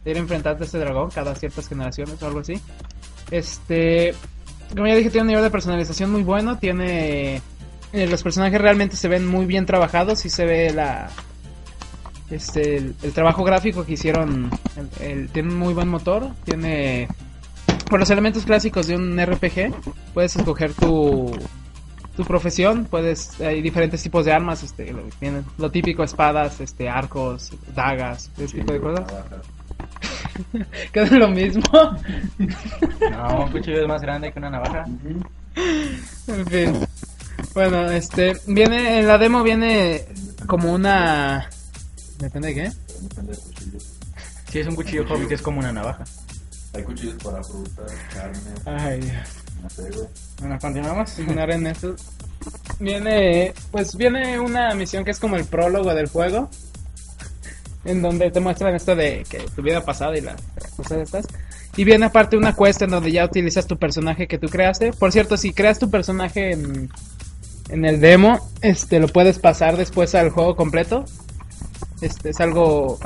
Speaker 4: de ir enfrentando a este dragón cada ciertas generaciones o algo así. Este, como ya dije, tiene un nivel de personalización muy bueno, tiene... eh, los personajes realmente se ven muy bien trabajados y se ve la... Este, el, el trabajo gráfico que hicieron, el- el- tiene un muy buen motor, tiene... Por los elementos clásicos de un RPG, puedes escoger tu, tu profesión, puedes, hay diferentes tipos de armas, este, lo, tienen, lo típico, espadas, este, arcos, dagas, ese tipo de cosas. (laughs) Que es lo mismo. (laughs)
Speaker 1: No, un cuchillo es más grande que una navaja.
Speaker 4: En fin. Bueno, este, viene, en la demo viene como una... ¿Depende de qué?
Speaker 5: Depende del cuchillo.
Speaker 1: Sí, es un cuchillo hobby que es como una navaja.
Speaker 5: Hay cuchillos para frutas, carne,
Speaker 4: Ay, Dios.
Speaker 5: no sé, güey.
Speaker 1: Bueno, continuamos.
Speaker 4: Ignorar en esto. Viene, pues viene una misión que es como el prólogo del juego. En donde te muestran esto de que tu vida pasada y las las cosas estas. Y viene aparte una quest en donde ya utilizas tu personaje que tú creaste. Por cierto, si creas tu personaje en, en el demo, este lo puedes pasar después al juego completo. Este es algo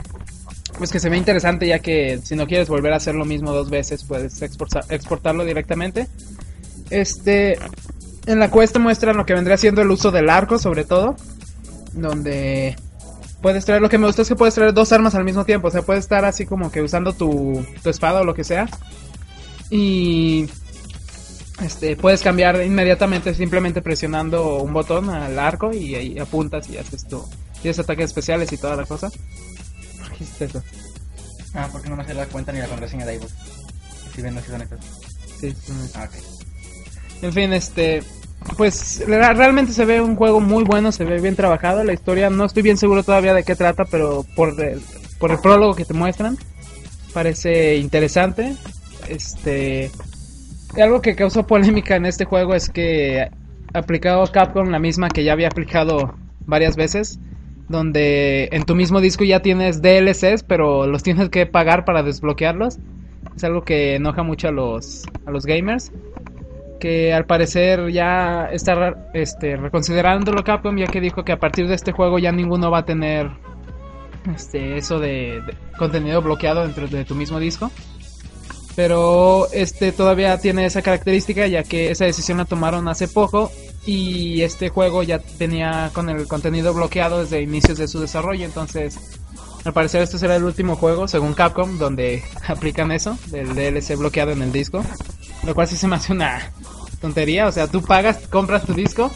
Speaker 4: pues que se ve interesante ya que si no quieres volver a hacer lo mismo dos veces, puedes exportar- exportarlo directamente. Este, en la cuesta muestran lo que vendría siendo el uso del arco, sobre todo. Donde puedes traer, lo que me gusta es que puedes traer dos armas al mismo tiempo. O sea, puedes estar así como que usando tu, tu espada o lo que sea. Y este, puedes cambiar inmediatamente simplemente presionando un botón al arco y ahí apuntas y haces tu. Tienes ataques especiales y toda la cosa. ¿Por qué hiciste eso?
Speaker 1: Ah, porque no me sé la cuenta ni la contraseña de iVoox. Si ven, no se conectan.
Speaker 4: Sí, sí, sí.
Speaker 1: Ah, ok.
Speaker 4: En fin, este. Pues re- realmente se ve un juego muy bueno, se ve bien trabajado. La historia no estoy bien seguro todavía de qué trata, pero por el, por el prólogo que te muestran, parece interesante. Este. Algo que causó polémica en este juego es que ha aplicado Capcom la misma que ya había aplicado varias veces, donde en tu mismo disco ya tienes DLCs, pero los tienes que pagar para desbloquearlos. Es algo que enoja mucho a los, a los gamers que al parecer ya está este, reconsiderándolo Capcom ya que dijo que a partir de este juego ya ninguno va a tener este, eso de, de contenido bloqueado dentro de tu mismo disco. Pero este todavía tiene esa característica ya que esa decisión la tomaron hace poco y este juego ya tenía con el contenido bloqueado desde inicios de su desarrollo, entonces al parecer este será el último juego según Capcom donde (laughs) aplican eso del DLC bloqueado en el disco, lo cual sí se me hace una tontería, o sea, tú pagas, compras tu disco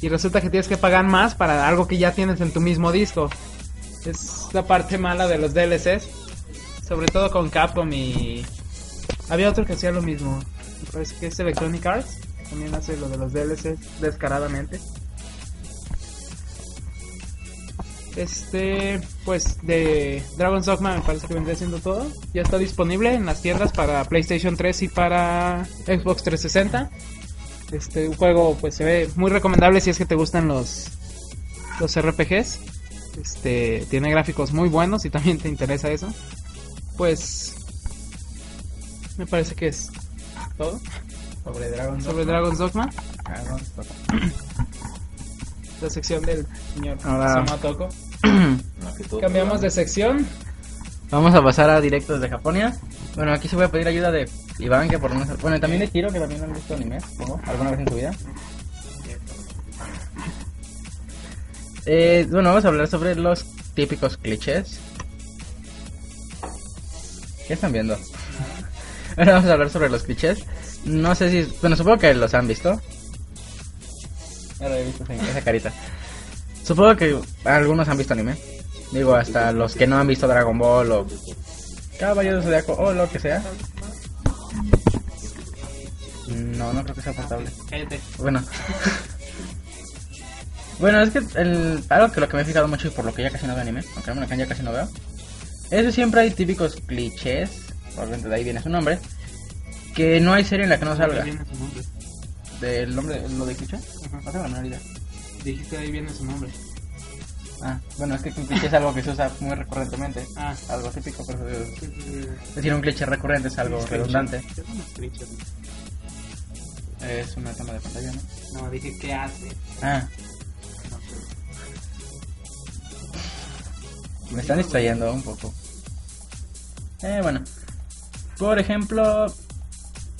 Speaker 4: y resulta que tienes que pagar más para algo que ya tienes en tu mismo disco. Es la parte mala de los DLCs, sobre todo con Capcom y había otro que hacía lo mismo. Me parece que es Electronic Arts, también hace lo de los DLCs descaradamente. Este, pues de Dragon's Dogma me parece que vendría siendo todo. Ya está disponible en las tiendas para PlayStation 3 y para Xbox 360. Este un juego pues se ve muy recomendable si es que te gustan los los RPGs. Este tiene gráficos muy buenos y también te interesa eso. Pues me parece que es todo
Speaker 1: Sobre Dragon Ball.
Speaker 4: sobre Dragon's Dogma,
Speaker 1: Dragon Ball.
Speaker 4: la sección del señor
Speaker 1: Ahora-
Speaker 4: Samatoco.
Speaker 5: No, que todo
Speaker 4: Cambiamos de sección.
Speaker 1: Vamos a pasar a directos de Japonia. Bueno, aquí se voy a pedir ayuda de Iván, que por no ser- Bueno, y también de Kiro, que también no han visto anime, supongo, alguna vez en su vida. Eh, bueno, vamos a hablar sobre los típicos clichés. ¿Qué están viendo? (laughs) Bueno, vamos a hablar sobre los clichés. No sé si... Bueno, supongo que los han visto. Ya lo he visto, sí, esa carita. Supongo que algunos han visto anime. Digo, hasta los que no han visto Dragon Ball o Caballero del Zodiaco o lo que sea. No, no creo que sea portable.
Speaker 4: Cállate.
Speaker 1: Bueno. (laughs) bueno, es que el, algo que lo que me he fijado mucho y por lo que ya casi no veo anime, aunque bueno, que ya casi no veo, eso siempre hay típicos clichés, obviamente de ahí viene su nombre, que no hay serie en la que no salga.
Speaker 4: viene su nombre.
Speaker 1: ¿Del nombre, lo de cliché?
Speaker 4: Ajá.
Speaker 1: No tengo la menor idea.
Speaker 4: Dijiste ahí viene su nombre.
Speaker 1: Ah, bueno, es que un cliché es algo que se usa muy recurrentemente,
Speaker 4: Ah.
Speaker 1: algo típico, pero es decir, un cliché recurrente es algo
Speaker 4: Es cliché.
Speaker 1: redundante.
Speaker 4: ¿Qué son los clichés?
Speaker 1: Es una toma de pantalla, ¿no?
Speaker 4: No, dije qué hace.
Speaker 1: Ah, me están distrayendo un poco.
Speaker 3: Eh, bueno. Por ejemplo,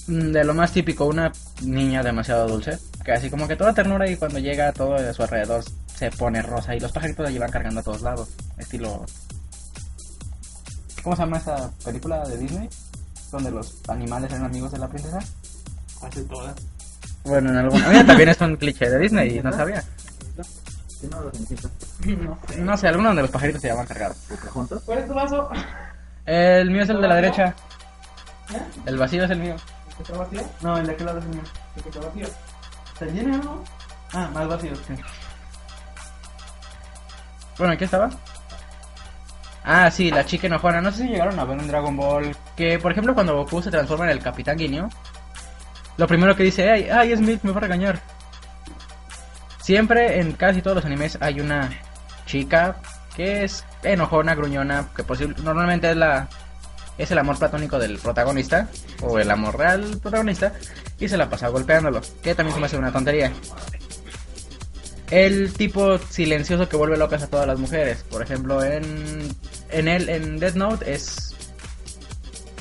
Speaker 3: mm, de lo más típico, una niña demasiado dulce. Que así como que toda ternura y cuando llega todo a su alrededor se pone rosa y los pajaritos la llevan cargando a todos lados. Estilo... ¿Cómo se llama esa película de Disney? Donde los animales eran amigos de la princesa.
Speaker 14: Hace todas.
Speaker 3: Bueno, en alguna... Mira, también es un cliché de Disney y no sabía.
Speaker 15: ¿Qué no lo necesitas?
Speaker 3: No sé, alguno de los pajaritos se llevan cargados.
Speaker 15: ¿Pocahontas?
Speaker 4: ¿Cuál es tu vaso?
Speaker 3: El mío es el de la derecha.
Speaker 4: ¿Eh?
Speaker 3: El vacío es el mío.
Speaker 4: ¿Está vacío?
Speaker 3: No, el de aquel lado es el mío.
Speaker 4: ¿Está vacío?
Speaker 3: ¿Se llena no? Ah, más vacío, sí. Bueno, ¿qué estaba? Ah, sí, la chica enojona. No sé si llegaron a ver en Dragon Ball. Que, por ejemplo, cuando Goku se transforma en el Capitán Guineo, lo primero que dice, ay, ay, es Milk, me va a regañar. Siempre en casi todos los animes hay una chica que es enojona, gruñona, que posible, normalmente es la es el amor platónico del protagonista o el amor real del protagonista y se la pasa golpeándolo, que también se me hace una tontería. El tipo silencioso que vuelve locas a todas las mujeres, por ejemplo, en en el en Death Note es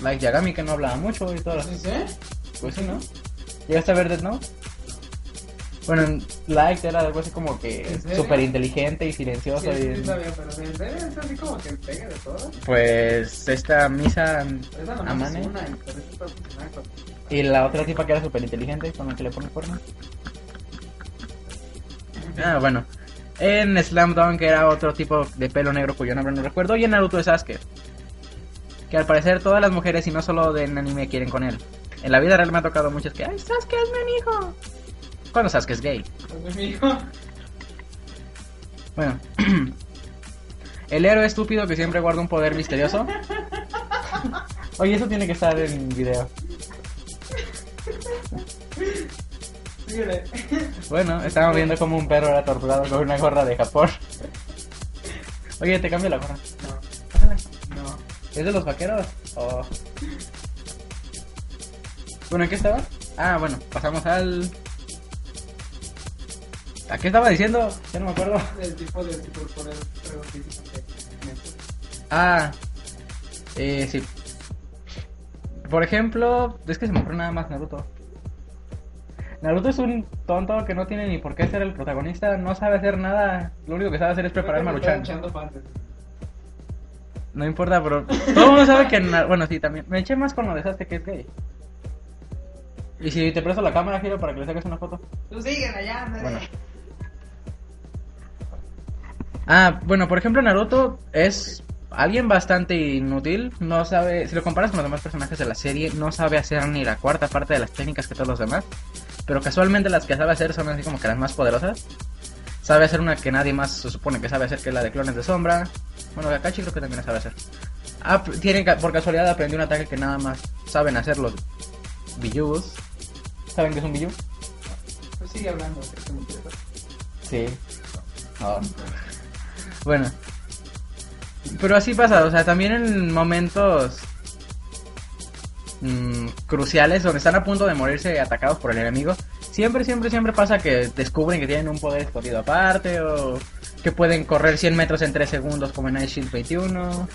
Speaker 3: Like Yagami que no hablaba mucho y todas las pues sí, ¿no? ¿Llegaste a ver Death Note? Bueno, en Light era algo así como que
Speaker 4: ¿En serio?
Speaker 3: súper inteligente y silencioso.
Speaker 4: Sí,
Speaker 3: y-
Speaker 4: sí, sabía, pero ¿en serio? ¿Es así como que pega de todo?
Speaker 3: Pues esta misa
Speaker 4: Esa nomás
Speaker 3: Amane
Speaker 4: es una, y por eso está funcionando.
Speaker 3: y la otra tipa que era súper inteligente con la que le pone cuerno. Ah, bueno. En Slam Dunk era otro tipo de pelo negro cuyo nombre no recuerdo. Y en Naruto es Sasuke. Que al parecer todas las mujeres y no solo de en anime quieren con él. En la vida real me ha tocado muchas que, ay, Sasuke es mi hijo. Cuando Sasuke es gay.
Speaker 4: Pues mi hijo.
Speaker 3: Bueno. (clears throat) El héroe estúpido que siempre guarda un poder misterioso. Oye, eso tiene que estar en video.
Speaker 4: Síguele.
Speaker 3: Bueno, estábamos viendo como un perro era torturado con una gorra de Japón. Oye, te cambio la gorra.
Speaker 4: No.
Speaker 3: ¿Es de los vaqueros? O... Bueno, ¿en qué estaba? Ah, bueno, pasamos al... ¿A qué estaba diciendo? Ya no me acuerdo.
Speaker 4: El tipo de tipo por el juego físico que me-
Speaker 3: Ah, eh, sí. Por ejemplo, es que se me ocurre nada más Naruto. Naruto es un tonto que no tiene ni por qué ser el protagonista, no sabe hacer nada. Lo único que sabe hacer es preparar
Speaker 4: Creo que
Speaker 3: maruchan.
Speaker 4: me están echando partes.
Speaker 3: No importa, pero todo el mundo sabe que. na- Bueno, sí, también. Me eché más con lo de Sasuke que es gay. Y si te presto la cámara, giro para que le saques una foto.
Speaker 4: Tú siguen allá, ándale.
Speaker 3: Bueno. Ah, bueno, por ejemplo, Naruto es alguien bastante inútil. No sabe, si lo comparas con los demás personajes de la serie, no sabe hacer ni la cuarta parte de las técnicas que todos los demás. Pero casualmente las que sabe hacer son así como que las más poderosas. Sabe hacer una que nadie más se supone que sabe hacer, que es la de clones de sombra. Bueno, Kakashi creo que también la sabe hacer. Ah, p- tiene, ca- por casualidad aprendió un ataque que nada más saben hacer los Biyubus. ¿Saben qué es un Biyu?
Speaker 4: Pues sigue hablando, creo que me interesa.
Speaker 3: Sí. Ah. Bueno. Pero así pasa, o sea, también en momentos mm, cruciales donde están a punto de morirse atacados por el enemigo, siempre, siempre, siempre pasa que descubren que tienen un poder escondido aparte o que pueden correr 100 metros en 3 segundos como en Ice Shield 21,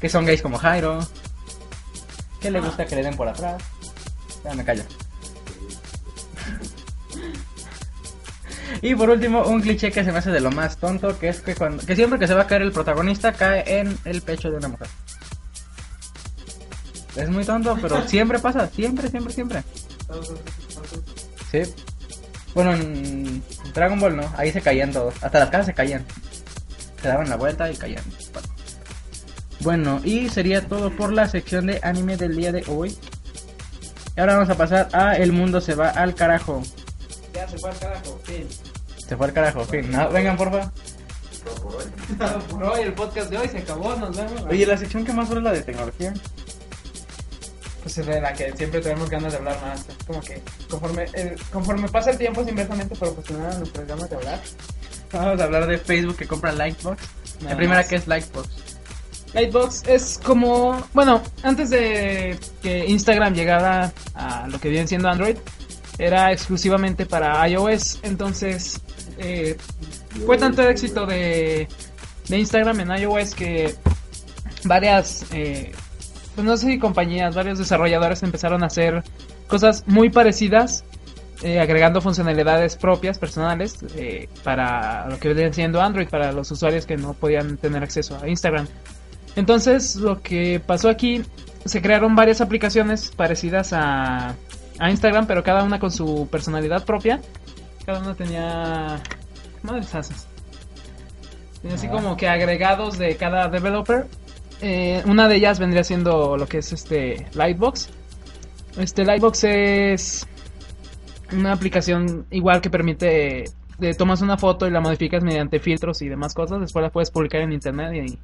Speaker 3: que son gays como Jairo, que le gusta que le den por atrás. Ya me callo. (laughs) Y por último, un cliché que se me hace de lo más tonto, que es que, cuando, que siempre que se va a caer el protagonista cae en el pecho de una mujer. Es muy tonto, pero siempre pasa, siempre, siempre, siempre.
Speaker 4: Todos los todos-
Speaker 3: Sí. Bueno, en Dragon Ball no, ahí se caían todos, hasta las casas se caían. Se daban la vuelta y caían. Bueno, y sería todo por la sección de anime del día de hoy. Y ahora vamos a pasar a El mundo se va al carajo.
Speaker 4: Ya se fue al carajo. Fin.
Speaker 3: Se fue al carajo, fin. No, vengan, porfa.
Speaker 4: Por hoy el podcast de hoy se acabó, nos vemos.
Speaker 3: Oye, la sección que más dura es la de tecnología.
Speaker 4: Pues es de la que siempre tenemos ganas de hablar más. Es como que conforme, el- conforme pasa el tiempo es inversamente proporcional a nuestras ganas de hablar.
Speaker 3: Vamos a hablar de Facebook que compra Lightbox.
Speaker 4: Nada
Speaker 3: la primera
Speaker 4: más.
Speaker 3: que es Lightbox.
Speaker 4: Lightbox es como, bueno, antes de que Instagram llegara a lo que viene siendo Android, era exclusivamente para iOS, entonces eh, fue tanto el éxito de, de Instagram en iOS que varias eh, pues no sé si compañías, varios desarrolladores empezaron a hacer cosas muy parecidas, eh, agregando funcionalidades propias, personales, eh, para lo que viene siendo Android, para los usuarios que no podían tener acceso a Instagram. Entonces, lo que pasó aquí, se crearon varias aplicaciones parecidas a, a Instagram, pero cada una con su personalidad propia. Cada una tenía... Madres asas. Tenía así como que agregados de cada developer. Eh, una de ellas vendría siendo lo que es este Lightbox. Este Lightbox es una aplicación igual que permite de tomas una foto y la modificas mediante filtros y demás cosas. Después la puedes publicar en internet y,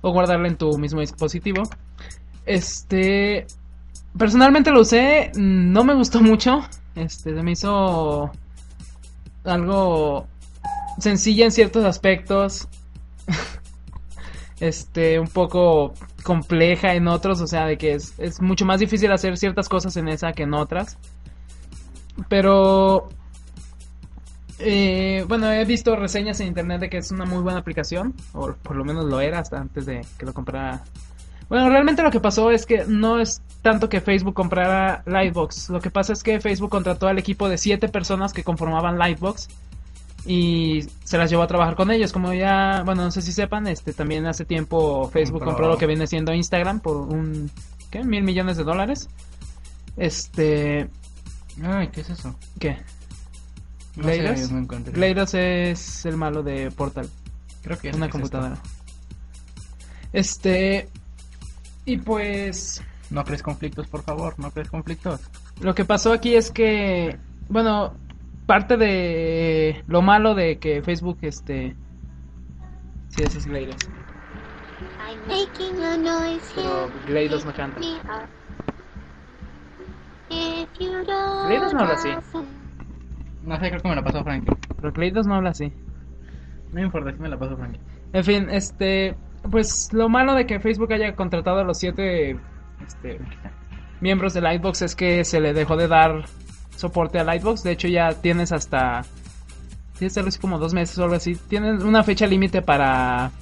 Speaker 4: o guardarla en tu mismo dispositivo. Este personalmente lo usé, no me gustó mucho. Este se me hizo algo sencilla en ciertos aspectos. (laughs) este, un poco compleja en otros, o sea, de que es, es mucho más difícil hacer ciertas cosas en esa que en otras. Pero, eh, bueno, he visto reseñas en internet de que es una muy buena aplicación, o por lo menos lo era hasta antes de que lo comprara. Bueno, realmente lo que pasó es que no es tanto que Facebook comprara Livebox. Lo que pasa es que Facebook contrató al equipo de siete personas que conformaban Livebox y se las llevó a trabajar con ellos. Como ya, bueno, no sé si sepan, este también hace tiempo Facebook
Speaker 16: Compró.
Speaker 4: compró lo que viene siendo Instagram por un, ¿qué? Mil millones de dólares. Este,
Speaker 1: Ay, ¿qué es eso?
Speaker 4: ¿qué?
Speaker 1: No sé,
Speaker 4: ¿Leiros?
Speaker 1: no encontré.
Speaker 4: Gleidos es el malo de Portal,
Speaker 1: Creo que ya sé
Speaker 4: una
Speaker 1: qué es esto.
Speaker 4: computadora. Este, y pues,
Speaker 1: No crees conflictos, por favor, no crees conflictos.
Speaker 4: Lo que pasó aquí es que, bueno, parte de lo malo de que Facebook, este... Sí, eso es Gleidos.
Speaker 17: I'm making a noise
Speaker 4: Pero
Speaker 17: here.
Speaker 4: Gleidos no canta.
Speaker 17: Me up. If you don't
Speaker 4: Gleidos no habla así.
Speaker 17: listen,
Speaker 1: No sé, creo que me la pasó Frankie.
Speaker 4: Pero Gleidos no habla así.
Speaker 1: No importa, sí me la pasó Frankie.
Speaker 4: En fin, este... Pues lo malo de que Facebook haya contratado a los siete este, miembros de Lightbox es que se le dejó de dar soporte a Lightbox. De hecho, ya tienes hasta... Tienes algo así como dos meses o algo así. Tienes una fecha límite para...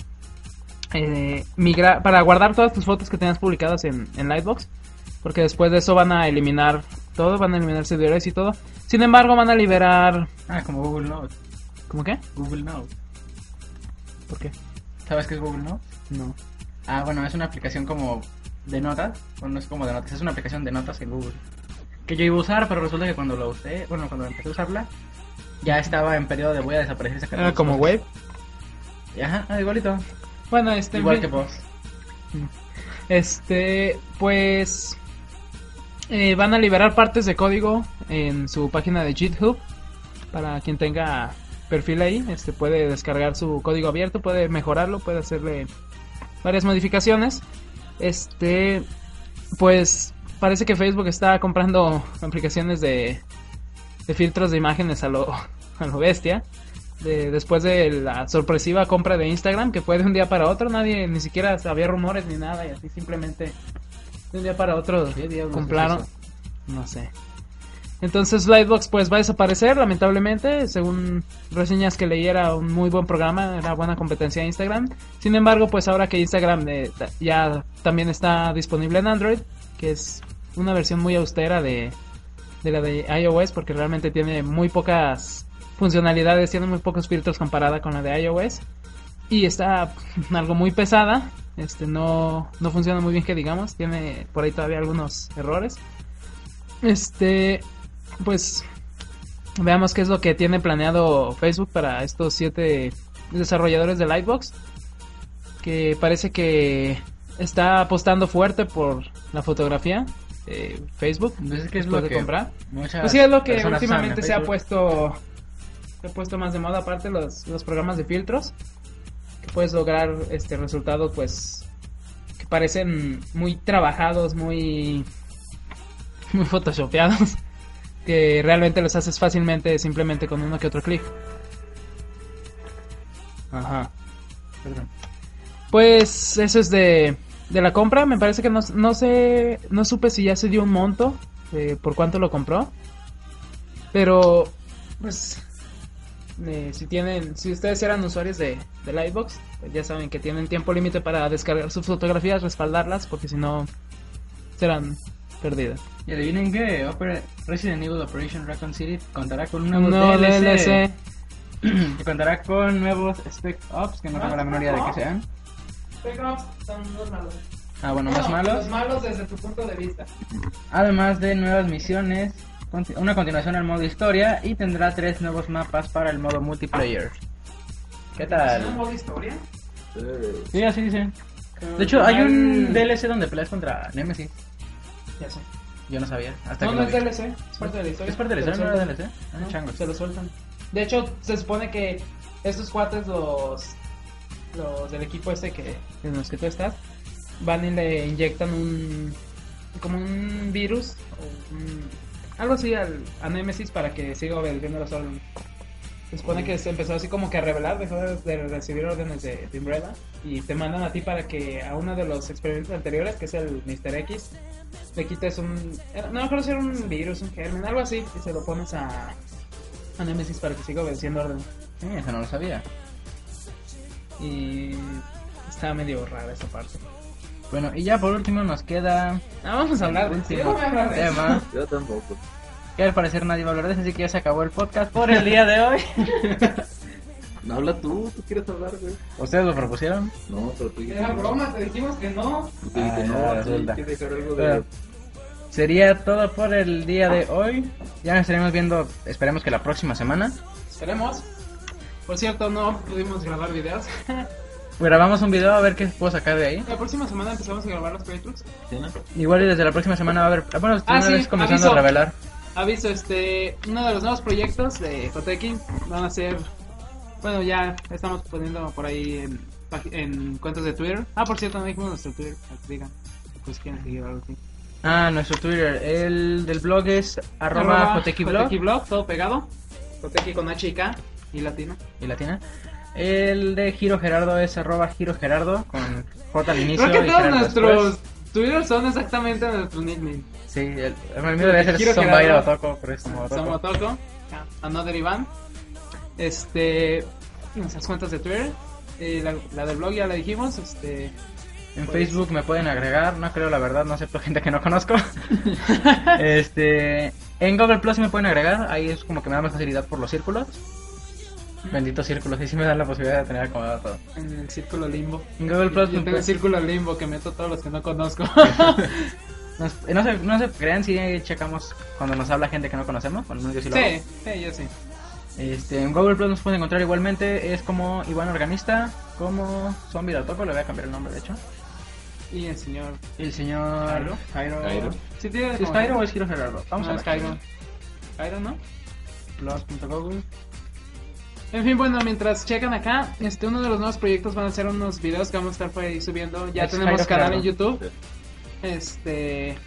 Speaker 4: eh, migrar, para guardar todas tus fotos que tenías publicadas en, en Lightbox. Porque después de eso van a eliminar todo, van a eliminar servidores y todo. Sin embargo, van a liberar...
Speaker 1: Ah, como Google Notes.
Speaker 4: ¿Cómo qué?
Speaker 1: Google Notes.
Speaker 4: ¿Por qué?
Speaker 1: ¿Sabes qué es Google Notes?
Speaker 4: No.
Speaker 1: Ah, bueno, es una aplicación como de notas. Bueno, no es como de notas, es una aplicación de notas en Google. Que yo iba a usar, pero resulta que cuando lo usé, bueno, cuando empecé a usarla, ya estaba en periodo de voy a desaparecer esa
Speaker 4: Era Ah, como web.
Speaker 1: Ajá, ah, igualito.
Speaker 4: Bueno, este... en
Speaker 1: Igual
Speaker 4: fin.
Speaker 1: que vos.
Speaker 4: Este, pues eh, van a liberar partes de código en su página de GitHub. Para quien tenga perfil ahí, este puede descargar su código abierto, puede mejorarlo, puede hacerle varias modificaciones. Este, pues parece que Facebook está comprando aplicaciones de, de filtros de imágenes a lo, (laughs) a lo bestia. De- después de la sorpresiva compra de Instagram, que fue de un día para otro, nadie ni siquiera sabía rumores ni nada, y así simplemente de un día para otro compraron. No sé. Entonces Lightbox pues va a desaparecer, lamentablemente, según reseñas que leí era un muy buen programa, era buena competencia de Instagram. Sin embargo, pues ahora que Instagram eh, ta- ya también está disponible en Android, que es una versión muy austera de, de la de iOS, porque realmente tiene muy pocas funcionalidades, tiene muy pocos filtros comparada con la de iOS. Y está algo muy pesada, este no, no funciona muy bien que digamos, tiene por ahí todavía algunos errores. Este, pues veamos qué es lo que tiene planeado Facebook para estos siete desarrolladores de Lightbox, que parece que está apostando fuerte por la fotografía. eh, Facebook,
Speaker 1: Entonces, ¿qué es lo
Speaker 4: después de
Speaker 1: que
Speaker 4: comprar.
Speaker 1: Muchas
Speaker 4: Pues sí, es lo que
Speaker 1: personas
Speaker 4: últimamente
Speaker 1: usan
Speaker 4: se ha
Speaker 1: en Facebook.
Speaker 4: puesto se ha puesto más de moda, aparte los, los programas de filtros, que puedes lograr este resultados pues que parecen muy trabajados, muy muy photoshopeados, (laughs) que realmente los haces fácilmente simplemente con uno que otro clic. Ajá.
Speaker 1: Perdón.
Speaker 4: Pues eso es de, de la compra. Me parece que no, no sé, no supe si ya se dio un monto, eh, por cuánto lo compró. Pero, pues, eh, si tienen, si ustedes eran usuarios de, de Livebox, pues ya saben que tienen tiempo límite para descargar sus fotografías, respaldarlas, porque si no, serán perdidas.
Speaker 3: Y adivinen qué, Opera- Resident Evil Operation Raccoon City contará con un nuevo
Speaker 4: No
Speaker 3: DLC.
Speaker 4: DLC.
Speaker 3: que contará con nuevos Spec Ops, que no tengo la menor idea de que sean.
Speaker 4: son los malos.
Speaker 3: Ah, bueno, más malos.
Speaker 4: malos desde tu punto de vista.
Speaker 3: Además de nuevas misiones, conti- una continuación al modo historia y tendrá tres nuevos mapas para el modo multiplayer. ¿Qué tal?
Speaker 4: modo historia?
Speaker 3: Sí, así dice. De hecho, hay un DLC donde peleas contra Nemesis.
Speaker 4: Ya sé.
Speaker 3: Yo no sabía. Hasta
Speaker 4: No,
Speaker 3: que
Speaker 4: no
Speaker 3: lo
Speaker 4: es
Speaker 3: vi.
Speaker 4: DLC, es parte de la historia.
Speaker 3: ¿Es parte del
Speaker 4: Se lo
Speaker 3: historia? ¿No era
Speaker 4: sueltan.
Speaker 3: DLC? Ah,
Speaker 4: No,
Speaker 3: changos.
Speaker 4: Se lo sueltan. De hecho, se supone que estos cuates, los, los del equipo este que, en los que tú estás, van y le inyectan un. como un virus, o un- algo así al, a Nemesis para que siga obedeciendo las órdenes. Se supone que se empezó así como que a revelar, dejó de, de recibir órdenes de, de Umbrella y te mandan a ti para que a uno de los experimentos anteriores, que es el Mr. X, le quites un. era- No me acuerdo si era un virus, un germen, algo así, y se lo pones a. a Nemesis para que siga obedeciendo orden.
Speaker 3: Sí, Eh, eso no lo sabía.
Speaker 4: Y. está medio rara esa parte.
Speaker 3: Bueno, y ya por último nos queda
Speaker 4: Ah, vamos a hablar de
Speaker 3: el
Speaker 4: esto.
Speaker 3: último tema.
Speaker 2: Yo tampoco.
Speaker 3: Que al parecer nadie va a hablar de eso, así que ya se acabó el podcast por el día de hoy. (laughs)
Speaker 2: No habla tú, tú quieres hablar, güey.
Speaker 3: ¿Ustedes lo propusieron?
Speaker 2: No, pero tú dijiste.
Speaker 4: Era
Speaker 2: no.
Speaker 4: broma, te dijimos que no. pues,
Speaker 2: Tú dijiste,
Speaker 3: Ah,
Speaker 2: no,
Speaker 3: ya,
Speaker 2: tú
Speaker 3: resulta.
Speaker 2: quieres dejar algo
Speaker 3: Pero
Speaker 2: de.
Speaker 3: sería todo por el día de hoy. Ya nos estaremos viendo, esperemos que la próxima semana.
Speaker 4: Esperemos. Por cierto, no pudimos grabar videos.
Speaker 3: Grabamos un video a ver qué puedo sacar de ahí.
Speaker 4: La próxima semana empezamos a grabar los Patriots.
Speaker 3: Igual y desde la próxima semana va a haber. ah, Bueno,
Speaker 4: Ah,
Speaker 3: una
Speaker 4: sí,
Speaker 3: vez comenzando
Speaker 4: aviso.
Speaker 3: a revelar.
Speaker 4: Aviso, este. Uno de los nuevos proyectos de Jotequín van a ser. Bueno, ya estamos poniendo por ahí en, pag- en cuentas de Twitter. Ah, por cierto, no dijimos nuestro Twitter. para que Digan, pues quieren seguir o algo así.
Speaker 3: Ah, nuestro Twitter. El del blog es arroba jotequiblog
Speaker 4: Jotequiblog, todo pegado. Jotequi con H y K y latina.
Speaker 3: y latina. El de Giro Gerardo es arroba Giro Gerardo con J al inicio.
Speaker 4: Creo Ah, que
Speaker 3: y
Speaker 4: todos
Speaker 3: Gerardo
Speaker 4: nuestros
Speaker 3: después.
Speaker 4: Twitter son exactamente nuestros nicknames.
Speaker 3: Sí, el, el mío debe ser
Speaker 4: Giro
Speaker 3: Sombaira
Speaker 4: Gerardo.
Speaker 3: Otoko, pero es como Otoko.
Speaker 4: Samotoco, Another Iván, este, nuestras cuentas de Twitter, eh, la, la del blog ya la dijimos, este,
Speaker 3: En Facebook me pueden agregar, no creo la verdad, no acepto (laughs) gente que no
Speaker 4: (laughs)
Speaker 3: conozco. este, en Google Plus sí me pueden agregar, ahí es como que me da más facilidad por los círculos.
Speaker 4: Mm.
Speaker 3: Benditos círculos, ahí sí me dan la posibilidad de tener acomodado todo.
Speaker 4: en el círculo limbo.
Speaker 3: En Google Plus me
Speaker 4: Yo tengo el
Speaker 3: pueden-
Speaker 4: círculo limbo que meto todos los que no conozco.
Speaker 3: nos- eh, no, se, no se crean si checamos cuando nos habla gente que no conocemos. Bueno, yo sí lo
Speaker 4: (laughs) sí,
Speaker 3: hago.
Speaker 4: sí, yo sí.
Speaker 3: Este, en Google Plus nos pueden encontrar igualmente, es como Iván Organista, como Zombie Toco, le voy a cambiar el nombre de hecho.
Speaker 4: Y el señor,
Speaker 3: El señor ah,
Speaker 4: Jairo.
Speaker 3: Jairo.
Speaker 2: Jairo.
Speaker 4: si tiene
Speaker 3: ¿Es Jairo o es Jairo Gerardo? Vamos a ver.
Speaker 4: no, es Jairo. Jairo, ¿no?
Speaker 3: Plus.google.
Speaker 4: En fin, bueno, mientras checan acá, este uno de los nuevos proyectos van a ser unos videos que vamos a estar por ahí subiendo. Ya
Speaker 3: Es
Speaker 4: tenemos
Speaker 3: Jairo
Speaker 4: canal en
Speaker 3: Gerardo.
Speaker 4: YouTube. Este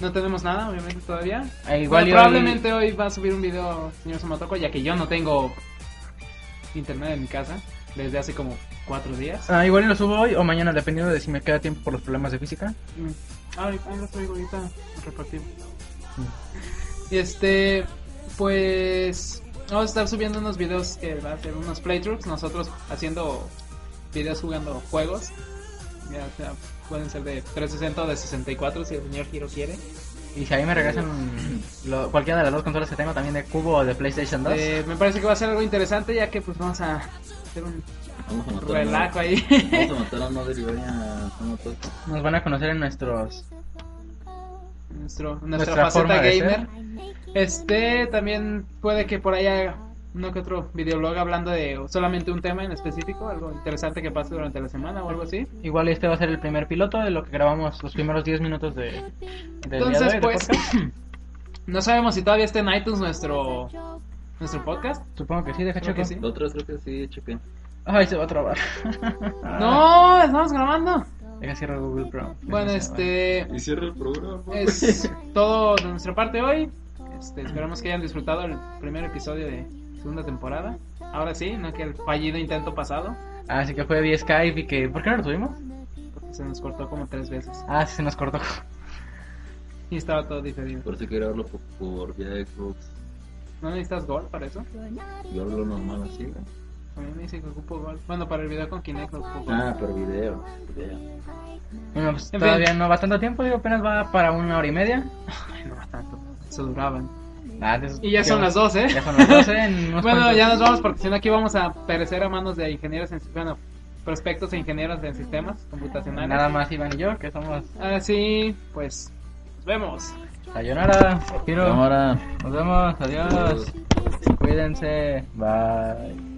Speaker 4: no tenemos nada, obviamente todavía.
Speaker 3: Ah, igual
Speaker 4: Bueno,
Speaker 3: y hoy-
Speaker 4: probablemente hoy... va a subir un video señor Somotoco, ya que yo no tengo internet en mi casa desde hace como cuatro días.
Speaker 3: Ah, igual y lo subo hoy o mañana, dependiendo de si me queda tiempo por los problemas de física.
Speaker 4: Mm. Ah, ahí- ahí lo traigo ahorita repartido. Mm. Este, pues vamos a estar subiendo unos videos que va a ser unos playthroughs, nosotros haciendo videos jugando juegos. Ya sea, pueden ser de 360 o de 64 si el señor Giro quiere.
Speaker 3: Y si a mí me regresan lo- cualquiera de las dos consolas que tengo, también de cubo o de PlayStation 2.
Speaker 4: Eh, me parece que va a ser algo interesante ya que pues vamos a hacer un
Speaker 2: Vamos a matar
Speaker 4: relajo
Speaker 2: a-
Speaker 4: ahí. (laughs)
Speaker 2: Vamos a matar a Mother y voy a. Vamos a
Speaker 3: Nos van a conocer en nuestros.
Speaker 4: Nuestro, nuestra,
Speaker 3: Nuestra
Speaker 4: faceta
Speaker 3: forma de
Speaker 4: gamer. Este también puede que por ahí haya uno que otro videoblog hablando de solamente un tema en específico, algo interesante que pase durante la semana o algo así.
Speaker 3: Igual este va a ser el primer piloto de lo que grabamos los primeros 10 minutos de. del día de hoy,
Speaker 4: Entonces,
Speaker 3: de
Speaker 4: pues,
Speaker 3: podcast.
Speaker 4: no sabemos si todavía está en iTunes nuestro nuestro podcast.
Speaker 3: Supongo que sí, deja
Speaker 4: Creo
Speaker 3: checo.
Speaker 4: que sí.
Speaker 2: La otra creo que sí, chequé.
Speaker 3: Ay, se va a trabar.
Speaker 2: Ah.
Speaker 4: No, estamos grabando.
Speaker 3: Deja cierro Google Chrome.
Speaker 4: Bueno,
Speaker 3: Deja-
Speaker 4: este
Speaker 2: Y cierra el programa. pues?
Speaker 4: es todo de nuestra parte hoy. Este, esperamos que hayan disfrutado el primer episodio de segunda temporada. Ahora sí, no que el fallido intento pasado,
Speaker 3: Ah, Así que fue vía Skype y que. ¿Por qué no lo subimos?
Speaker 4: porque se nos cortó como tres veces.
Speaker 3: Ah, sí, se nos cortó.
Speaker 4: Y estaba todo diferido.
Speaker 2: Por eso quiero hablarlo por, por vía Xbox.
Speaker 4: ¿No necesitas gol para eso?
Speaker 2: Yo hablo normal así, güey.
Speaker 4: A mí me dice que ocupo gol. Bueno, para el video con Kinect lo ocupo gol.
Speaker 2: Ah, por video. video.
Speaker 3: Bueno, pues
Speaker 4: En fin.
Speaker 3: todavía no va tanto tiempo, digo, apenas va para una hora y media.
Speaker 4: Ay, no va tanto. Se duraban.
Speaker 3: Ah, entonces-
Speaker 4: Y ya son las dos, ¿eh?
Speaker 3: Ya son las 12.
Speaker 4: (laughs)
Speaker 3: en unos
Speaker 4: Bueno,
Speaker 3: cuantos-
Speaker 4: ya nos vamos porque si no aquí vamos a perecer a manos de ingenieros en bueno, prospectos e ingenieros en sistemas computacionales.
Speaker 3: Nada más Iván y yo, que somos
Speaker 4: Ahora sí, pues nos vemos.
Speaker 3: Sayonara. Quiero.
Speaker 18: Cámara.
Speaker 3: Nos vemos. Adiós. Cuídense. Bye.